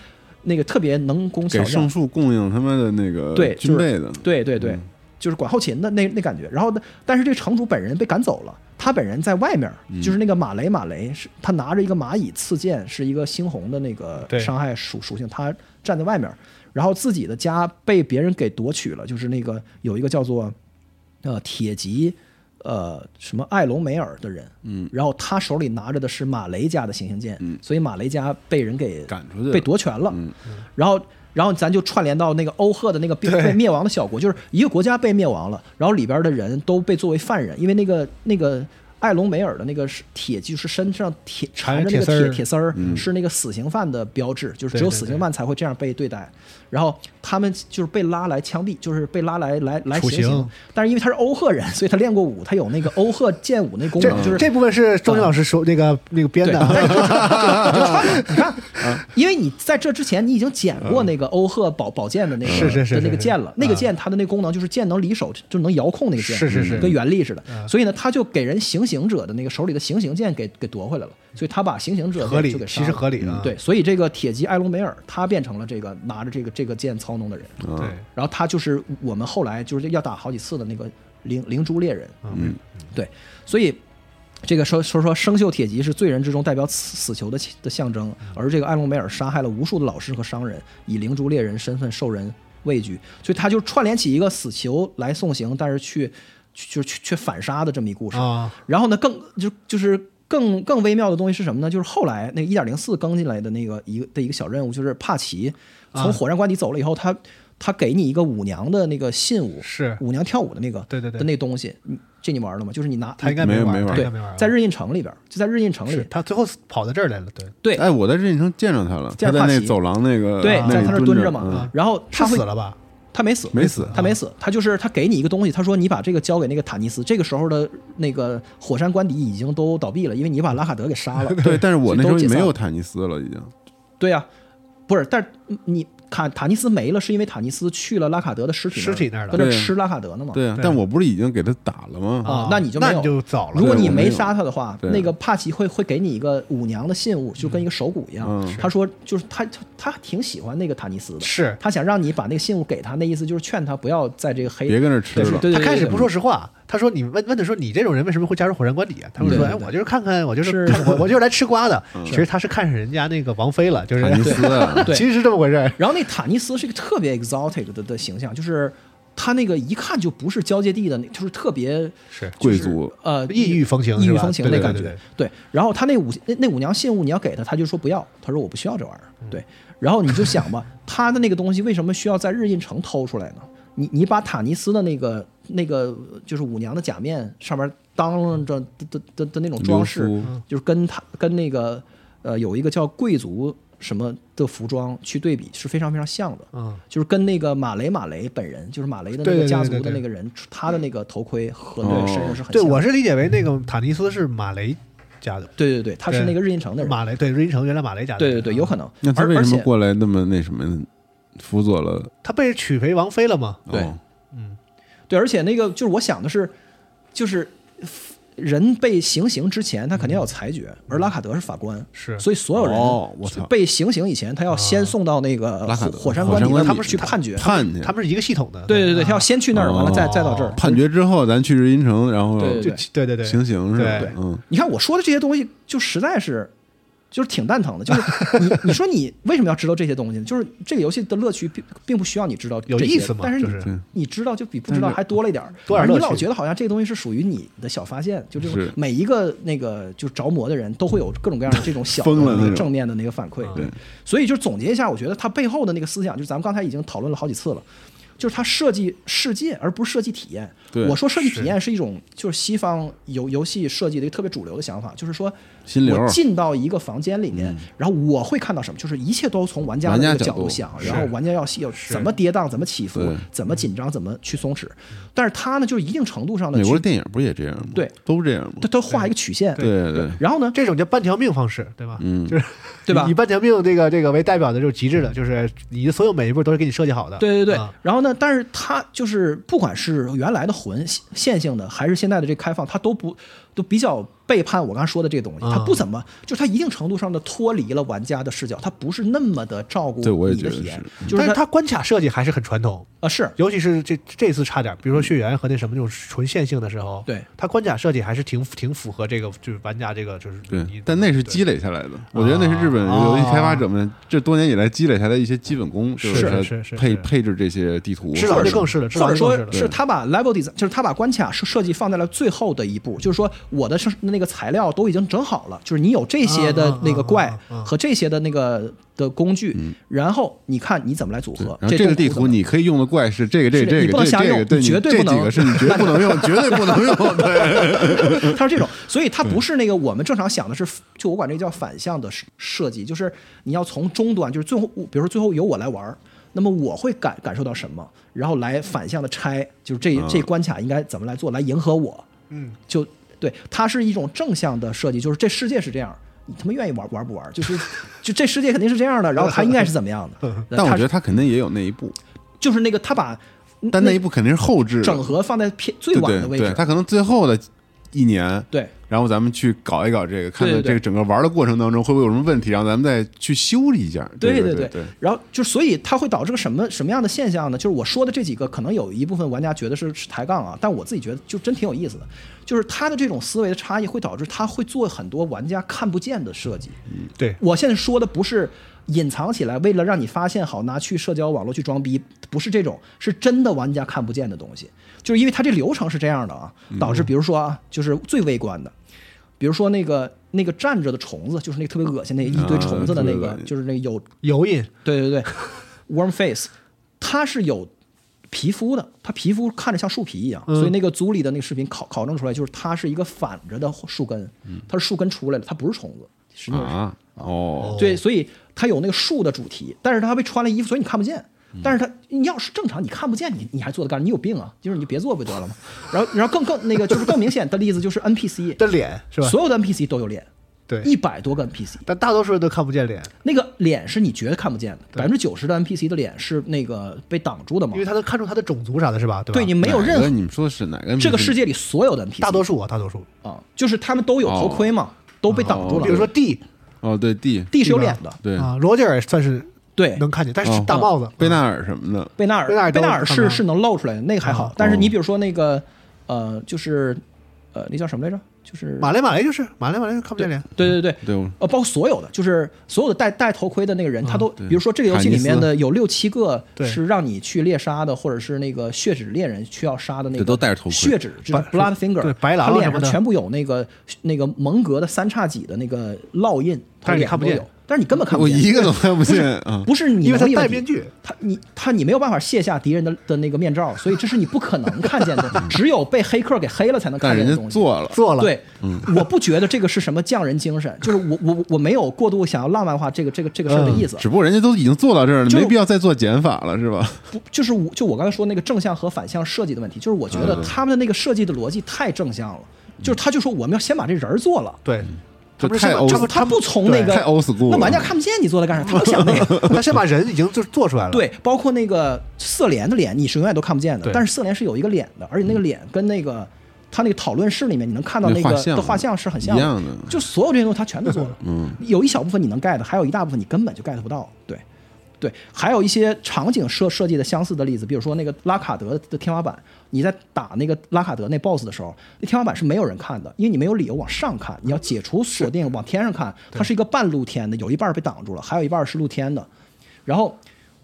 [SPEAKER 2] 那个特别能工巧
[SPEAKER 3] 嗯给
[SPEAKER 2] 匠
[SPEAKER 3] 圣，树供应他们的那个
[SPEAKER 2] 对
[SPEAKER 3] 呃军
[SPEAKER 2] 就是
[SPEAKER 3] 备的，
[SPEAKER 2] 对对对，就是管后勤的那那感觉。然后呢，但是这个城主本人被赶走了，他本人在外面，就是那个马雷马雷是他拿着一个蚂蚁刺剑，是一个猩红的那个
[SPEAKER 1] 对
[SPEAKER 2] 伤害属属性，他站在外面，然后自己的家被别人给夺取了，就是那个有一个叫做呃铁吉。呃，什么艾隆梅尔的人，嗯，然后他手里拿着的是马雷家的行星剑，嗯，所以马雷家被人给
[SPEAKER 3] 赶出去了
[SPEAKER 2] 被夺权
[SPEAKER 1] 嗯
[SPEAKER 2] 了，嗯然后。然后咱就串联到那个欧赫的那个被被灭亡的小国，就是一个国家被灭亡了，然后里边的人都被作为犯人，因为那个那个艾隆梅尔的那个是铁，就是身上铁
[SPEAKER 1] 缠
[SPEAKER 2] 缠着
[SPEAKER 1] 铁
[SPEAKER 2] 那个
[SPEAKER 1] 丝儿嗯
[SPEAKER 2] 铁铁丝儿，是那个死刑犯的标志，就是只有
[SPEAKER 1] 对对
[SPEAKER 2] 死刑犯才会这样被对待。然后他们就是被拉来枪毙，就是被拉来来来
[SPEAKER 1] 处
[SPEAKER 2] 行刑
[SPEAKER 1] 刑。
[SPEAKER 2] 但是因为他是欧赫人，所以他练过武，他有那个欧赫剑舞那功
[SPEAKER 1] 这
[SPEAKER 2] 能，就是
[SPEAKER 1] 这部分嗯是钟情老师说那个那个编
[SPEAKER 2] 对，
[SPEAKER 1] 的
[SPEAKER 2] 但
[SPEAKER 1] 啊，
[SPEAKER 2] 是你就穿吧，就穿吧你看，因为你在这之前你已经捡过那个欧赫宝宝剑的那个
[SPEAKER 1] 是是是
[SPEAKER 2] 的那个
[SPEAKER 1] 是是啊
[SPEAKER 2] 剑了，那个剑它的那功能就是剑能离手，就能遥控那个剑，
[SPEAKER 1] 是是是啊
[SPEAKER 2] 跟原力似的。所以呢，他就给人行刑者的那个手里的行刑剑给给夺回来了，所以他把行刑者给
[SPEAKER 1] 合理
[SPEAKER 2] 就给，杀
[SPEAKER 1] 其
[SPEAKER 2] 了嗯
[SPEAKER 1] 实合理啊，
[SPEAKER 2] 对，所以这个铁骑埃隆梅尔他变成了这个拿着这个这个剑操弄的人，
[SPEAKER 1] 对，
[SPEAKER 2] 然后他就是我们后来就是要打好几次的那个灵灵珠猎人，
[SPEAKER 3] 嗯，
[SPEAKER 2] 对，所以这个说说说生锈铁骑是罪人之中代表死死囚的起的象征，
[SPEAKER 3] 嗯
[SPEAKER 2] 而这个艾隆梅尔杀害了无数的老师和商人，以灵珠猎人身份受人畏惧，所以他就串联起一个死囚来送行，但是去去去去反杀的这么一故事。
[SPEAKER 1] 啊，
[SPEAKER 2] 然后呢，更就就是更更微妙的东西是什么呢？就是后来那一点零四更进来的那个一个的一个小任务，就是帕奇
[SPEAKER 1] 啊
[SPEAKER 2] 从火山关底走了以后，他他给你一个舞娘的那个信物，
[SPEAKER 1] 是
[SPEAKER 2] 舞娘跳舞的那个，
[SPEAKER 1] 对对对
[SPEAKER 2] 的那东西，你这你玩了吗？就是你拿
[SPEAKER 1] 他应该没
[SPEAKER 3] 没
[SPEAKER 1] 玩
[SPEAKER 3] 没
[SPEAKER 1] 儿，他
[SPEAKER 3] 玩
[SPEAKER 1] 应
[SPEAKER 3] 儿
[SPEAKER 2] 对
[SPEAKER 1] 该没玩儿啊，，
[SPEAKER 2] 在日印城里边，就在日印城
[SPEAKER 1] 是
[SPEAKER 2] 里，
[SPEAKER 1] 他最后跑到这儿来了，对，
[SPEAKER 2] 对
[SPEAKER 3] 哎，我在任城见着他了，
[SPEAKER 2] 见着
[SPEAKER 3] 他在
[SPEAKER 2] 帕奇
[SPEAKER 3] 那走廊那个
[SPEAKER 2] 对，
[SPEAKER 3] 那
[SPEAKER 2] 在
[SPEAKER 3] 里
[SPEAKER 2] 他那儿蹲着嘛
[SPEAKER 3] 嗯，
[SPEAKER 2] 然后
[SPEAKER 1] 是
[SPEAKER 2] 他会
[SPEAKER 1] 死了吧？
[SPEAKER 2] 他没死，
[SPEAKER 3] 没死啊
[SPEAKER 2] 他没死，他就是他给你一个东西，他说你把这个交给那个塔尼斯。这个时候的那个火山官邸已经都倒闭了，因为你把拉卡德给杀了。
[SPEAKER 3] 对，但是我那时候
[SPEAKER 2] 都解散
[SPEAKER 3] 没
[SPEAKER 2] 了
[SPEAKER 3] 有坦尼斯了，已经。
[SPEAKER 2] 对呀、不是，但是你卡塔尼斯没了，是因为塔尼斯去了拉卡德的尸体
[SPEAKER 1] 尸体那儿了
[SPEAKER 2] 跟那
[SPEAKER 3] 对
[SPEAKER 2] 吃拉卡德呢嘛。
[SPEAKER 3] 对啊，但我不是已经给他打了吗？
[SPEAKER 2] 啊那你就没
[SPEAKER 1] 那
[SPEAKER 2] 有
[SPEAKER 1] 你就早了，
[SPEAKER 2] 如果
[SPEAKER 3] 对
[SPEAKER 2] 你
[SPEAKER 3] 我
[SPEAKER 2] 没
[SPEAKER 3] 没有
[SPEAKER 2] 杀他的话，
[SPEAKER 3] 对
[SPEAKER 2] 那个帕奇会会给你一个舞娘的信物，就跟一个手鼓一样。
[SPEAKER 3] 嗯
[SPEAKER 2] 他说，就是他他他挺喜欢那个塔尼斯的，
[SPEAKER 1] 是
[SPEAKER 2] 他想让你把那个信物给他，那意思就是劝他不要在这个黑
[SPEAKER 3] 别跟这吃
[SPEAKER 2] 对
[SPEAKER 3] 了。
[SPEAKER 2] 对对
[SPEAKER 1] 嗯他开始
[SPEAKER 2] 对
[SPEAKER 1] 不说实话，他说你问问他说你这种人为什么会加入火山官邸啊？他们说
[SPEAKER 2] 嗯对
[SPEAKER 1] 哎，
[SPEAKER 2] 对对
[SPEAKER 1] 我就是看看，我就是是 看我我就是来吃瓜的。
[SPEAKER 3] 嗯
[SPEAKER 1] 其实他是看上人家那个王妃了，就是
[SPEAKER 3] 坦尼斯啊，
[SPEAKER 2] 对
[SPEAKER 1] 其实是这么回事儿。
[SPEAKER 2] 然后那塔尼斯是一个特别 exotic 的的形象，就是他那个一看就不是交界地的，那就是特别
[SPEAKER 1] 是
[SPEAKER 3] 贵族，
[SPEAKER 2] 呃
[SPEAKER 1] 异域风情
[SPEAKER 2] 异
[SPEAKER 1] 是吧
[SPEAKER 2] 域风情那
[SPEAKER 1] 对对
[SPEAKER 2] 感
[SPEAKER 1] 对
[SPEAKER 2] 觉。
[SPEAKER 1] 对
[SPEAKER 2] 然后他那舞那那舞娘信物你要给他，他就说不要，他说我不需要这玩意儿。
[SPEAKER 1] 嗯
[SPEAKER 2] 对，然后你就想吧， 他的那个东西为什么需要在日印城偷出来呢？你你把塔尼斯的那个那个就是舞娘的假面上面当着的的的的那种装饰
[SPEAKER 3] 流苏，
[SPEAKER 2] 就是跟他跟那个呃有一个叫贵族什么的服装去对比是非常非常像的。
[SPEAKER 1] 嗯，
[SPEAKER 2] 就是跟那个马雷马雷本人，就是马雷的那
[SPEAKER 1] 对
[SPEAKER 2] 个
[SPEAKER 1] 对
[SPEAKER 2] 家
[SPEAKER 1] 对
[SPEAKER 2] 族
[SPEAKER 1] 对
[SPEAKER 2] 的
[SPEAKER 1] 对
[SPEAKER 2] 那个人，他的那个头盔和
[SPEAKER 3] 哦
[SPEAKER 2] 那个身上是很
[SPEAKER 1] 对
[SPEAKER 2] 像的。
[SPEAKER 1] 我是理解为那个塔尼斯是马雷家的，
[SPEAKER 2] 对对对，他是
[SPEAKER 1] 对
[SPEAKER 2] 那个日印城的人。
[SPEAKER 1] 马雷对瑞城原来马雷家的，嗯
[SPEAKER 2] 对对对，有可能。
[SPEAKER 3] 那他
[SPEAKER 2] 而
[SPEAKER 3] 为
[SPEAKER 2] 而
[SPEAKER 3] 什
[SPEAKER 2] 且
[SPEAKER 3] 么过来那么那什么呢？辅佐了？
[SPEAKER 1] 他被娶为王妃了嘛？
[SPEAKER 2] 对
[SPEAKER 3] 哦
[SPEAKER 2] 嗯对，而且那个就是我想的是，就是人被行刑之前，他肯定要有裁决，而拉卡德是法官，
[SPEAKER 1] 嗯是啊
[SPEAKER 2] 所以所有人
[SPEAKER 3] 哦我操
[SPEAKER 2] 被行刑以前，他要先送到那个
[SPEAKER 3] 拉卡
[SPEAKER 2] 火
[SPEAKER 3] 德
[SPEAKER 2] 火山
[SPEAKER 3] 火
[SPEAKER 2] 关
[SPEAKER 3] 山
[SPEAKER 2] 底
[SPEAKER 3] 关，
[SPEAKER 2] 他
[SPEAKER 3] 底
[SPEAKER 2] 们去判决。
[SPEAKER 3] 判去，哦
[SPEAKER 1] 他们是一个系统的，
[SPEAKER 2] 对对对，
[SPEAKER 1] 啊
[SPEAKER 2] 他要先去那儿，完了再再到这儿。
[SPEAKER 3] 判决之后，咱去日音城，然后
[SPEAKER 2] 对
[SPEAKER 1] 就对对对
[SPEAKER 3] 行刑是吧
[SPEAKER 1] 对？
[SPEAKER 3] 嗯，
[SPEAKER 2] 你看我说的这些东西，就实在是。就是挺蛋疼的，就是 你你说你为什么要知道这些东西呢？就是这个游戏的乐趣并并不需要你知道
[SPEAKER 1] 有
[SPEAKER 2] 这
[SPEAKER 1] 意
[SPEAKER 2] 些
[SPEAKER 1] 思嘛
[SPEAKER 2] 但是你、
[SPEAKER 1] 就是
[SPEAKER 3] 嗯
[SPEAKER 2] 你知道就比不知道还多了一点儿，
[SPEAKER 1] 多点
[SPEAKER 2] 而
[SPEAKER 1] 儿乐
[SPEAKER 2] 你
[SPEAKER 1] 趣
[SPEAKER 2] 老觉得好像这东西是属于你的小发现，就这种
[SPEAKER 3] 是
[SPEAKER 2] 每一个那个就着魔的人都会有各种各样的这种小的
[SPEAKER 3] 疯了
[SPEAKER 2] 那
[SPEAKER 3] 那
[SPEAKER 2] 个
[SPEAKER 3] 种
[SPEAKER 2] 正面的那个反馈，
[SPEAKER 3] 对，
[SPEAKER 2] 所以就总结一下，我觉得它背后的那个思想，就是咱们刚才已经讨论了好几次了。就是它设计世界，而不是设计体验。
[SPEAKER 3] 对
[SPEAKER 2] 我说设计体验是一种，就是西方游游戏设计的一个特别主流的想法，就是说
[SPEAKER 3] 心流嗯
[SPEAKER 2] 我进到一个房间里面，然后我会看到什么，就是一切都从玩家的
[SPEAKER 3] 玩家
[SPEAKER 2] 那个
[SPEAKER 3] 角
[SPEAKER 2] 角度
[SPEAKER 3] 度
[SPEAKER 2] 想，然后玩家要要怎么跌宕，怎么起伏
[SPEAKER 3] 对，
[SPEAKER 2] 怎么紧张，怎么去松弛。但是它呢，就是一定程度上的
[SPEAKER 3] 美
[SPEAKER 2] 去
[SPEAKER 3] 国的，电影不也这样吗？
[SPEAKER 2] 对，
[SPEAKER 3] 都这样吗
[SPEAKER 2] 它？它画一个曲线，
[SPEAKER 3] 对对，
[SPEAKER 2] 然后呢，
[SPEAKER 1] 这种叫半条命方式，对吧？
[SPEAKER 3] 嗯
[SPEAKER 1] 就是
[SPEAKER 2] 对吧
[SPEAKER 1] 以以半条命这个这个为代表的就是极致的，就是你的所有每一步都是给你设计好的。
[SPEAKER 2] 对对对
[SPEAKER 1] 啊，
[SPEAKER 2] 然后呢，但是它就是不管是原来的魂线线性的，还是现在的这开放，它都不都比较背叛我刚才说的这个东西，它
[SPEAKER 1] 啊
[SPEAKER 2] 不怎么就是它一定程度上的脱离了玩家的视角，它不是那么的照顾
[SPEAKER 3] 对我也
[SPEAKER 2] 你的
[SPEAKER 3] 觉得
[SPEAKER 2] 体验，就
[SPEAKER 1] 但
[SPEAKER 2] 是
[SPEAKER 1] 是
[SPEAKER 2] 它
[SPEAKER 1] 它关卡设计还是很传统，
[SPEAKER 2] 啊是
[SPEAKER 1] 尤其是这这次差点，比如说血缘和那什么那种纯线性的时候，
[SPEAKER 2] 对
[SPEAKER 1] 它关卡设计还是挺挺符合这个就是玩家这个就是你
[SPEAKER 3] 对，但那是积累下来的，我觉得那是日本
[SPEAKER 2] 啊
[SPEAKER 3] 游戏开发者们这多年以来积累下来的一些基本功，就是它
[SPEAKER 1] 是是
[SPEAKER 3] 配
[SPEAKER 1] 是
[SPEAKER 3] 配置这些地图，
[SPEAKER 1] 至少就更是了，至
[SPEAKER 2] 或
[SPEAKER 1] 少
[SPEAKER 2] 者
[SPEAKER 1] 就更是
[SPEAKER 2] 说
[SPEAKER 1] 了。
[SPEAKER 2] 是他把 level design，就是他把关卡设设计放在了最后的一步，就是说我的是那个材料都已经整好了，就是你有这些
[SPEAKER 1] 啊啊
[SPEAKER 2] 的那
[SPEAKER 1] 啊
[SPEAKER 2] 个怪
[SPEAKER 1] 啊啊
[SPEAKER 2] 和这些的那个的工具，然后你看你怎么来组合。
[SPEAKER 3] 嗯然后这
[SPEAKER 2] 动
[SPEAKER 3] 个地
[SPEAKER 2] 怎
[SPEAKER 3] 图
[SPEAKER 2] 么
[SPEAKER 3] 你可以用的怪是这个、这
[SPEAKER 2] 是
[SPEAKER 3] 个、
[SPEAKER 2] 的
[SPEAKER 3] 这
[SPEAKER 2] 你不
[SPEAKER 3] 个、
[SPEAKER 2] 能
[SPEAKER 3] 这
[SPEAKER 2] 瞎
[SPEAKER 3] 个、这个，
[SPEAKER 2] 用
[SPEAKER 3] 对，
[SPEAKER 2] 你
[SPEAKER 3] 你
[SPEAKER 2] 绝对不
[SPEAKER 3] 这几
[SPEAKER 2] 能
[SPEAKER 3] 个是你绝对不能用，绝对不 能用。对，
[SPEAKER 2] 它是这种，
[SPEAKER 3] 嗯
[SPEAKER 2] 所以它不是那个我们正常想的是，就我管这个叫反向的设设计，就是你要从终端，就是最后，比如说最后由我来玩儿，那么我会感感受到什么，然后来反向的拆，就是这
[SPEAKER 3] 啊
[SPEAKER 2] 这关卡应该怎么来做，来迎合我，
[SPEAKER 1] 嗯，
[SPEAKER 2] 就对，它是一种正向的设计，就是这世界是这样。你他妈愿意玩玩不玩？就是，就这世界肯定是这样的，然后它应该是怎么样的？
[SPEAKER 3] 但我觉得
[SPEAKER 2] 它
[SPEAKER 3] 他肯定也有那一步，
[SPEAKER 2] 就是那个他把
[SPEAKER 3] 但那一步肯定是后置的
[SPEAKER 2] 整合放在片最
[SPEAKER 3] 对
[SPEAKER 2] 晚的
[SPEAKER 3] 对
[SPEAKER 2] 位置
[SPEAKER 3] 对，，他可能最后的一年，
[SPEAKER 2] 对
[SPEAKER 3] 然后咱们去搞一搞这个，看
[SPEAKER 2] 对对
[SPEAKER 3] 看
[SPEAKER 2] 对
[SPEAKER 3] 这个整个玩的过程当中会不会有什么问题，然后咱们再去修理一下。
[SPEAKER 2] 对
[SPEAKER 3] 对
[SPEAKER 2] 对
[SPEAKER 3] 对，
[SPEAKER 2] 然后就所以它会导致个什么什么样的现象呢？就是我说的这几个，可能有一部分玩家觉得是是抬杠啊，但我自己觉得就真挺有意思的。就是他的这种思维的差异，会导致他会做很多玩家看不见的设计。
[SPEAKER 1] 对，
[SPEAKER 2] 我现在说的不是隐藏起来，为了让你发现好拿去社交网络去装逼，不是这种，是真的玩家看不见的东西。就是因为它这流程是这样的啊，
[SPEAKER 3] 嗯
[SPEAKER 2] 导致比如说啊，就是最微观的，比如说那个那个站着的虫子，就是那个特别恶心那一堆虫子的那个，
[SPEAKER 3] 啊对对对
[SPEAKER 2] 就是那个有
[SPEAKER 1] 油印
[SPEAKER 2] 对对 对，worm face，它是有皮肤的，它皮肤看着像树皮一样，所以那个组里的那个视频考考证出来，就是它是一个反着的树根，它是树根出来的，它不是虫子，实际上是。
[SPEAKER 3] 啊，哦，
[SPEAKER 2] 对，所以它有那个树的主题，但是它被穿了衣服，所以你看不见。但是它你要是正常，你看不见，你你还做的干？你有病啊！就是你别做不得了吗？然后，然后更更那个就是更明显的例子就 是 NPC，
[SPEAKER 1] 的脸是吧？
[SPEAKER 2] 所有的 NPC 都有脸，
[SPEAKER 1] 对，
[SPEAKER 2] 一百多个 NPC，
[SPEAKER 1] 但大多数人都看不见脸，
[SPEAKER 2] 那个脸是你绝对看不见的，百分之九十的 NPC 的脸是那个被挡住的嘛
[SPEAKER 1] 因为？他能看出他的种族啥的，是吧？对吧？
[SPEAKER 2] 对你没有任
[SPEAKER 3] 哪个
[SPEAKER 2] 何
[SPEAKER 3] 你们说的是哪个？
[SPEAKER 2] 这个世界里所有的 NPC
[SPEAKER 1] 大多数啊，大多数，哦
[SPEAKER 2] 啊，就是他们都有头盔嘛，都被挡住了。
[SPEAKER 1] 比如说 D
[SPEAKER 3] 哦，对 D
[SPEAKER 2] 地是有脸的，
[SPEAKER 3] 对
[SPEAKER 1] 啊，罗杰尔算是
[SPEAKER 2] 对，
[SPEAKER 1] 能看见，但是
[SPEAKER 3] 哦
[SPEAKER 1] 大帽子
[SPEAKER 3] 贝纳尔什么的，
[SPEAKER 2] 贝纳尔
[SPEAKER 1] 贝纳尔都
[SPEAKER 2] 贝纳尔
[SPEAKER 1] 看
[SPEAKER 2] 是
[SPEAKER 1] 到哦
[SPEAKER 2] 是能露出来的，那个还好。但是你比如说那个呃，就是呃，那叫什么来着？就是
[SPEAKER 1] 马雷马雷就是马雷马雷就看不见
[SPEAKER 2] 对
[SPEAKER 1] 脸，
[SPEAKER 2] 对对对。
[SPEAKER 3] 对，我
[SPEAKER 2] 呃，包括所有的，就是所有的戴戴头盔的那个人，他都，
[SPEAKER 3] 对
[SPEAKER 2] 比如说这个游戏里面
[SPEAKER 3] 凯
[SPEAKER 2] 的有六七个
[SPEAKER 1] 啊对
[SPEAKER 2] 是让你去猎杀的，或者是那个血指猎人需要杀的那个，
[SPEAKER 3] 对都戴着头盔
[SPEAKER 2] 血指就是
[SPEAKER 1] 白
[SPEAKER 2] blood finger，
[SPEAKER 1] 对白狼啊
[SPEAKER 2] 他脸
[SPEAKER 1] 什么
[SPEAKER 2] 上
[SPEAKER 1] 的
[SPEAKER 2] 全部有那个那个蒙格的三叉戟的那个烙印，他
[SPEAKER 1] 但是你
[SPEAKER 2] 脸
[SPEAKER 1] 看
[SPEAKER 2] 上
[SPEAKER 1] 不
[SPEAKER 2] 都
[SPEAKER 1] 见
[SPEAKER 2] 有，但是你根本看不
[SPEAKER 3] 我
[SPEAKER 2] 见，
[SPEAKER 3] 一个都看 不见啊。
[SPEAKER 2] 不是你
[SPEAKER 1] 因为他
[SPEAKER 2] 能力
[SPEAKER 1] 戴
[SPEAKER 2] 问题
[SPEAKER 1] 面具，
[SPEAKER 2] 他你他你没有办法卸下敌人的的那个面罩，所以这是你不可能看见的， 只有被黑客给黑了才能
[SPEAKER 3] 但
[SPEAKER 2] 看见的
[SPEAKER 3] 人家
[SPEAKER 2] 东西。
[SPEAKER 3] 做了，嗯
[SPEAKER 1] 做了，
[SPEAKER 2] 对，我不觉得这个是什么匠人精神，就是我我我没有过度想要浪漫化这个这个这个事儿的意思，
[SPEAKER 3] 只不过人家都已经做到这儿了，
[SPEAKER 2] 就
[SPEAKER 3] 没必要再做减法了，是吧？
[SPEAKER 2] 不就是我就我刚才说那个正向和反向设计的问题，就是我觉得他们的那个设计的逻辑太正向了，
[SPEAKER 3] 嗯
[SPEAKER 2] 就是他就说我们要先把这人儿做了。
[SPEAKER 1] 对，
[SPEAKER 3] 这
[SPEAKER 1] 他不是
[SPEAKER 3] 太
[SPEAKER 1] 先把
[SPEAKER 3] old
[SPEAKER 1] 他
[SPEAKER 2] 他
[SPEAKER 1] 不
[SPEAKER 2] 他不从那个
[SPEAKER 3] 太 old school
[SPEAKER 2] 那玩
[SPEAKER 3] 了
[SPEAKER 2] 家看不见你做的干啥？他不想那个，
[SPEAKER 1] 他先把人已经就是做出来了，
[SPEAKER 2] 对，包括那个色联的脸，你是永远都看不见的
[SPEAKER 1] 对。
[SPEAKER 2] 但是色联是有一个脸的，而且那个脸跟那个他那个讨论室里面你能看到
[SPEAKER 3] 那
[SPEAKER 2] 那个
[SPEAKER 3] 画像
[SPEAKER 2] 的画像是很像
[SPEAKER 3] 一样的
[SPEAKER 2] 就所有这些东西他全都做了。嗯，有一小部分你能 get，还有一大部分你根本就 get 不到。对，对，还有一些场景设设计的相似的例子，比如说那个拉卡德的天花板，你在打那个拉卡德那 BOSS 的时候，那天花板是没有人看的，因为你没有理由往上看，你要解除锁定往天上看，它是一个半露天的，有一半儿被挡住了，还有一半儿是露天的，然后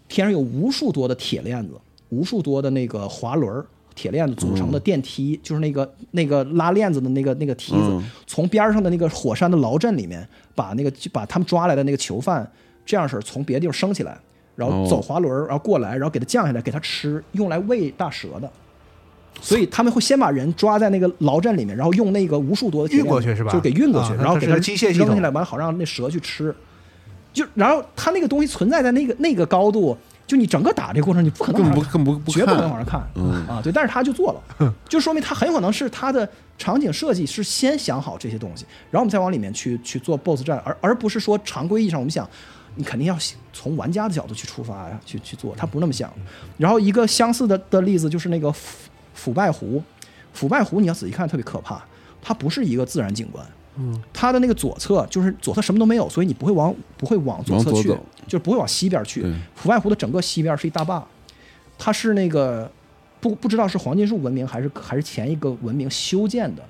[SPEAKER 2] 天上有无数多的铁链子，无数多的那个滑轮儿。铁链子组成
[SPEAKER 1] 嗯
[SPEAKER 2] 的电梯，就是那个那个拉链子的那个那个梯子，
[SPEAKER 1] 嗯
[SPEAKER 2] 从边儿上的那个火山的牢镇里面，把那个把他们抓来的那个囚犯，这样式儿从别的地方升起来，然后
[SPEAKER 1] 哦
[SPEAKER 2] 走滑轮儿，然后过来，然后给它降下来，给它吃，用来喂大蛇的。所以他们会先把人抓在那个牢镇里面，然后用那个无数多的铁链子
[SPEAKER 1] 运过去是吧
[SPEAKER 2] 就给运过去，
[SPEAKER 1] 啊
[SPEAKER 2] 然后
[SPEAKER 1] 它
[SPEAKER 2] 给
[SPEAKER 1] 是
[SPEAKER 2] 它
[SPEAKER 1] 个机械系统
[SPEAKER 2] 扔下来，完好让那蛇去吃。就然后它那个东西存在在那个那个高度，就你整个打这个过程，你不可能
[SPEAKER 3] 根本
[SPEAKER 2] 往
[SPEAKER 3] 不
[SPEAKER 2] 上
[SPEAKER 3] 根本不不
[SPEAKER 2] 绝不能
[SPEAKER 3] 看嗯
[SPEAKER 2] 往上看、啊！对，但是他就做了，就说明他很有可能是他的场景设计是先想好这些东西，然后我们再往里面去去做 BOSS 战，而而不是说常规意义上我们想。你肯定要从玩家的角度去出发呀，去去做，他不是那么想的。然后一个相似的的例子就是那个腐腐败湖，腐败湖你要仔细看特别可怕，它不是一个自然景观，嗯，它的那个左侧就是左侧什么都没有，所以你不会往不会往左
[SPEAKER 3] 往
[SPEAKER 2] 侧
[SPEAKER 3] 左
[SPEAKER 2] 去
[SPEAKER 3] 走，
[SPEAKER 2] 就是不会往西边去
[SPEAKER 3] 对。
[SPEAKER 2] 腐败湖的整个西边是一大坝，它是那个不不知道是黄金树文明还是还是前一个文明修建的，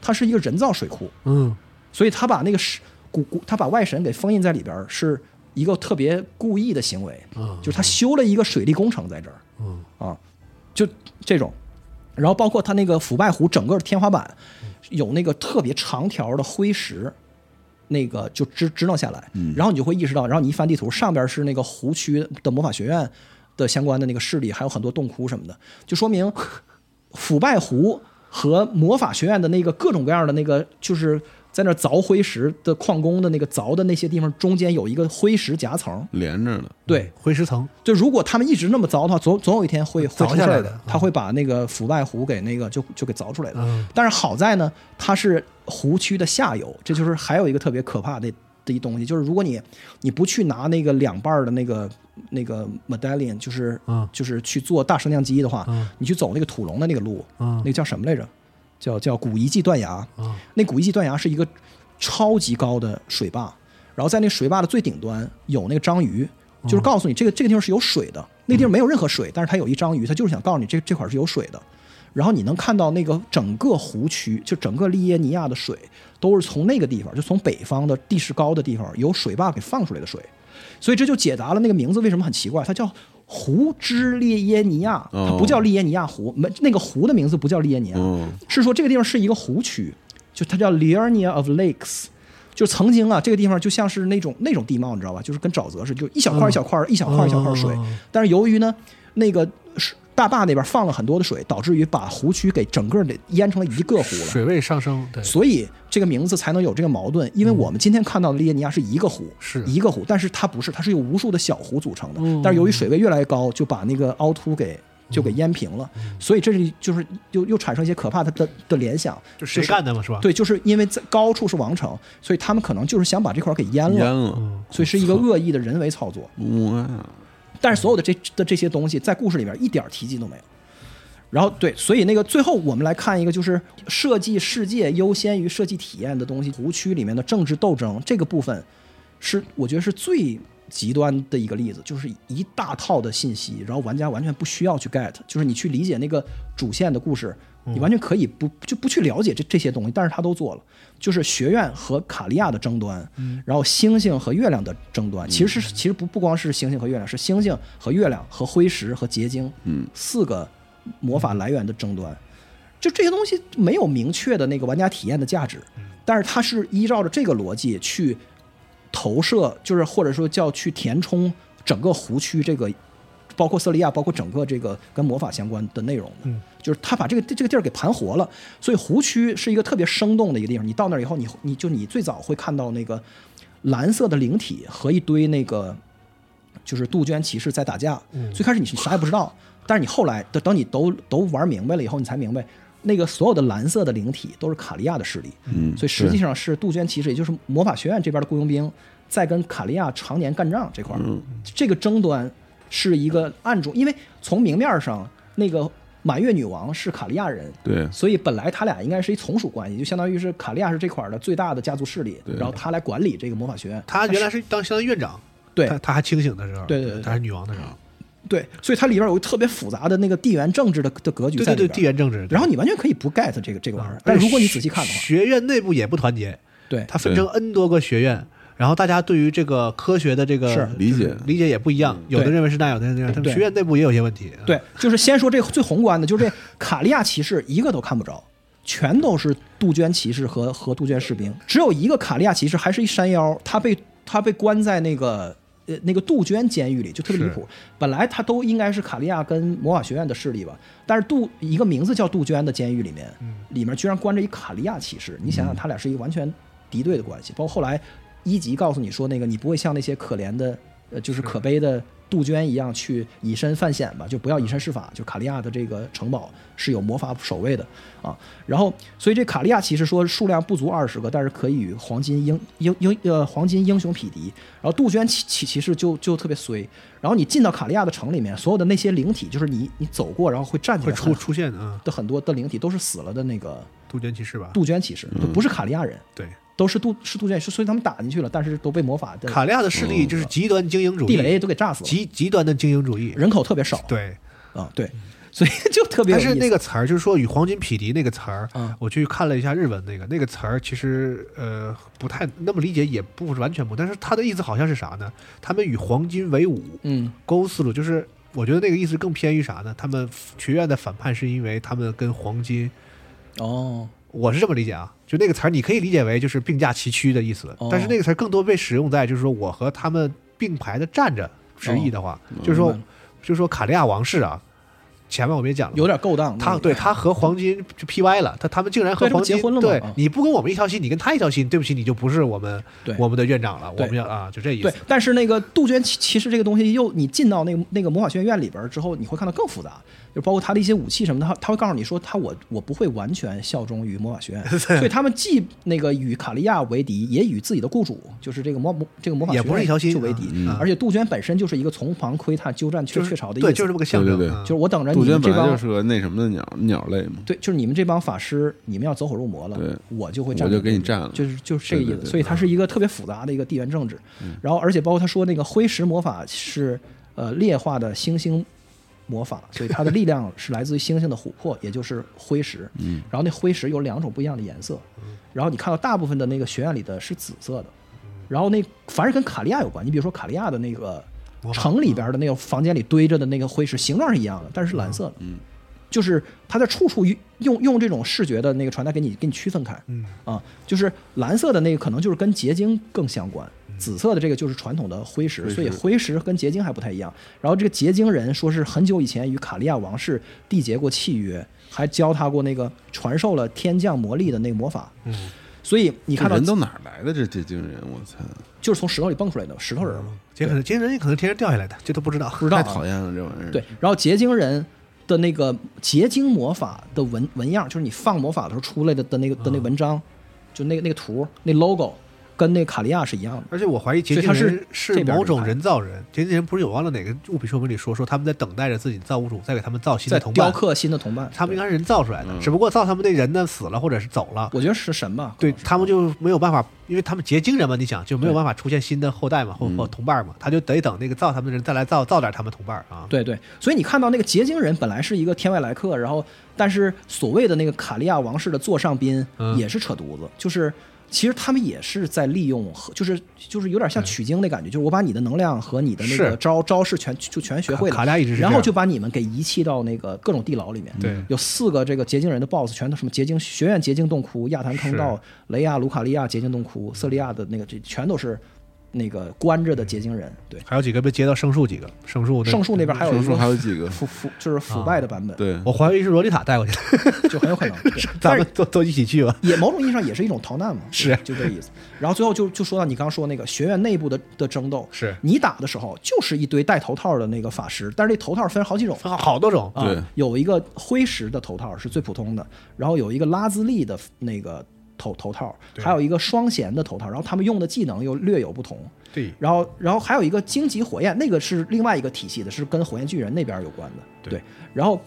[SPEAKER 2] 它是一个人造水库，
[SPEAKER 1] 嗯，
[SPEAKER 2] 所以他把那个是古古，他把外神给封印在里边，儿，是一个特别故意的行为，就是他修了一个水利工程在这儿，啊，就这种，然后包括它那个腐败湖整个天花板有那个特别长条的灰石，那个就支支棱下来，然后你就会意识到，然后你一翻地图，上边是那个湖区的魔法学院的相关的那个势力，还有很多洞窟什么的，就说明腐败湖和魔法学院的那个各种各样的那个就是。在那儿凿灰石的矿工的那个凿的那些地方，中间有一个灰石夹层。
[SPEAKER 3] 连着的，
[SPEAKER 2] 对，
[SPEAKER 1] 灰石层，
[SPEAKER 2] 就如果他们一直那么凿的话，总总有一天会会
[SPEAKER 1] 凿
[SPEAKER 2] 出
[SPEAKER 1] 下
[SPEAKER 2] 事
[SPEAKER 1] 来
[SPEAKER 2] 儿
[SPEAKER 1] 的嗯
[SPEAKER 2] 他会把那个腐败湖给那个就就给凿出来的。
[SPEAKER 1] 嗯
[SPEAKER 2] 但是好在呢，它是湖区的下游，这就是还有一个特别可怕的的一东西，就是如果你你不去拿那个两半儿的那个那个 medallion，就是、
[SPEAKER 1] 嗯
[SPEAKER 2] 就是去做大升降机的话，
[SPEAKER 1] 嗯
[SPEAKER 2] 你去走那个土龙的那个路，
[SPEAKER 1] 嗯
[SPEAKER 2] 那个叫什么来着？叫叫古遗迹断崖。
[SPEAKER 1] 嗯
[SPEAKER 2] 那古遗迹断崖是一个超级高的水坝，然后在那水坝的最顶端有那个章鱼，
[SPEAKER 1] 嗯
[SPEAKER 2] 就是告诉你这个这个地方是有水的。那地方没有任何水，但是它有一章鱼，它就是想告诉你这这块是有水的。然后你能看到那个整个湖区，就整个利耶尼亚的水都是从那个地方，就从北方的地势高的地方由水坝给放出来的水，所以这就解答了那个名字为什么很奇怪，它叫湖之利耶尼亚，它不叫利耶尼亚湖，没那个湖的名字不叫利耶尼亚，
[SPEAKER 3] 哦
[SPEAKER 2] 是说这个地方是一个湖区，就它叫 Liurnia of Lakes。就曾经啊，这个地方就像是那种那种地貌，你知道吧？就是跟沼泽似的，就一小块一小块、一小块一小块水。
[SPEAKER 1] 嗯
[SPEAKER 2] 但是由于呢，那个水大坝那边放了很多的水，导致于把湖区给整个的淹成了一个湖了。
[SPEAKER 1] 水位上升，对，嗯
[SPEAKER 2] 所以这个名字才能有这个矛盾，因为我们今天看到的利耶尼亚是一个湖，
[SPEAKER 1] 是嗯
[SPEAKER 2] 一个湖，但是它不是，它是由无数的小湖组成的。但是由于水位越来越高，就把那个凹凸给就给淹平了，
[SPEAKER 1] 嗯
[SPEAKER 2] 所以这是就是又又产生一些可怕的的的联想，
[SPEAKER 1] 就谁
[SPEAKER 2] 是
[SPEAKER 1] 干的嘛，是吧？，
[SPEAKER 2] 对，就是因为在高处是王城，所以他们可能就是想把这块儿给淹
[SPEAKER 3] 淹
[SPEAKER 2] 了，嗯
[SPEAKER 3] 了，
[SPEAKER 2] 所以是一个恶意的人为操作。
[SPEAKER 3] 哇，
[SPEAKER 2] 但是所有的这的这些东西在故事里边一点儿提及都没有。然后对，所以那个最后我们来看一个，就是设计世界优先于设计体验的东西。湖区里面的政治斗争这个部分是，我觉得是最极端的一个例子，就是一大套的信息，然后玩家完全不需要去 get，就是你去理解那个主线的故事，你完全可以不就不去了解这这些东西，但是他都做了，就是学院和卡利亚的争端，然后星星和月亮的争端，其实是其实不不光是星星和月亮，是星星和月亮和灰石和结晶，嗯，四个魔法来源的争端，就这些东西没有明确的那个玩家体验的价值，但是它是依照着这个逻辑去投射，就是或者说叫去填充整个湖区这个，包括瑟利亚，包括整个这个跟魔法相关的内容的，就是他把这个这个地儿给盘活了，所以湖区是一个特别生动的一个地方。你到那儿以后，你你就你最早会看到那个蓝色的灵体和一堆那个就是杜鹃骑士在打架。
[SPEAKER 1] 嗯
[SPEAKER 2] 最开始你是啥也不知道，但是你后来等等你都都玩明白了以后，你才明白。那个所有的蓝色的灵体都是卡利亚的势力，
[SPEAKER 3] 嗯
[SPEAKER 2] 所以实际上是杜鹃骑士，也就是魔法学院这边的雇佣兵，在跟卡利亚常年干仗这块儿，
[SPEAKER 3] 嗯
[SPEAKER 2] 这个争端是一个暗中，因为从明面上，那个满月女王是卡利亚人，
[SPEAKER 3] 对，
[SPEAKER 2] 所以本来他俩应该是一从属关系，就相当于是卡利亚是这块儿的最大的家族势力，然后他来管理这个魔法学院，
[SPEAKER 1] 他原来是当相当于院长，
[SPEAKER 2] 对
[SPEAKER 1] 他他还清醒的时候，
[SPEAKER 2] 对对对嗯
[SPEAKER 1] 他是女王的时候，
[SPEAKER 2] 对，所以它里边有个特别复杂的那个地缘政治的的格局
[SPEAKER 1] 对
[SPEAKER 2] 在
[SPEAKER 1] 对
[SPEAKER 2] 里
[SPEAKER 1] 对，
[SPEAKER 2] 边，
[SPEAKER 1] 地缘政治。对
[SPEAKER 2] 然后你完全可以不 get 这个这个玩意儿，但
[SPEAKER 1] 而且
[SPEAKER 2] 是如果你仔细看的话，
[SPEAKER 1] 学院内部也不团结，
[SPEAKER 2] 对
[SPEAKER 1] 它分成 N 多个学院，然后大家对于这个科学的这个
[SPEAKER 2] 是嗯
[SPEAKER 1] 就是
[SPEAKER 3] 理解
[SPEAKER 1] 理解也不一样，有的
[SPEAKER 2] 对
[SPEAKER 1] 认为是那，有的认为那样。他们
[SPEAKER 2] 对
[SPEAKER 1] 学院内部也有些问题。
[SPEAKER 2] 对，就是先说这最宏观的，就是这卡利亚骑士一个都看不着，全都是杜鹃骑士和和杜鹃士兵，只有一个卡利亚骑士还是一山腰，他被他被关在那个。呃，那个杜鹃监狱里就特别离谱。本来他都应该是卡利亚跟魔法学院的势力吧，但是杜一个名字叫杜鹃的监狱里面，里面居然关着一卡利亚骑士。你想想，他俩是一个完全敌对的关系。包括后来一级告诉你说，那个你不会像那些可怜的，呃，就是可悲的杜鹃一样去以身犯险吧，就不要以身试法。就卡利亚的这个城堡是有魔法守卫的啊。然后，所以这卡利亚骑士说数量不足二十个，但是可以与黄金英英英呃黄金英雄匹敌。然后杜鹃骑骑骑士就就特别衰。然后你进到卡利亚的城里面，所有的那些灵体，就是你你走过然后会站起
[SPEAKER 1] 会
[SPEAKER 2] 来
[SPEAKER 1] 出
[SPEAKER 2] 看
[SPEAKER 1] 出现啊，
[SPEAKER 2] 的很多的灵体都是死了的那个
[SPEAKER 1] 杜鹃骑士吧？
[SPEAKER 2] 杜鹃骑士，就不是卡利亚人。
[SPEAKER 1] 对，
[SPEAKER 2] 都是杜是杜鹃，是所以他们打进去了，但是都被魔法的
[SPEAKER 1] 卡利亚的势力就是极端精英主
[SPEAKER 2] 嗯地雷
[SPEAKER 1] 义，
[SPEAKER 2] 都给炸死了，
[SPEAKER 1] 极极端的精英主义。
[SPEAKER 2] 人口特别少。
[SPEAKER 1] 对，
[SPEAKER 2] 啊，对，所以就特别有
[SPEAKER 1] 但
[SPEAKER 2] 意
[SPEAKER 1] 是
[SPEAKER 2] 思。
[SPEAKER 1] 那个词儿就是说与黄金匹敌那个词儿
[SPEAKER 2] 嗯，
[SPEAKER 1] 我去看了一下日文那个那个词儿，其实呃不太那么理解，也不完全不，但是他的意思好像是啥呢？他们与黄金为伍，
[SPEAKER 2] 嗯，
[SPEAKER 1] 勾丝路就是我觉得那个意思更偏于啥呢？他们学院的反叛是因为他们跟黄金，
[SPEAKER 2] 哦，
[SPEAKER 1] 我是这么理解啊，就那个词儿你可以理解为就是并驾齐驱的意思，
[SPEAKER 2] 哦
[SPEAKER 1] 但是那个词儿更多被使用在就是说我和他们并排的站着，直译的话，就是
[SPEAKER 2] 哦
[SPEAKER 1] 说
[SPEAKER 2] 明白了
[SPEAKER 1] 就是说卡利亚王室啊，前面我没讲了。
[SPEAKER 2] 有点勾当。
[SPEAKER 1] 他对他和黄金就 P Y 了，他他们竟然和
[SPEAKER 2] 嗯对他
[SPEAKER 1] 黄
[SPEAKER 2] 们
[SPEAKER 1] 金
[SPEAKER 2] 结婚了嘛
[SPEAKER 1] 对
[SPEAKER 2] 啊，
[SPEAKER 1] 你不跟我们一条心，你跟他一条心，对不起，你就不是我们
[SPEAKER 2] 对
[SPEAKER 1] 我们的院长了，我
[SPEAKER 2] 对
[SPEAKER 1] 们要啊，就这意思
[SPEAKER 2] 对。，但是那个杜鹃骑骑士这个东西又，你进到那个那个魔法学院里边儿之后，你会看到更复杂，就包括他的一些武器什么的，他他会告诉你说，他我我不会完全效忠于魔法学院， 所以他们既那个与卡利亚为敌，也与自己的雇主，就是这个魔魔这个魔法学
[SPEAKER 1] 也
[SPEAKER 2] 院
[SPEAKER 1] 不是一条心
[SPEAKER 2] 就为敌，
[SPEAKER 1] 嗯
[SPEAKER 2] 而且杜鹃本身就是一个从旁窥探、鸠占鹊
[SPEAKER 1] 就是
[SPEAKER 2] 鹊巢的意思，
[SPEAKER 1] 对，就是这么个象征。
[SPEAKER 3] 对对对
[SPEAKER 1] 嗯
[SPEAKER 2] 就是我等着你
[SPEAKER 3] 杜
[SPEAKER 2] 们
[SPEAKER 3] 鹃
[SPEAKER 2] 这
[SPEAKER 3] 本来
[SPEAKER 2] 帮
[SPEAKER 3] 就是个那什么的鸟鸟类嘛，
[SPEAKER 2] 对，就是你们这帮法师，你们要走火入魔了，
[SPEAKER 3] 嗯对
[SPEAKER 2] 我就会
[SPEAKER 3] 我
[SPEAKER 2] 站，
[SPEAKER 3] 就给你占了
[SPEAKER 2] 就是就是这个意思。
[SPEAKER 3] 对对对嗯
[SPEAKER 2] 所以它是一个特别复杂的一个地缘政治。然后，而且包括他说那个灰石魔法是呃劣化的星星魔法，所以它的力量是来自于星星的琥珀，也就是灰石。嗯，然后那灰石有两种不一样的颜色，
[SPEAKER 1] 嗯
[SPEAKER 2] 然后你看到大部分的那个学院里的是紫色的，然后那凡是跟卡利亚有关，你比如说卡利亚的那个
[SPEAKER 1] 魔法嗯
[SPEAKER 2] 城里边的那个房间里堆着的那个灰石，形状是一样的，但是是蓝色的。
[SPEAKER 3] 嗯
[SPEAKER 2] 就是它在处处用用用这种视觉的那个传达给你给你区分开，
[SPEAKER 1] 嗯
[SPEAKER 2] 啊，就是蓝色的那个可能就是跟结晶更相关，紫色的这个就是传统的灰石，所以灰石跟结晶还不太一样。然后这个结晶人说是很久以前与卡利亚王室缔结过契约，还教他过那个传授了天降魔力的那个魔法，
[SPEAKER 1] 嗯，
[SPEAKER 2] 所以你
[SPEAKER 3] 你
[SPEAKER 2] 看到
[SPEAKER 3] 人都哪儿来的这这惊人，我操，
[SPEAKER 2] 就是从石头里蹦出来的石头人嘛，
[SPEAKER 1] 嗯这可能今天人也可能天上掉下来的，这都不知道。
[SPEAKER 2] 不知道、
[SPEAKER 3] 太
[SPEAKER 2] 啊、
[SPEAKER 3] 讨厌了这
[SPEAKER 1] 嗯
[SPEAKER 3] 玩意儿。
[SPEAKER 2] 对，，然后结晶人的那个结晶魔法的纹纹样，就是你放魔法的时候出来的的
[SPEAKER 1] 啊
[SPEAKER 2] 那个的那文章，就那个那个图那 logo，跟那个卡利亚是一样的。
[SPEAKER 1] 而且我怀疑结晶
[SPEAKER 2] 所以
[SPEAKER 1] 人
[SPEAKER 2] 它是
[SPEAKER 1] 是
[SPEAKER 2] 这边儿
[SPEAKER 1] 某种
[SPEAKER 2] 的
[SPEAKER 1] 人造人，结晶人不是有忘了哪个物品说明里说说他们在等待着自己的造物主再给他们造新
[SPEAKER 2] 在
[SPEAKER 1] 的同
[SPEAKER 2] 雕
[SPEAKER 1] 伴，
[SPEAKER 2] 刻新的同伴，
[SPEAKER 1] 他们应
[SPEAKER 2] 对
[SPEAKER 1] 该是人造出来
[SPEAKER 3] 嗯
[SPEAKER 1] 的，只不过造他们那人呢死了或者是走了，
[SPEAKER 2] 我觉得是神吧？
[SPEAKER 1] 对
[SPEAKER 2] 可能是
[SPEAKER 1] 他们就没有办法，因为他们结晶人嘛，你想就没有办法出现新的后代嘛或或同伴嘛，他就得等那个造他们的人再来造造点他们同伴啊。
[SPEAKER 2] 对对，所以你看到那个结晶人本来是一个天外来客，然后但是所谓的那个卡利亚王室的座上宾
[SPEAKER 1] 嗯
[SPEAKER 2] 也是扯犊子，就是其实他们也是在利用和，就是就是有点像取经的感觉，就是我把你的能量和你的那
[SPEAKER 1] 嗯是
[SPEAKER 2] 个招招式全就全学会了，
[SPEAKER 1] 卡卡利亚一直是这
[SPEAKER 2] 然
[SPEAKER 1] 样嗯
[SPEAKER 2] 后就把你们给遗弃到那个各种地牢里面。
[SPEAKER 1] 对
[SPEAKER 2] 有四个这个结晶人的 BOSS，全都什么结晶学院结晶洞窟、亚坛坑道
[SPEAKER 1] 是、
[SPEAKER 2] 雷亚、卢卡利亚结晶洞窟、瑟利亚的那个这全都是那个关着的结晶人，对。
[SPEAKER 1] 还有几个被接到圣树几个，圣树
[SPEAKER 2] 圣树那边还有
[SPEAKER 3] 手
[SPEAKER 2] 一
[SPEAKER 3] 术
[SPEAKER 2] 个
[SPEAKER 3] 还有几个，啊
[SPEAKER 2] 腐腐就是腐败的版本，
[SPEAKER 3] 对，
[SPEAKER 1] 我怀疑是罗丽塔带 过去的，
[SPEAKER 2] 就很有 可能。对
[SPEAKER 1] 咱
[SPEAKER 2] 但
[SPEAKER 1] 们
[SPEAKER 2] 是
[SPEAKER 1] 都都一起去吧。
[SPEAKER 2] 也某种意义上也是一种逃 难嘛，
[SPEAKER 1] 是
[SPEAKER 2] 就这意思。然后最后就就说到你刚刚说那个学院内部的的争斗，
[SPEAKER 1] 是
[SPEAKER 2] 你打的时候就是一堆戴头套的那个法师，但是这头套分好几种。
[SPEAKER 1] 好好多种，
[SPEAKER 2] 啊
[SPEAKER 3] 对，
[SPEAKER 2] 有一个灰石的头套是最普通的，然后有一个拉兹利的那个头头套，还有一个双弦的头套，然后他们用的技能又略有不同。
[SPEAKER 1] 对
[SPEAKER 2] 然后，然后还有一个荆棘火焰，那个是另外一个体系的，是跟火焰巨人那边有关的。
[SPEAKER 1] 对
[SPEAKER 2] 然后，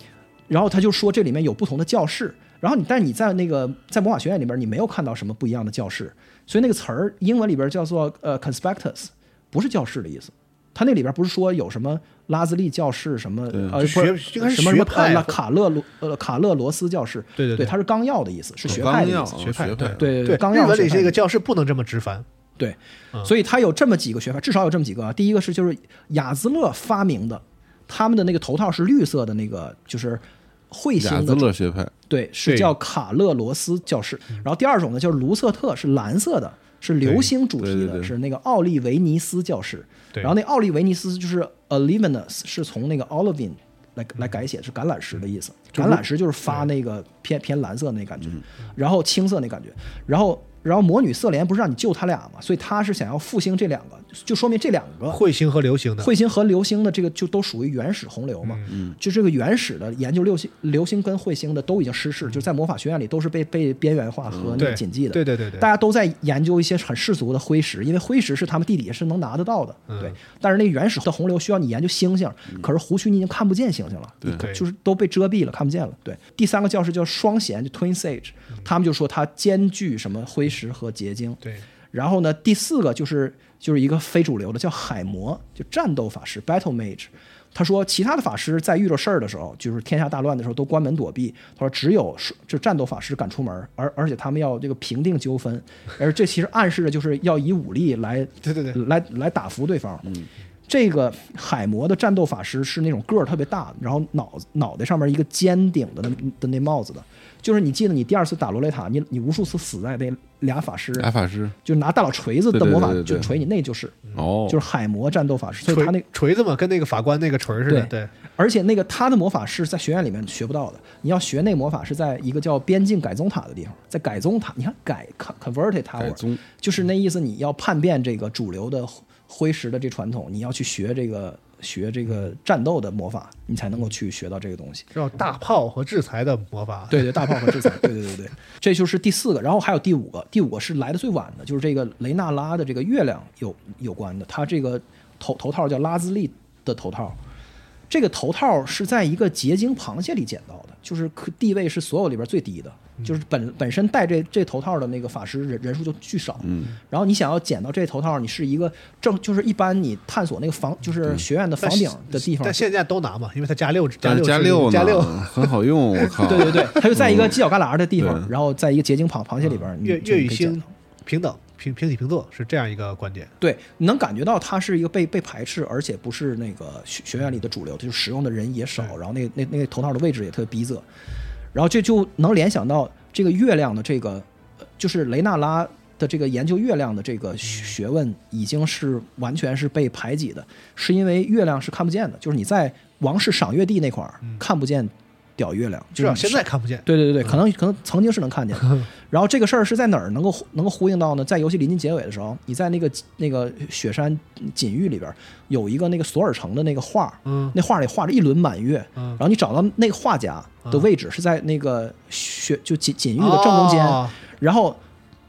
[SPEAKER 2] 然后他就说这里面有不同的教室，然后你，但是你在那个在魔法学院里边，你没有看到什么不一样的教室，所以那个词儿英文里边叫做呃 conspectus，不是教室的意思。他那里边不是说有什么拉兹利教室什么呃
[SPEAKER 1] 学
[SPEAKER 2] 不是
[SPEAKER 1] 应该是
[SPEAKER 2] 什么
[SPEAKER 1] 学
[SPEAKER 2] 什么
[SPEAKER 1] 派
[SPEAKER 2] 呃卡勒罗呃卡勒罗斯教室，
[SPEAKER 1] 对对对
[SPEAKER 2] 对，它是纲要的意思，是啊学派
[SPEAKER 3] 刚
[SPEAKER 2] 的意
[SPEAKER 3] 要
[SPEAKER 2] 思，
[SPEAKER 1] 学派
[SPEAKER 3] 学
[SPEAKER 1] 对
[SPEAKER 3] 派，
[SPEAKER 2] 对
[SPEAKER 1] 对，
[SPEAKER 2] 纲
[SPEAKER 1] 日
[SPEAKER 2] 要
[SPEAKER 1] 本
[SPEAKER 2] 学
[SPEAKER 1] 里
[SPEAKER 2] 派
[SPEAKER 1] 这
[SPEAKER 2] 的
[SPEAKER 1] 个教室不能这么直翻，
[SPEAKER 2] 对，所以它有这么几个学派，至少有这么几个啊。第一个是就是雅兹勒发明的，他们的那个头套是绿色的那个，就是彗
[SPEAKER 3] 雅
[SPEAKER 2] 星
[SPEAKER 3] 兹
[SPEAKER 2] 的，
[SPEAKER 3] 勒学派，
[SPEAKER 2] 对，是叫卡勒罗斯教室。然后第二种呢，就是卢瑟特是蓝色的，是流星主题
[SPEAKER 3] 对对对
[SPEAKER 2] 的，是那个奥利维尼斯教室。
[SPEAKER 1] 对
[SPEAKER 2] 然后那奥利维尼斯就是 Olivinus，是从那个 Olivin 来来改写，是橄榄石的意思。橄榄石就是发那个偏偏蓝色那感觉，然后青色那感觉，然后。然后魔女瑟莲不是让你救他俩嘛，所以他是想要复兴这两个，就说明这两个
[SPEAKER 1] 彗星和流星的，
[SPEAKER 2] 彗星和流星的这个就都属于原始洪流嘛，嗯，就这个原始的研究流星、流星跟彗星的都已经失势，就在魔法学院里都是被被边缘化和那
[SPEAKER 1] 嗯对
[SPEAKER 2] 个禁忌的，
[SPEAKER 1] 对对对对
[SPEAKER 2] 大家都在研究一些很世俗的灰石，因为灰石是他们地底下是能拿得到的，
[SPEAKER 1] 嗯
[SPEAKER 2] 对，但是那原始的洪流需要你研究星星，可是湖区你已经看不见星星了，对
[SPEAKER 1] 对
[SPEAKER 2] 就是都被遮蔽了，看不见了，对。第三个教室叫双弦，就 Twin Sage，他们
[SPEAKER 1] 嗯
[SPEAKER 2] 就说它兼具什么灰石和结晶，
[SPEAKER 1] 对，
[SPEAKER 2] 然后呢，第四个就是就是一个非主流的，叫海魔，就战斗法师 （Battle Mage）。他说，其他的法师在遇到事儿的时候，就是天下大乱的时候，都关门躲避。他说，只有是这战斗法师敢出门，而而且他们要这个平定纠 纷，而这其实暗示着就是要以武力来
[SPEAKER 1] 对对对
[SPEAKER 2] 来来打服对方。嗯，这个海魔的战斗法师是那种个儿特别大，然后脑脑袋上面一个尖顶的那的那帽子的，就是你记得你第二次打罗雷塔，你你无数次死在那俩法师，
[SPEAKER 3] 打法师
[SPEAKER 2] 就拿大老锤子的魔法
[SPEAKER 3] 对对对对
[SPEAKER 2] 就
[SPEAKER 3] 对
[SPEAKER 2] 锤你，那就是
[SPEAKER 3] 哦，
[SPEAKER 2] 嗯就是海魔战斗法师，所以
[SPEAKER 1] 锤
[SPEAKER 2] 他那
[SPEAKER 1] 锤子嘛，跟那个法官那个锤儿似的，
[SPEAKER 2] 对
[SPEAKER 1] 对，
[SPEAKER 2] 而且那个他的魔法是在学院里面学不到的，你要学那魔法是在一个叫边境改宗塔的地方，在改宗塔，你看改 con- converted
[SPEAKER 3] 改
[SPEAKER 2] tower，
[SPEAKER 3] 宗
[SPEAKER 2] 就是那意思，你要叛变这个主流的灰灰石的这传统，你要去学这个学这个战斗的魔法，你才能够去学到这个东西。
[SPEAKER 1] 叫大炮和制裁的魔法，
[SPEAKER 2] 对对，大炮和制裁，对对对对，这就是第四个，然后还有第五个，第五个是来的最晚的，就是这个雷纳拉的这个月亮有有关的，它这个头头套叫拉兹利的头套，这个头套是在一个结晶螃蟹里捡到的，就是可地位是所有里边最低的，就是本本身戴这这头套的那个法师人人数就巨少，然后你想要捡到这头套，你是一个正就是一般你探索那个房就是学院的房
[SPEAKER 1] 但
[SPEAKER 2] 顶的地方
[SPEAKER 1] 但，现在都拿嘛，因为它加六，加
[SPEAKER 3] 但是
[SPEAKER 1] 六，
[SPEAKER 3] 加
[SPEAKER 1] 六，
[SPEAKER 3] 六
[SPEAKER 1] 加
[SPEAKER 3] 呢
[SPEAKER 1] 六，
[SPEAKER 3] 很好用，我
[SPEAKER 1] 啊
[SPEAKER 3] 靠，
[SPEAKER 2] 对对 对，它就在一个犄角旮旯的地方，
[SPEAKER 3] 对
[SPEAKER 2] 然后在一个结晶螃螃蟹里边，嗯你
[SPEAKER 1] 粤嗯
[SPEAKER 2] 就
[SPEAKER 1] 粤语
[SPEAKER 2] 可以捡
[SPEAKER 1] 星
[SPEAKER 2] 到
[SPEAKER 1] 平等平平起平坐是这样一个观点。
[SPEAKER 2] 对，你能感觉到它是一个被被排斥，而且不是那个学学院里的主流，就是使用的人也少，然后那那那个头套的位置也特别逼仄，然后这就能联想到这个月亮的这个，呃就是雷纳拉的这个研究月亮的这个学学问已经是完全是被排挤的，是因为月亮是看不见的，就是你在王室赏月地那块儿看不见屌月亮，
[SPEAKER 1] 至少嗯
[SPEAKER 2] 嗯就是你
[SPEAKER 1] 啊现在看不见。
[SPEAKER 2] 对对对对，可能可能曾经是能看见 的。然后这个事儿是在哪儿能够能够呼应到呢？在游戏临近结尾的时候，你在那个那个雪山锦域里边有一个那个索尔城的那个画，
[SPEAKER 1] 嗯
[SPEAKER 2] 那画里画着一轮满月，
[SPEAKER 1] 嗯
[SPEAKER 2] 然后你找到那个画家的位置是在那个雪就锦锦域的正中间，
[SPEAKER 1] 哦
[SPEAKER 2] 然后。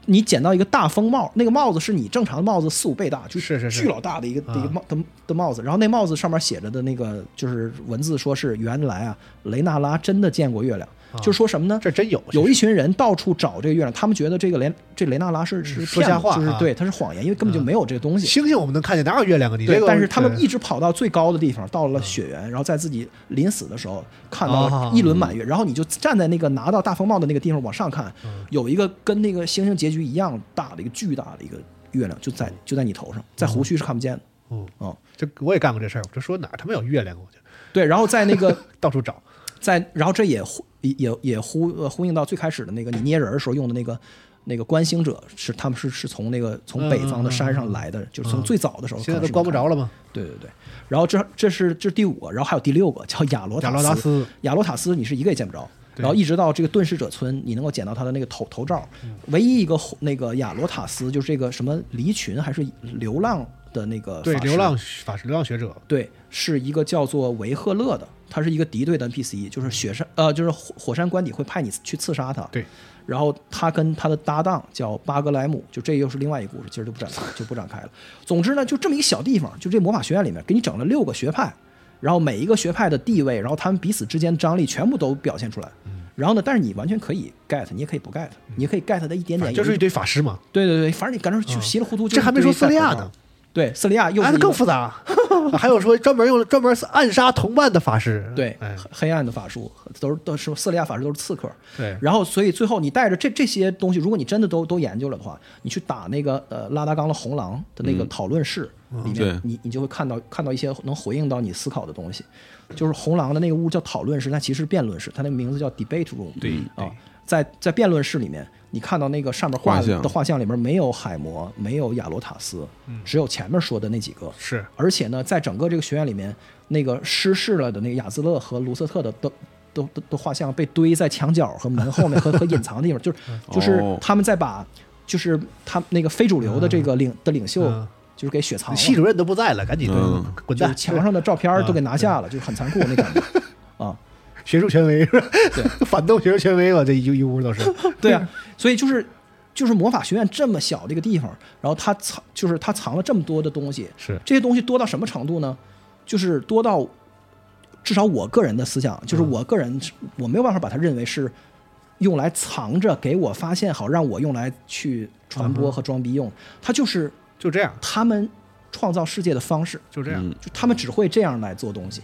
[SPEAKER 2] 你捡到一个大风帽，那个帽子是你正常的帽子四五倍大，就是
[SPEAKER 1] 是啊是
[SPEAKER 2] 巨老大的一个、一个帽的的帽子。然后那帽子上面写着的那个就是文字，说是原来啊，雷纳拉真的见过月亮，就是说什么呢？
[SPEAKER 1] 啊这真有，
[SPEAKER 2] 有一群人到处找这个月亮，他们觉得这个雷这雷纳拉是是
[SPEAKER 1] 说
[SPEAKER 2] 骗
[SPEAKER 1] 瞎
[SPEAKER 2] 子
[SPEAKER 1] 话
[SPEAKER 2] 就是
[SPEAKER 1] 啊
[SPEAKER 2] 对，它是谎言，因为根本就没有这个东西。
[SPEAKER 1] 星星我们能看见，哪有月亮啊？你这
[SPEAKER 2] 对
[SPEAKER 1] 个，，
[SPEAKER 2] 但是他们
[SPEAKER 1] 对
[SPEAKER 2] 一直跑到最高的地方，到了雪原，然后在自己临死的时候看到
[SPEAKER 1] 啊
[SPEAKER 2] 了一轮满月，然后你就站在那个拿到大风帽的那个地方往上看，
[SPEAKER 1] 嗯
[SPEAKER 2] 有一个跟那个星星结局一样大的一个巨大的一个月亮，就在就在你头上，在湖区是看不见的。
[SPEAKER 1] 嗯，
[SPEAKER 2] 嗯，
[SPEAKER 1] 这我也干过这事儿，我就说哪儿他妈有月亮，啊我就
[SPEAKER 2] 对，然后在 那个
[SPEAKER 1] 到处找。
[SPEAKER 2] 在，然后这也呼也也呼呃呼应到最开始的那个你捏人儿时候用的那个那个观星者，是他们是是从那个从北方的
[SPEAKER 1] 嗯
[SPEAKER 2] 山上来的，就是从最早的时候，
[SPEAKER 1] 现在都关不着了
[SPEAKER 2] 了。
[SPEAKER 1] 吗？
[SPEAKER 2] 对对对，然后这这是这是第五个，然后还有第六个叫亚罗塔
[SPEAKER 1] 亚罗达斯
[SPEAKER 2] 亚罗塔斯你是一个也见不着。然后一直到这个遁世者村，你能够捡到他的那个头头罩，
[SPEAKER 1] 嗯
[SPEAKER 2] 唯一一个那个亚罗塔斯就是这个什么离群还是流浪的那个
[SPEAKER 1] 对，
[SPEAKER 2] 法师
[SPEAKER 1] 流浪法师、流浪学者，
[SPEAKER 2] 对，是一个叫做维赫勒的，他是一个敌对的 NPC，就是雪山呃，就是火火山官邸会派你去刺杀他。
[SPEAKER 1] 对，
[SPEAKER 2] 然后他跟他的搭档叫巴格莱姆，就这又是另外一个故事，今儿就不展就不展开了。总之呢，就这么一个小地方，就这魔法学院里面给你整了六个学派，然后每一个学派的地位，然后他们彼此之间张力全部都表现出来。然后呢，但是你完全可以 get，你也可以不 get，你也可以 get 的一点
[SPEAKER 1] 反正啊
[SPEAKER 2] 点，
[SPEAKER 1] 就是一
[SPEAKER 2] 对
[SPEAKER 1] 堆法师嘛。
[SPEAKER 2] 对对，反正你感觉就稀里糊涂就
[SPEAKER 1] 这还没说
[SPEAKER 2] 堆
[SPEAKER 1] 斯利亚
[SPEAKER 2] 在头上
[SPEAKER 1] 呢，
[SPEAKER 2] 对，斯利亚又
[SPEAKER 1] 啊，
[SPEAKER 2] 是
[SPEAKER 1] 那
[SPEAKER 2] 一
[SPEAKER 1] 更
[SPEAKER 2] 个
[SPEAKER 1] 复杂。还有说专门用专门暗杀同伴的法师，
[SPEAKER 2] 对，
[SPEAKER 1] 哎
[SPEAKER 2] 黑黑暗的法术都是都是斯利亚法师都是刺客。
[SPEAKER 1] 对
[SPEAKER 2] 然后所以最后你带着这这些东西，如果你真的都都研究了的话，你去打那个呃拉达冈的红狼的那个讨论室
[SPEAKER 1] 嗯
[SPEAKER 2] 里面，
[SPEAKER 3] 对
[SPEAKER 2] 你你就会看到看到一些能回应到你思考的东西。就是红狼的那个屋叫讨论室，但其实是辩论室，它那个名字叫 debate room
[SPEAKER 1] 对
[SPEAKER 2] 啊，在在辩论室里面，你看到那个上面画
[SPEAKER 3] 画像
[SPEAKER 2] 的画像里面没有海魔，没有亚罗塔斯，
[SPEAKER 1] 嗯
[SPEAKER 2] 只有前面说的那几个
[SPEAKER 1] 是
[SPEAKER 2] 而且呢，在整个这个学院里面，那个失事了的那个亚兹勒和卢瑟特的都都都都画像被堆在墙角和门后面和和隐藏的地方，就是就是
[SPEAKER 3] 哦
[SPEAKER 2] 他们在把就是他们那个非主流的这个领的领袖
[SPEAKER 1] 嗯，
[SPEAKER 2] 就是给雪藏了，
[SPEAKER 1] 系主任都不在了，赶紧
[SPEAKER 3] 嗯
[SPEAKER 1] 滚
[SPEAKER 2] 就
[SPEAKER 1] 蛋！嗯
[SPEAKER 2] 是墙上的照片都给拿下了，就是很残酷那感觉 啊。
[SPEAKER 1] 学术权威是吧？反动学术权威吧，这一一屋 都是。
[SPEAKER 2] 对啊，所以就是就是魔法学院这么小的一个地方，然后它藏就是它藏了这么多的东西，
[SPEAKER 1] 是
[SPEAKER 2] 这些东西多到什么程度呢？就是多到至少我个人的思想，就是
[SPEAKER 1] 嗯
[SPEAKER 2] 我个人是我没有办法把它认为是用来藏着给我发现好，让我用来去传
[SPEAKER 1] 嗯
[SPEAKER 2] 播和装逼用，它就是
[SPEAKER 1] 就这样，
[SPEAKER 2] 他们创造世界的方式，
[SPEAKER 1] 就这样。
[SPEAKER 2] 就他们只会这样来做东西，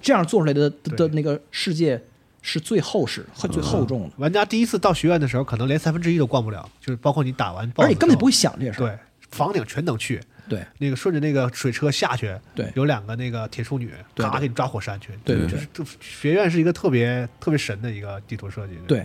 [SPEAKER 2] 这样做出来的的的
[SPEAKER 1] 对嗯
[SPEAKER 2] 那个世界是最厚实、最厚重的。
[SPEAKER 1] 玩家第一次到学院的时候，可能连三分之一都逛不了，就是包括你打完 BOSS 之后，
[SPEAKER 2] 而且根本不会想这些事儿。
[SPEAKER 1] 对房顶全能去，
[SPEAKER 2] 对
[SPEAKER 1] 那个顺着那个水车下去，
[SPEAKER 2] 对
[SPEAKER 1] 有两个那个铁处女，
[SPEAKER 2] 对
[SPEAKER 1] 咔
[SPEAKER 2] 对
[SPEAKER 1] 给你抓火山去，
[SPEAKER 2] 对
[SPEAKER 1] 就是就是学院是一个特别特别神的一个地图设计，，
[SPEAKER 2] 对，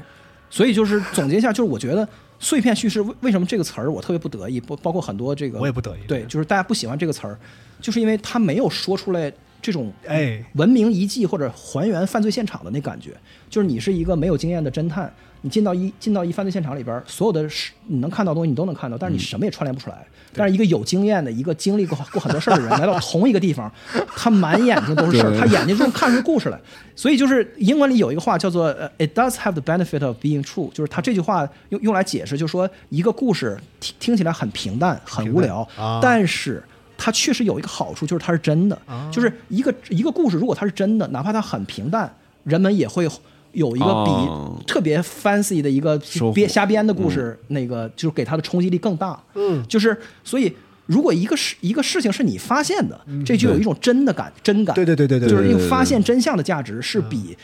[SPEAKER 2] 所以就是总结一下，就是我觉得碎片叙事为为什么这个词儿我特别不得意，包包括很多这个
[SPEAKER 1] 我也不得意
[SPEAKER 2] 对，就是大家不喜欢这个词儿，就是因为他没有说出来这种
[SPEAKER 1] 哎，
[SPEAKER 2] 文明遗迹或者还原犯罪现场的那感觉，就是你是一个没有经验的侦探，你进到一进到一犯罪现场里边儿，所有的是你能看到的东西你都能看到，但是你什么也串联不出来。但是一个有经验的、一个经历过过很多事儿的人来到同一个 地方，他满眼睛都是事儿，
[SPEAKER 3] 对
[SPEAKER 2] 他眼睛中看出故事来。所以就是英文里有一个话叫做呃 “It does have the benefit of being true”，就是他这句话用用来解释，就是说一个故事听听起来很平淡、很无聊，
[SPEAKER 1] 啊
[SPEAKER 2] 但是。它确实有一个好处，就是它是真的，
[SPEAKER 3] 啊
[SPEAKER 2] 就是一个一个故事，如果它是真的，哪怕它很平淡，人们也会有一个
[SPEAKER 3] 哦
[SPEAKER 2] 比特别 fancy 的一个
[SPEAKER 3] 收获嗯
[SPEAKER 2] 编瞎编的故事，那个就是给它的冲击力更大。
[SPEAKER 1] 嗯，
[SPEAKER 2] 就是所以，如果一个事一个事情是你发现的，这就有一种真的感，真感。
[SPEAKER 1] 对对对对对
[SPEAKER 2] 就是一
[SPEAKER 3] 嗯对对
[SPEAKER 2] 种
[SPEAKER 3] 对
[SPEAKER 2] 发现真相的价值
[SPEAKER 1] 嗯
[SPEAKER 2] 是比。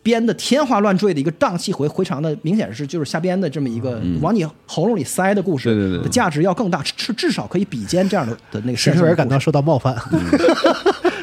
[SPEAKER 2] 编的天花乱坠的一个荡气回回肠的，明显是就是瞎编的这么一个
[SPEAKER 1] 嗯
[SPEAKER 2] 往你喉咙里塞的故事，
[SPEAKER 3] 对对对
[SPEAKER 2] 的价值要更大，至至少可以比肩这样的的那个
[SPEAKER 1] 史
[SPEAKER 2] 现
[SPEAKER 1] 克
[SPEAKER 2] 实
[SPEAKER 1] 尔感到受到冒犯，
[SPEAKER 2] 嗯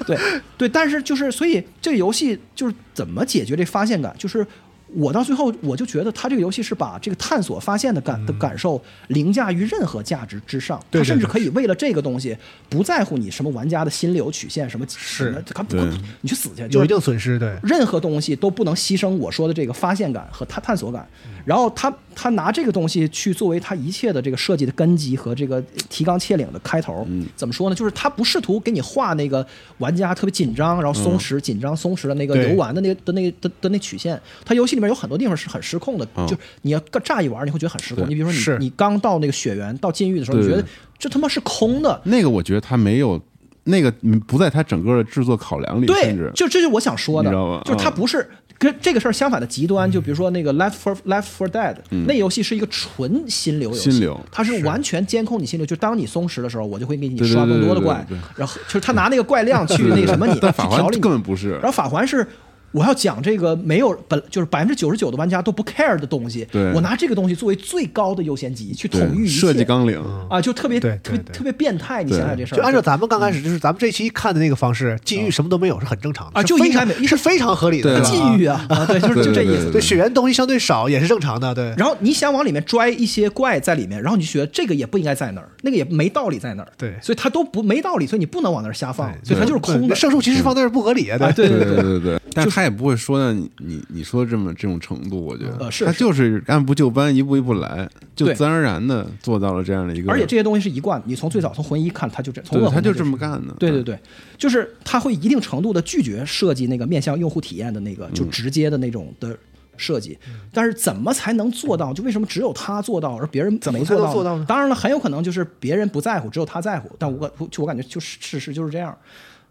[SPEAKER 2] 对对，但是就是所以这个游戏就是怎么解决这发现感，就是我到最后我就觉得它这个游戏是把这个探索发现的感、的感受凌驾于任何价值之上，
[SPEAKER 1] 嗯对对
[SPEAKER 2] 它甚至
[SPEAKER 1] 对
[SPEAKER 2] 可以为了这个东西不在乎你什么玩家的心流曲线什么什么，它不
[SPEAKER 3] 对
[SPEAKER 2] 你去死去，
[SPEAKER 1] 有
[SPEAKER 2] 就是
[SPEAKER 1] 一定损失，对，
[SPEAKER 2] 任何东西都不能牺牲我说的这个发现感和探探索感。然后他他拿这个东西去作为他一切的这个设计的根基和这个提纲挈领的开头。怎么说呢？就是他不试图给你画那个玩家特别紧张，然后松弛、紧张松弛的那个
[SPEAKER 1] 对
[SPEAKER 2] 游玩的那个的那个的的那曲线。他游戏里面有很多地方是很失控的，
[SPEAKER 3] 嗯
[SPEAKER 2] 就是你要乍一玩你会觉得很失控。
[SPEAKER 3] 对
[SPEAKER 2] 你比如说
[SPEAKER 1] 是
[SPEAKER 2] 你你刚到那个雪原到禁域的时候，你
[SPEAKER 3] 对
[SPEAKER 2] 觉
[SPEAKER 3] 对
[SPEAKER 2] 得这他妈是空的。
[SPEAKER 3] 那个我觉得他没有，那个嗯不在他整个的制作考量里，
[SPEAKER 2] 对
[SPEAKER 3] 甚至，
[SPEAKER 2] 就这就是我想说的
[SPEAKER 3] 你知道吗，
[SPEAKER 2] 就是它
[SPEAKER 3] 嗯
[SPEAKER 2] 不是跟这个事儿相反的极端。就比如说那个《Left for Left for Dead》，那游戏是一个纯心流游戏，
[SPEAKER 3] 嗯心流
[SPEAKER 2] 它是完全监控你心流。就当你松弛的时候，我就会给你
[SPEAKER 3] 对对
[SPEAKER 2] 刷
[SPEAKER 3] 对
[SPEAKER 2] 更
[SPEAKER 3] 对
[SPEAKER 2] 多的
[SPEAKER 3] 对
[SPEAKER 2] 怪
[SPEAKER 3] 对，
[SPEAKER 2] 然后就是他拿那个怪量去那个什么你去
[SPEAKER 3] 但法环
[SPEAKER 2] 调理你
[SPEAKER 3] 根本不是
[SPEAKER 2] 然后法环是我要讲这个没有本就是百分之九十九的玩家都不 care 的东西
[SPEAKER 3] 对，
[SPEAKER 2] 我拿这个东西作为最高的优先级去统
[SPEAKER 3] 对
[SPEAKER 2] 御一切
[SPEAKER 3] 设计纲领，
[SPEAKER 2] 啊，就特别
[SPEAKER 1] 对
[SPEAKER 2] 特
[SPEAKER 1] 对
[SPEAKER 2] 别
[SPEAKER 1] 对
[SPEAKER 2] 特别变态。你想想这事儿，
[SPEAKER 1] 就按照咱们刚开始就是咱们这期看的那个方式，禁欲什么都没有是很正常的
[SPEAKER 2] 嗯啊
[SPEAKER 1] 是
[SPEAKER 2] 就
[SPEAKER 1] 非
[SPEAKER 2] 应该
[SPEAKER 1] 常
[SPEAKER 2] 没
[SPEAKER 1] 是非常合理的，
[SPEAKER 3] 对
[SPEAKER 1] 是吧
[SPEAKER 2] 禁欲啊，啊对，就是就这意
[SPEAKER 3] 对对
[SPEAKER 2] 思
[SPEAKER 3] 对。
[SPEAKER 1] 对血缘东西相对少也是正常的，对。
[SPEAKER 2] 然后你想往里面拽一些怪在里面，然后你就觉得这个也不应该在那儿，那个也没道理在那儿，
[SPEAKER 1] 对
[SPEAKER 2] 所以它都不没道理，所以你不能往那儿瞎放，所以它就是
[SPEAKER 1] 对
[SPEAKER 2] 空
[SPEAKER 1] 那
[SPEAKER 2] 的。
[SPEAKER 1] 圣树骑士
[SPEAKER 3] 嗯
[SPEAKER 1] 放那儿不合理啊，
[SPEAKER 2] 啊对
[SPEAKER 3] 对
[SPEAKER 2] 对
[SPEAKER 3] 对 对对，但是他也不会说到你你你说的这么这种程度，我觉得
[SPEAKER 2] 呃是
[SPEAKER 3] 他就是按部就班，一步一步来，就
[SPEAKER 2] 对
[SPEAKER 3] 自然而然的做到了这样的一个，
[SPEAKER 2] 而且这些东西是一贯，你从最早从魂一看，它就这，从
[SPEAKER 3] 对
[SPEAKER 2] 恶
[SPEAKER 3] 他
[SPEAKER 2] 魂
[SPEAKER 3] 就
[SPEAKER 2] 这
[SPEAKER 3] 这么干的，
[SPEAKER 2] 对对对，就是它会一定程度的拒绝设计那个面向用户体验的那个就直接的那种的设计，但是怎么才能做到？就为什么只有他做到，而别人
[SPEAKER 1] 怎么
[SPEAKER 2] 没
[SPEAKER 1] 才能
[SPEAKER 2] 到呢？
[SPEAKER 1] 做到呢
[SPEAKER 2] 当然了，很有可能就是别人不在乎，只有他在乎。但我就我感觉就是事实就是这样。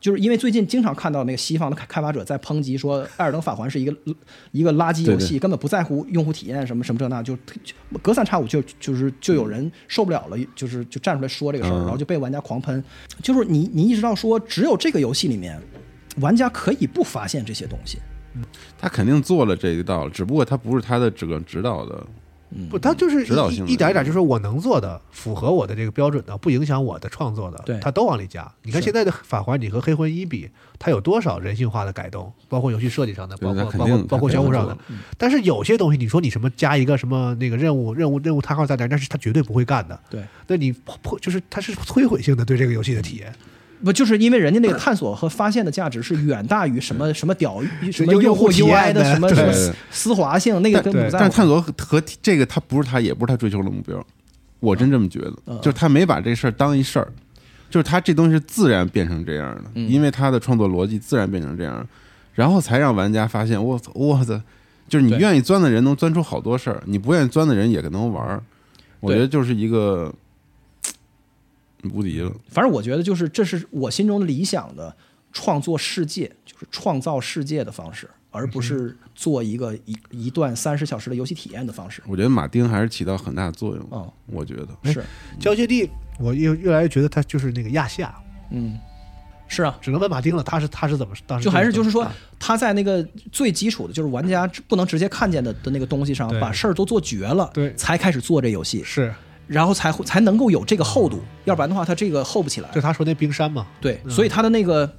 [SPEAKER 2] 就是因为最近经常看到那个西方的开开发者在抨击说《艾尔登法环》是一个一个垃圾游戏，
[SPEAKER 3] 对
[SPEAKER 2] 根本不在乎用户体验什么什么这那，就就隔三差五就就是就有人受不了了，就是就站出来说这个事儿，
[SPEAKER 3] 嗯
[SPEAKER 2] 然后就被玩家狂喷。就是你你意识到说，只有这个游戏里面，玩家可以不发现这些东西。
[SPEAKER 3] 他肯定做了这一道，只不过他不是他的整个指导的，
[SPEAKER 2] 嗯
[SPEAKER 1] 不，他就是
[SPEAKER 3] 指导
[SPEAKER 1] 一
[SPEAKER 3] 性的嗯
[SPEAKER 1] 一点一点，就是我能做的，符合我的这个标准的，不影响我的创作
[SPEAKER 2] 对
[SPEAKER 1] 的，他都往里加。你看现在的法环，你和黑魂一比，它有多少人性化的改动，包括游戏设计上的，
[SPEAKER 3] 对
[SPEAKER 1] 包括
[SPEAKER 3] 那肯
[SPEAKER 1] 包括
[SPEAKER 3] 定
[SPEAKER 1] 包括
[SPEAKER 3] 肯定
[SPEAKER 1] 交互上
[SPEAKER 3] 做嗯
[SPEAKER 1] 的。但是有些东西，你说你什么加一个什么那个任务任务任务叹号在那儿，那是他绝对不会干的。
[SPEAKER 2] 对，
[SPEAKER 1] 那你破就是它是摧毁性的对这个游戏的体验，
[SPEAKER 2] 不就是因为人家那个探索和发现的价值是远大于什么什么屌什么
[SPEAKER 1] 用
[SPEAKER 2] 用
[SPEAKER 1] 户
[SPEAKER 2] 户
[SPEAKER 1] 体验
[SPEAKER 2] UI 的
[SPEAKER 1] 的
[SPEAKER 2] 什么
[SPEAKER 1] 对
[SPEAKER 2] 什么丝丝滑性，那个根本不
[SPEAKER 1] 对
[SPEAKER 2] 在
[SPEAKER 3] 但是
[SPEAKER 2] 乎。
[SPEAKER 3] 探索和和这个他不是他，也不是他追求的目标，我真这么觉得，就是他没把这事儿当一事儿，就是他这东西是自然变成这样的，因为他的创作逻辑自然变成这样，然后才让玩家发现，我操，我操，就是你
[SPEAKER 2] 对
[SPEAKER 3] 愿意钻的人能钻出好多事儿，你不愿意钻的人也能玩儿，我觉得就是一个嘖无敌了，
[SPEAKER 2] 反正我觉得就是这是我心中理想的创作世界，就是创造世界的方式，而
[SPEAKER 1] 嗯
[SPEAKER 2] 不是做一个一一段三十小时的游戏体验的方式。
[SPEAKER 3] 我觉得马丁还是起到很大的作用，
[SPEAKER 2] 哦，
[SPEAKER 3] 我觉
[SPEAKER 1] 哎
[SPEAKER 3] 得
[SPEAKER 2] 是，
[SPEAKER 1] 交界地，我越越来越觉得它就是那个亚夏，
[SPEAKER 2] 嗯，是啊，
[SPEAKER 1] 只能问马丁了，他是他是怎么当时
[SPEAKER 2] 就还是就是说
[SPEAKER 1] 啊，
[SPEAKER 2] 他在那个最基础的，就是玩家不能直接看见的的那个东西上，
[SPEAKER 1] 对
[SPEAKER 2] 把事儿都做绝了，
[SPEAKER 1] 对
[SPEAKER 2] 才开始做这游戏。
[SPEAKER 1] 是
[SPEAKER 2] 然后才会才能够有这个厚度，要不然的话它这个厚不起来。
[SPEAKER 1] 就他说那冰山嘛，
[SPEAKER 2] 对，所以它的那个，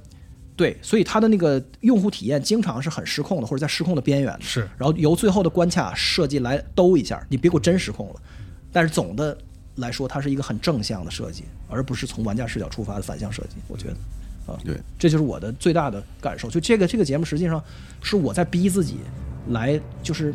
[SPEAKER 2] 对，所以它的那个用户体验经常是很失控的，或者在失控的边缘的。
[SPEAKER 1] 是
[SPEAKER 2] 然后由最后的关卡设计来兜一下，你别给我真失控了。但是总的来说，它是一个很正向的设计，而不是从玩家视角出发的反向设计。我觉得，啊，
[SPEAKER 3] 对，
[SPEAKER 2] 这就是我的最大的感受。就这个这个节目，实际上是我在逼自己来，就是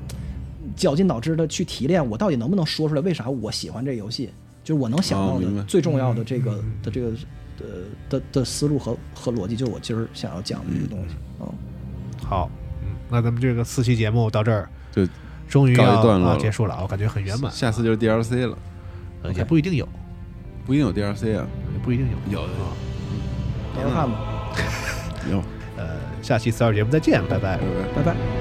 [SPEAKER 2] 绞尽脑汁的去提炼，我到底能不能说出来为啥我喜欢这游戏，就是我能想到
[SPEAKER 3] 哦明白
[SPEAKER 2] 的最重要的这个、的这个呃的的思路和和逻辑，就是我今儿想要讲的这个东西。嗯，
[SPEAKER 1] 好，嗯，那咱们这个四期节目到这儿
[SPEAKER 3] 就
[SPEAKER 1] 终于
[SPEAKER 3] 告一
[SPEAKER 1] 要
[SPEAKER 3] 段落
[SPEAKER 1] 啊
[SPEAKER 3] 了
[SPEAKER 1] 结束了啊，我感觉很圆满，
[SPEAKER 3] 下次就是 DLC 了，
[SPEAKER 1] 呃也不一定有，
[SPEAKER 3] 不一定有 DLC 啊，
[SPEAKER 1] 也不一定有，
[SPEAKER 3] 有
[SPEAKER 1] 啊，
[SPEAKER 2] 等着看吧，
[SPEAKER 3] 有，
[SPEAKER 1] 呃，下期四二节目再见，拜拜。
[SPEAKER 3] 拜拜。
[SPEAKER 2] 拜拜。